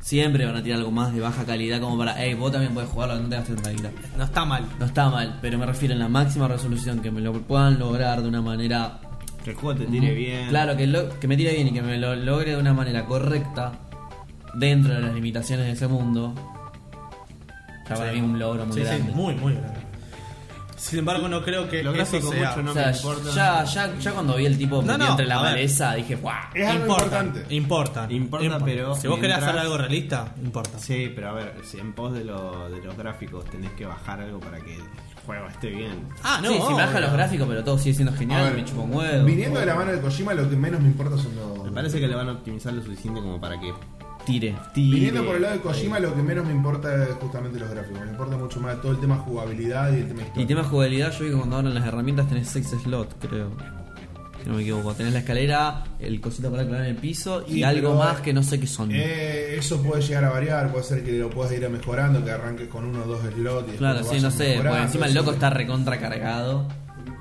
Speaker 3: siempre van a tirar algo más de baja calidad como para, hey, vos también podés jugarlo, no te gastes tanta guita".
Speaker 2: No está mal.
Speaker 3: No está mal, pero me refiero en la máxima resolución, que me lo puedan lograr de una manera...
Speaker 4: Que el juego te tire bien.
Speaker 3: Mm, Claro, que, lo- que me tire bien y que me lo logre de una manera correcta, dentro de las limitaciones de ese mundo, está para mí un logro muy
Speaker 2: Sí, sí,
Speaker 3: grande.
Speaker 2: muy muy grande. Sin embargo, no creo que
Speaker 4: Lo
Speaker 2: eso
Speaker 4: gráfico
Speaker 2: sea
Speaker 4: mucho no
Speaker 3: o sea,
Speaker 4: me importa.
Speaker 3: ya, ya, ya cuando vi el tipo
Speaker 2: No,
Speaker 3: metido
Speaker 2: no,
Speaker 3: entre la
Speaker 2: a ver.
Speaker 3: maleza, dije, ¡guau!
Speaker 1: Es algo
Speaker 2: Importa,
Speaker 1: importante.
Speaker 2: Importa.
Speaker 4: Importa, pero
Speaker 2: si vos querés
Speaker 4: mientras-
Speaker 2: hacer algo realista, importa.
Speaker 4: Sí, pero a ver, si en pos de, lo- de los gráficos tenés que bajar algo para que el juego esté bien.
Speaker 2: Ah, no.
Speaker 3: sí, si me baja
Speaker 2: obvio.
Speaker 3: los gráficos, pero todo sigue siendo
Speaker 1: A
Speaker 3: genial,
Speaker 1: ver,
Speaker 3: me chupa un huevo.
Speaker 1: Viniendo de la mano de Kojima, lo que menos me importa son
Speaker 4: Me
Speaker 1: los.
Speaker 4: parece que le van a optimizar lo suficiente como para que
Speaker 3: Tire.
Speaker 4: tire.
Speaker 1: Viniendo por el lado de Kojima, lo que menos me importa es justamente los gráficos. Me importa mucho más todo el tema jugabilidad y el tema historia.
Speaker 3: Y tema de jugabilidad, yo vi que cuando abren las herramientas tenés 6 slot, creo. Si no me equivoco, tenés la escalera, el cosito para aclarar en el piso y,
Speaker 1: Sí,
Speaker 3: algo
Speaker 1: pero-
Speaker 3: más que no sé qué son.
Speaker 1: Eh, eso puede llegar a variar, puede ser que lo puedas ir mejorando, que arranques con uno o dos slots. y
Speaker 3: claro, sí,
Speaker 1: después lo vayas
Speaker 3: no sé. Porque
Speaker 1: mejorando,
Speaker 3: encima el
Speaker 1: eso
Speaker 3: loco
Speaker 1: sí.
Speaker 3: está recontra cargado.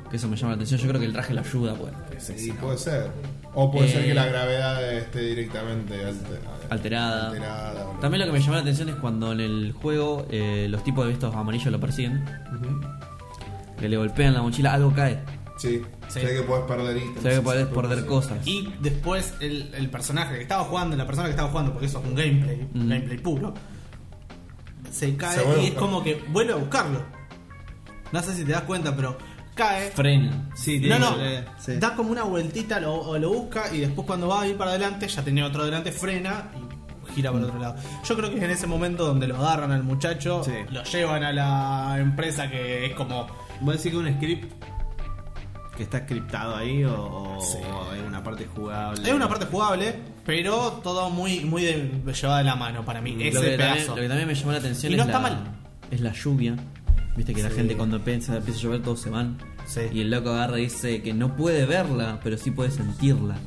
Speaker 3: Que eso me llama la atención. Yo creo que el traje le ayuda, pues.
Speaker 1: Sí, puede ser. O puede ser
Speaker 3: Eh,
Speaker 1: que la gravedad esté directamente alter-
Speaker 3: Alterada.
Speaker 1: alterada, o
Speaker 3: También lo que me llamó la atención es cuando en el juego eh, los tipos de estos amarillos lo persiguen. Que le golpean la mochila, algo cae.
Speaker 1: Sí,
Speaker 2: Sí.
Speaker 1: sé que puedes perder ítems.
Speaker 3: Se ve que podés
Speaker 1: sí,
Speaker 3: perder
Speaker 1: sí.
Speaker 3: cosas.
Speaker 2: Y después el, el personaje que estaba jugando, la persona que estaba jugando, porque eso es un gameplay, un
Speaker 3: Mm.
Speaker 2: gameplay puro, se cae
Speaker 1: Se vuelve
Speaker 2: y
Speaker 1: a
Speaker 2: es
Speaker 1: buscar.
Speaker 2: como que vuelve a buscarlo. No sé si te das cuenta, pero cae.
Speaker 3: Frena.
Speaker 4: Sí,
Speaker 2: no,
Speaker 4: tiene
Speaker 2: no,
Speaker 4: que- sí.
Speaker 2: da como una vueltita lo, o lo busca y después cuando va a ir para adelante, ya tenía otro adelante, frena y gira
Speaker 4: Mm.
Speaker 2: para el otro lado. Yo creo que es en ese momento donde lo agarran al muchacho,
Speaker 4: Sí.
Speaker 2: lo llevan a la empresa que es como
Speaker 4: Voy a decir que un script que está scriptado ahí o, o- o es una parte jugable.
Speaker 2: Es una parte jugable, pero todo muy, muy de, llevada de la mano para mí. Ese
Speaker 3: Mm. lo, que también,
Speaker 2: pedazo.
Speaker 3: lo que también me llamó la atención
Speaker 2: Y
Speaker 3: es,
Speaker 2: no
Speaker 3: la,
Speaker 2: está mal.
Speaker 3: es la lluvia. Viste que la gente cuando piensa, empieza a llover todos se van.
Speaker 2: Sí.
Speaker 3: Y el loco agarra y dice que no puede verla, pero sí puede sentirla.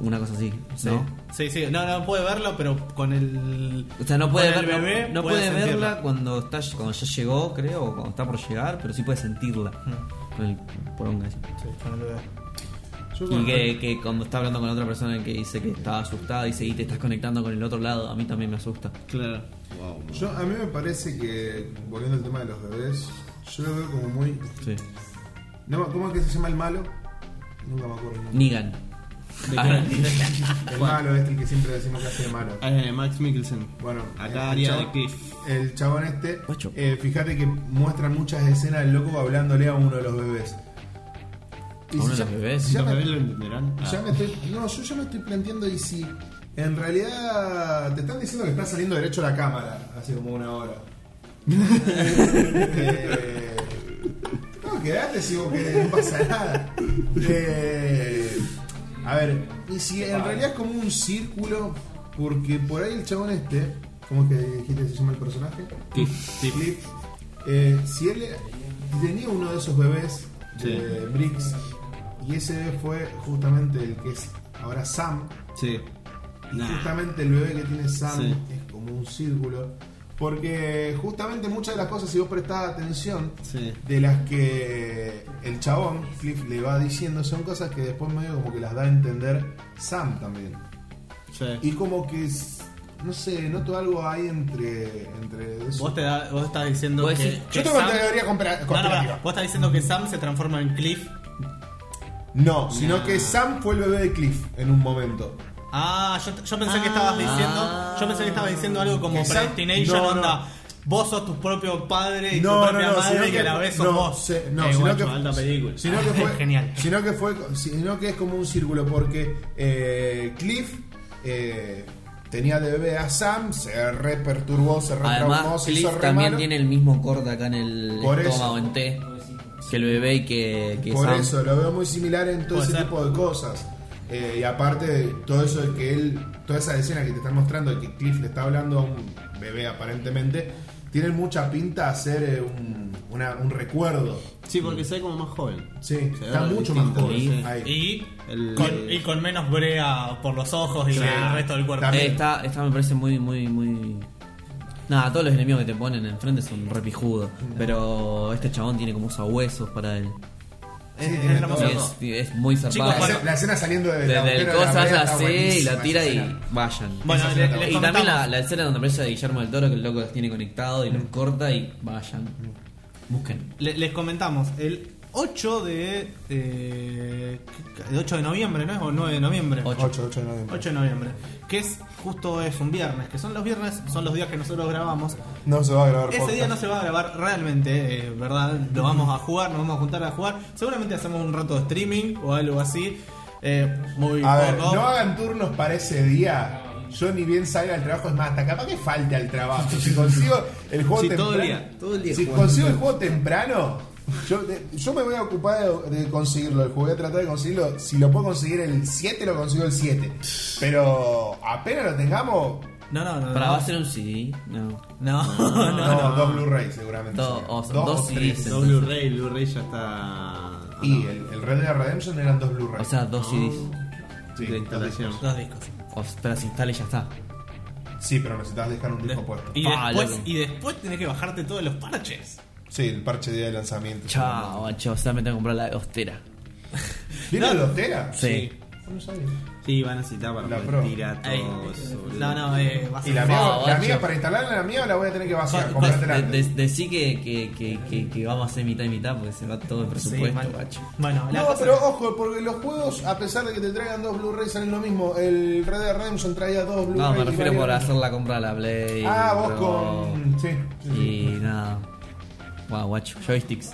Speaker 3: Una cosa así, ¿no?
Speaker 2: Sí, sí, no, no puede verlo, pero con el.
Speaker 3: O sea, no puede,
Speaker 2: con el
Speaker 3: verla-
Speaker 2: bebé
Speaker 3: no, no puede
Speaker 2: sentirlo.
Speaker 3: verla cuando está cuando ya llegó, creo, o cuando está por llegar, pero sí puede sentirla. Con el poronga ese.
Speaker 2: Mm. Sí, con el bebé.
Speaker 1: Yo
Speaker 3: Y
Speaker 1: con-
Speaker 3: que, que cuando está hablando con otra persona que dice que está asustada, dice, y te estás conectando con el otro lado, a mí también me asusta.
Speaker 4: Claro. Wow.
Speaker 1: yo- a mí me parece que, volviendo al tema de los bebés, yo lo veo como muy.
Speaker 3: Sí.
Speaker 1: no me- ¿Cómo es que se llama el malo? Nunca me acuerdo. el nombre.
Speaker 3: Negan. Ah,
Speaker 1: El malo es el que siempre decimos que hace el malo.
Speaker 4: Eh, Max Mikkelsen.
Speaker 1: Bueno, eh,
Speaker 4: Acá
Speaker 1: el,
Speaker 4: haría de
Speaker 1: chabón,
Speaker 4: Cliff.
Speaker 1: el chabón este,
Speaker 3: Guacho.
Speaker 1: eh, fíjate que muestran muchas escenas del loco hablándole a uno de los bebés. Y
Speaker 3: Aún
Speaker 1: si
Speaker 3: los bebés,
Speaker 1: ya
Speaker 4: Los
Speaker 1: me-
Speaker 4: bebés lo entenderán. Ah.
Speaker 1: ya me estoy- no, yo ya me estoy planteando y si en realidad te están diciendo que estás saliendo derecho a la cámara hace como una hora. Eh, no, quedate si vos querés, no pasa nada. Eh, a ver, y si en realidad es como un círculo, porque por ahí el chabón este, ¿cómo es que dijiste que se llama el personaje?
Speaker 4: Tip, tip.
Speaker 1: Clip, eh, si él tenía uno de esos bebés de Briggs y ese bebé fue justamente el que es ahora Sam,
Speaker 4: Sí.
Speaker 1: y
Speaker 4: Nah.
Speaker 1: justamente el bebé que tiene Sam
Speaker 4: Sí.
Speaker 1: es como un círculo, porque justamente muchas de las cosas, si vos prestás atención,
Speaker 4: Sí.
Speaker 1: de las que el chabón, Cliff, le va diciendo, son cosas que después medio como que las da a entender Sam también.
Speaker 4: Sí.
Speaker 1: Y como que, es- no sé, noto algo ahí entre... entre eso.
Speaker 2: Vos, te da- vos estás diciendo
Speaker 3: Vos
Speaker 2: que,
Speaker 3: decís,
Speaker 2: que
Speaker 1: Yo tengo
Speaker 2: Sam-
Speaker 1: teoría compra-
Speaker 2: No, no,
Speaker 1: conspirativa.
Speaker 2: pará. Vos estás diciendo que Sam se transforma en Cliff.
Speaker 1: No, sino que Sam fue el bebé de Cliff en un momento.
Speaker 2: Ah, yo, yo pensé
Speaker 3: Ah.
Speaker 2: que estabas diciendo. Yo pensé que estabas diciendo algo como
Speaker 1: Que Sam-
Speaker 2: Predestination,
Speaker 1: no, no.
Speaker 2: onda. Vos sos tu propio padre y tu propia madre y a la vez sos
Speaker 1: no,
Speaker 2: vos.
Speaker 1: se- no,
Speaker 4: Eh,
Speaker 1: sino
Speaker 4: guacho,
Speaker 1: que
Speaker 4: alta película.
Speaker 1: sino que fue
Speaker 2: Genial.
Speaker 1: sino que fue sino que es como un círculo porque eh, Cliff eh, tenía de bebé a Sam, se re perturbó, se re traumó,
Speaker 3: Además,
Speaker 1: se hizo
Speaker 3: Cliff
Speaker 1: re
Speaker 3: también
Speaker 1: malo.
Speaker 3: tiene el mismo corte acá en el
Speaker 1: Por eso.
Speaker 3: estómago, en T, que el bebé y que, que
Speaker 1: Por
Speaker 3: Sam.
Speaker 1: eso, lo veo muy similar en todo
Speaker 2: Puede
Speaker 1: ese
Speaker 2: ser.
Speaker 1: tipo de cosas. Eh, y aparte de todo eso de que él, toda esa escena que te están mostrando de que Cliff le está hablando a un bebé aparentemente, tiene mucha pinta a ser eh, un, una- un recuerdo.
Speaker 4: Sí, porque se ve como más joven.
Speaker 1: Sí,
Speaker 4: Se ve
Speaker 1: está mucho
Speaker 4: distinto,
Speaker 1: más joven.
Speaker 4: sí.
Speaker 1: Ahí.
Speaker 2: Y
Speaker 4: El-
Speaker 2: con, y con menos brea por los ojos y
Speaker 1: Claro.
Speaker 2: el resto del cuerpo.
Speaker 1: También.
Speaker 3: Eh, está, está, me parece muy, muy, muy. Nada, todos los enemigos que te ponen enfrente son repijudos. Pero este chabón tiene como huesos para él.
Speaker 1: Sí,
Speaker 2: es-
Speaker 1: tiene
Speaker 2: es hermoso.
Speaker 1: todo.
Speaker 3: Es, es muy
Speaker 1: La,
Speaker 3: zarpado.
Speaker 2: Chicos,
Speaker 1: escena- la escena saliendo de del
Speaker 3: Desde el
Speaker 1: agujero de la
Speaker 3: cosa
Speaker 1: pared
Speaker 3: ya
Speaker 1: está
Speaker 3: así y
Speaker 1: buenísima
Speaker 3: la tira
Speaker 1: esa
Speaker 3: y
Speaker 1: escena.
Speaker 3: vayan.
Speaker 2: Eh, Bueno,
Speaker 1: Esa
Speaker 2: le-
Speaker 1: escena
Speaker 2: les
Speaker 1: está
Speaker 3: y también la,
Speaker 2: contamos. Mm.
Speaker 3: la escena donde aparece Guillermo del Toro, que el loco los tiene conectados y los corta y vayan. Busquen.
Speaker 2: Le- les comentamos, el 8 de. eh, el 8 de noviembre, ¿no es? O 9 de noviembre.
Speaker 3: Ocho.
Speaker 1: 8, 8 de noviembre.
Speaker 2: 8 de noviembre. Que es justo es un viernes. Que son los viernes, son los días que nosotros grabamos.
Speaker 1: No se va a grabar
Speaker 2: Ese
Speaker 1: podcast.
Speaker 2: día no se va a grabar realmente, eh, ¿verdad? Lo vamos a jugar, nos vamos a juntar a jugar. Seguramente hacemos un rato de streaming o algo así. Eh, muy
Speaker 1: A ver,
Speaker 2: poco.
Speaker 1: no hagan turnos para ese día. Yo ni bien salga al trabajo, es más, hasta capaz que falte al trabajo. Si consigo el juego
Speaker 4: Sí,
Speaker 1: temprano.
Speaker 4: todo el día, todo el día
Speaker 1: si
Speaker 4: jugando.
Speaker 1: consigo el juego temprano, yo, de- yo me voy a ocupar de, de conseguirlo. El juego voy a tratar de conseguirlo. Si lo puedo conseguir el 7, lo consigo el 7. Pero apenas lo tengamos,
Speaker 2: no, no, no.
Speaker 3: Para
Speaker 2: no.
Speaker 3: va a ser un CD. No.
Speaker 2: No,
Speaker 1: no,
Speaker 2: no, no.
Speaker 1: dos Blu-ray seguramente.
Speaker 3: Dos-
Speaker 1: serían.
Speaker 3: o sea, dos y
Speaker 1: tres.
Speaker 3: ese.
Speaker 4: No, Blu-ray, Blu-ray ya está.
Speaker 1: Y el, el Red Dead Redemption eran dos Blu-ray.
Speaker 3: O sea, dos CDs.
Speaker 1: sí,
Speaker 4: de instalación.
Speaker 2: Dos discos.
Speaker 3: O sea, pero se instala y ya está.
Speaker 1: Sí, pero necesitas dejar un disco
Speaker 2: Des-
Speaker 1: puesto.
Speaker 2: y,
Speaker 3: Ah,
Speaker 2: después,
Speaker 3: loco.
Speaker 2: y después tenés que bajarte todos los parches.
Speaker 1: Sí, el parche de día de lanzamiento.
Speaker 3: Chao, macho. O sea, me tengo que comprar la hostera.
Speaker 1: ¿Vieron la lotera?
Speaker 3: Sí.
Speaker 1: No sabía.
Speaker 4: Sí, van a necesitar para
Speaker 1: La
Speaker 4: poder
Speaker 1: pro.
Speaker 4: tirar
Speaker 2: Ey,
Speaker 4: todos. boludo.
Speaker 2: no, no, eh, va a
Speaker 1: Y
Speaker 2: ser
Speaker 1: la mía,
Speaker 3: No,
Speaker 1: la
Speaker 3: guacho.
Speaker 1: mía, para instalarla, la mía la voy a tener que vaciar,
Speaker 3: Pues,
Speaker 1: comprártela
Speaker 3: de- de-
Speaker 1: antes.
Speaker 3: decí que, que, que, que, que vamos a hacer mitad y mitad porque se va todo el
Speaker 2: Sí,
Speaker 3: presupuesto,
Speaker 2: mal.
Speaker 3: guacho.
Speaker 2: Bueno, la
Speaker 1: No,
Speaker 2: cosa-
Speaker 1: pero ojo, porque los juegos, a pesar de que te traigan dos Blu-rays, salen lo mismo. El Red Dead Redemption traía dos Blu-rays.
Speaker 3: No, me
Speaker 1: y
Speaker 3: refiero por
Speaker 1: varios-
Speaker 3: hacer la compra a la Play.
Speaker 1: Ah, vos
Speaker 3: Pro,
Speaker 1: con. Sí. sí, sí.
Speaker 3: Y nada. Wow, guacho. Joysticks.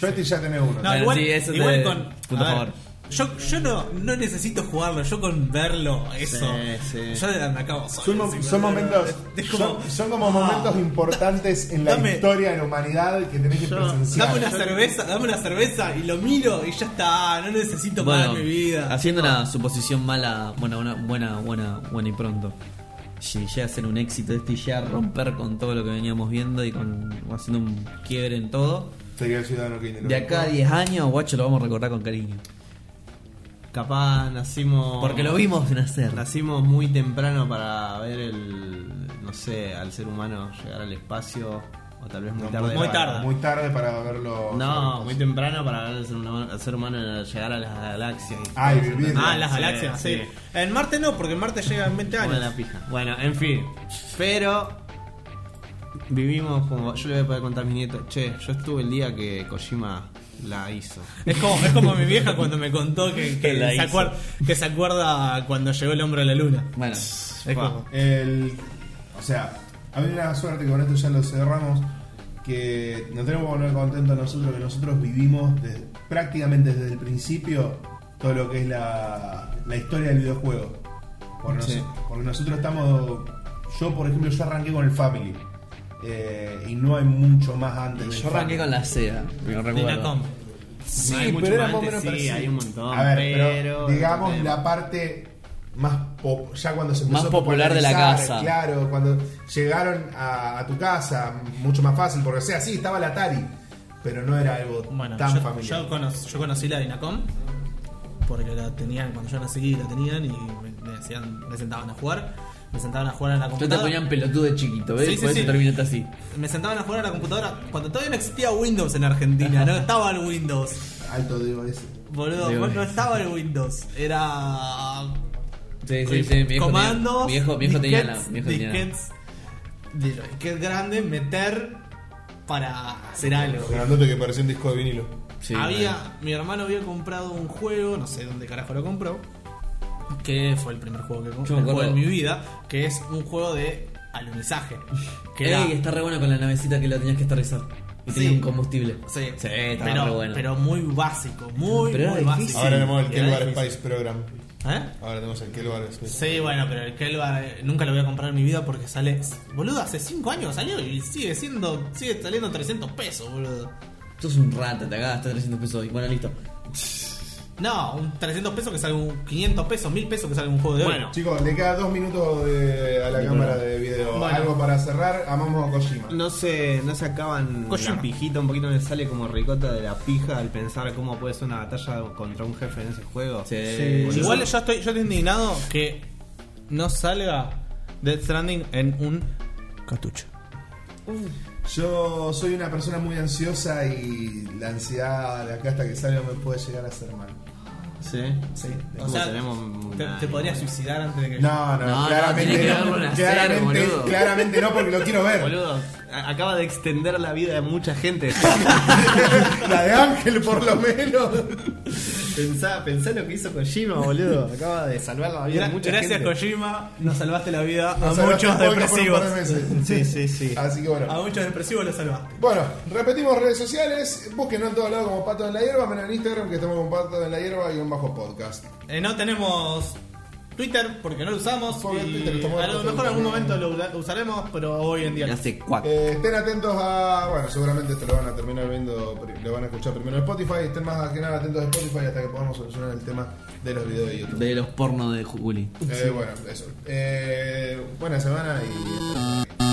Speaker 1: Yo este ya tenés uno.
Speaker 2: No,
Speaker 3: Bueno,
Speaker 2: igual,
Speaker 3: sí, eso
Speaker 2: igual
Speaker 3: te-
Speaker 2: con.
Speaker 3: punto
Speaker 2: a ver,
Speaker 3: favor.
Speaker 2: Yo, yo no, no necesito jugarlo, yo con verlo, eso.
Speaker 4: sí.
Speaker 2: Yo me acabo solo.
Speaker 1: Son, mo-
Speaker 2: encima.
Speaker 1: son momentos.
Speaker 2: Es como,
Speaker 1: Son, son como
Speaker 2: ah,
Speaker 1: momentos importantes en la
Speaker 2: dame-
Speaker 1: historia de la humanidad que tenés que presenciar.
Speaker 2: Dame una cerveza, dame una cerveza y lo miro y ya está. No necesito pagar
Speaker 3: Bueno,
Speaker 2: mi vida.
Speaker 3: haciendo una suposición mala, bueno, una buena, buena, buena y pronto. Si llega a ser un éxito este y llega a romper con todo lo que veníamos viendo y con haciendo un quiebre en todo.
Speaker 1: Sería el ciudadano que
Speaker 3: De acá a 10 años, guacho, lo vamos a recordar con cariño.
Speaker 4: Capaz nacimos.
Speaker 3: Porque lo vimos nacer.
Speaker 4: Nacimos muy temprano para ver el. No sé, al ser humano llegar al espacio. O tal vez muy tarde.
Speaker 2: muy
Speaker 4: para-
Speaker 2: tarde.
Speaker 1: Muy tarde para verlo.
Speaker 4: No, muy temprano para ver al ser humano, al ser humano llegar a las galaxias. y-
Speaker 1: Ay, vivir.
Speaker 2: Ah, las
Speaker 4: Sí,
Speaker 2: galaxias, sí.
Speaker 4: sí.
Speaker 2: En Marte no, porque en Marte llega en 20
Speaker 4: Bueno,
Speaker 2: años.
Speaker 4: la pija. Bueno, en fin. Pero vivimos como. Yo le voy a poder contar a mis nietos. Che, yo estuve el día que Kojima la hizo.
Speaker 2: Es como, es como mi vieja cuando me contó que, que,
Speaker 3: La
Speaker 2: se
Speaker 3: hizo.
Speaker 2: acuerda, que se acuerda cuando llegó el hombre a la luna.
Speaker 3: Bueno,
Speaker 2: Es como-
Speaker 1: El, o sea, a mí me da suerte que con esto ya lo cerramos. que nos tenemos que poner contentos nosotros, que nosotros vivimos desde- prácticamente desde el principio todo lo que es la, la historia del videojuego. Por nos-
Speaker 4: Sí.
Speaker 1: Porque nosotros estamos. Yo, por ejemplo, yo arranqué con el Family. eh, y no hay mucho más antes. del
Speaker 3: Yo arranqué
Speaker 1: Family.
Speaker 3: con la SEA, me lo recuerdo.
Speaker 2: Dinacom.
Speaker 1: Sí,
Speaker 4: No hay mucho
Speaker 1: pero era
Speaker 4: más
Speaker 1: más o
Speaker 4: antes,
Speaker 1: menos
Speaker 4: sí,
Speaker 1: parecido.
Speaker 4: hay un montón,
Speaker 1: A ver, pero,
Speaker 4: pero-
Speaker 1: digamos
Speaker 4: pero-
Speaker 1: la parte más pop, ya cuando se empezó
Speaker 3: Más
Speaker 1: a
Speaker 3: popular de la
Speaker 1: popularizar,
Speaker 3: casa.
Speaker 1: Claro, cuando llegaron a, a tu casa, mucho más fácil, porque o sea, sí, estaba la Atari, pero no era algo
Speaker 2: Bueno,
Speaker 1: tan
Speaker 2: yo,
Speaker 1: familiar.
Speaker 2: yo conocí, yo conocí la Dinacom porque la tenían, cuando yo nací la tenían y me, me hacían- me sentaban a jugar. Me sentaban a jugar a la
Speaker 3: Yo te
Speaker 2: computadora.
Speaker 3: ponían pelotudo de chiquito, ¿ves?
Speaker 2: Sí, sí,
Speaker 3: Por eso
Speaker 2: sí.
Speaker 3: terminaste así.
Speaker 2: Me sentaban a jugar a la computadora cuando todavía no existía Windows en Argentina, no estaba el Windows.
Speaker 1: Alto digo ese.
Speaker 2: Boludo,
Speaker 3: De
Speaker 2: vos no
Speaker 3: una.
Speaker 2: estaba el Windows, era.
Speaker 3: Sí, sí, sí, mi viejo, tenía-
Speaker 2: comandos,
Speaker 3: mi viejo, mi viejo tenía la.
Speaker 2: disquets,
Speaker 3: mi viejo tenía la-
Speaker 2: disquets, de los disquets grandes, meter para hacer algo.
Speaker 1: Grandote que parecía un disco de vinilo.
Speaker 3: Sí,
Speaker 2: había,
Speaker 3: bueno.
Speaker 2: mi hermano había comprado un juego, no sé dónde carajo lo compró, que fue el primer juego que compré
Speaker 3: me
Speaker 2: el juego
Speaker 3: acuerdo.
Speaker 2: en mi vida, que es un juego de alunizaje. Que era-
Speaker 3: Ey, está re bueno con la navecita que la tenías que aterrizar. Y
Speaker 2: Sí.
Speaker 3: tenía un combustible.
Speaker 2: sí,
Speaker 3: Sí, está
Speaker 2: pero,
Speaker 3: re bueno.
Speaker 2: pero muy básico, muy,
Speaker 3: Pero era
Speaker 2: muy básico.
Speaker 3: difícil.
Speaker 1: Ahora tenemos el
Speaker 2: Era
Speaker 1: Kelvar
Speaker 2: difícil.
Speaker 1: Spice Program.
Speaker 2: ¿Eh?
Speaker 1: Ahora tenemos el Kelvar Spice.
Speaker 2: Sí, bueno, pero el Kelvar eh, nunca lo voy a comprar en mi vida porque sale. Boludo, hace 5 años salió y sigue siendo. sigue saliendo 300 pesos, boludo.
Speaker 3: Esto es un rata, te acá, está 300 pesos hoy. Bueno, listo.
Speaker 2: No, un 300 pesos que sale un 500 pesos, 1000 pesos que sale un juego de
Speaker 8: Bueno.
Speaker 2: hoy.
Speaker 1: Chicos, le queda dos minutos de- a la cámara de video.
Speaker 4: Bueno.
Speaker 1: Algo para cerrar, amamos a Kojima.
Speaker 4: No se, no se acaban
Speaker 2: Kojima.
Speaker 4: la pijita, un poquito me sale como ricota de la pija al pensar cómo puede ser una batalla contra un jefe en ese juego.
Speaker 3: Sí.
Speaker 4: boludo.
Speaker 8: Igual yo estoy, yo estoy indignado que no salga Death Stranding en un cartucho.
Speaker 1: Yo soy una persona muy ansiosa y la ansiedad de acá hasta que salga me puede llegar a hacer mal.
Speaker 4: Sí.
Speaker 1: Sí.
Speaker 2: O sea,
Speaker 4: tenemos
Speaker 2: te,
Speaker 4: una-
Speaker 2: te podrías suicidar antes de que.
Speaker 1: No, no,
Speaker 3: No, no,
Speaker 1: claramente
Speaker 3: tenés que
Speaker 1: no.
Speaker 3: darlo en acero,
Speaker 1: claramente,
Speaker 3: boludo.
Speaker 1: claramente no, porque lo quiero ver.
Speaker 4: Boludo, a- acaba de extender la vida de mucha gente.
Speaker 1: La de Ángel, por lo menos.
Speaker 4: pensá, pensá lo que hizo Kojima, boludo. Acaba de salvar la vida
Speaker 2: Gra-
Speaker 4: de mucha
Speaker 2: gracias,
Speaker 4: gente.
Speaker 2: Kojima, nos salvaste la vida
Speaker 1: Nos
Speaker 2: a
Speaker 1: salvaste
Speaker 2: muchos
Speaker 1: un podcast por un
Speaker 2: depresivos.
Speaker 1: par de meses.
Speaker 4: Sí, sí, sí.
Speaker 1: Así que
Speaker 2: A
Speaker 1: bueno.
Speaker 2: muchos depresivos los salvaste.
Speaker 1: Bueno, repetimos redes sociales. Búsquenos en todos lados como Pato en la Hierba, menos en Instagram que estamos con Pato en la Hierba y un bajo podcast.
Speaker 2: Eh, no tenemos Twitter porque no lo usamos.
Speaker 1: Porque
Speaker 2: y
Speaker 1: Twitter está muerto,
Speaker 2: a lo mejor en
Speaker 1: Twitter.
Speaker 2: algún momento lo usa- usaremos, pero hoy en día. no.
Speaker 3: Hace cuac.
Speaker 1: Eh, estén atentos a. Bueno, seguramente esto lo van a terminar viendo, pri- lo van a escuchar primero en Spotify. Estén más que nada atentos a Spotify hasta que podamos solucionar el tema de los videos de YouTube.
Speaker 3: De los pornos de Juli.
Speaker 1: Eh, Bueno, eso. Eh, buena semana y.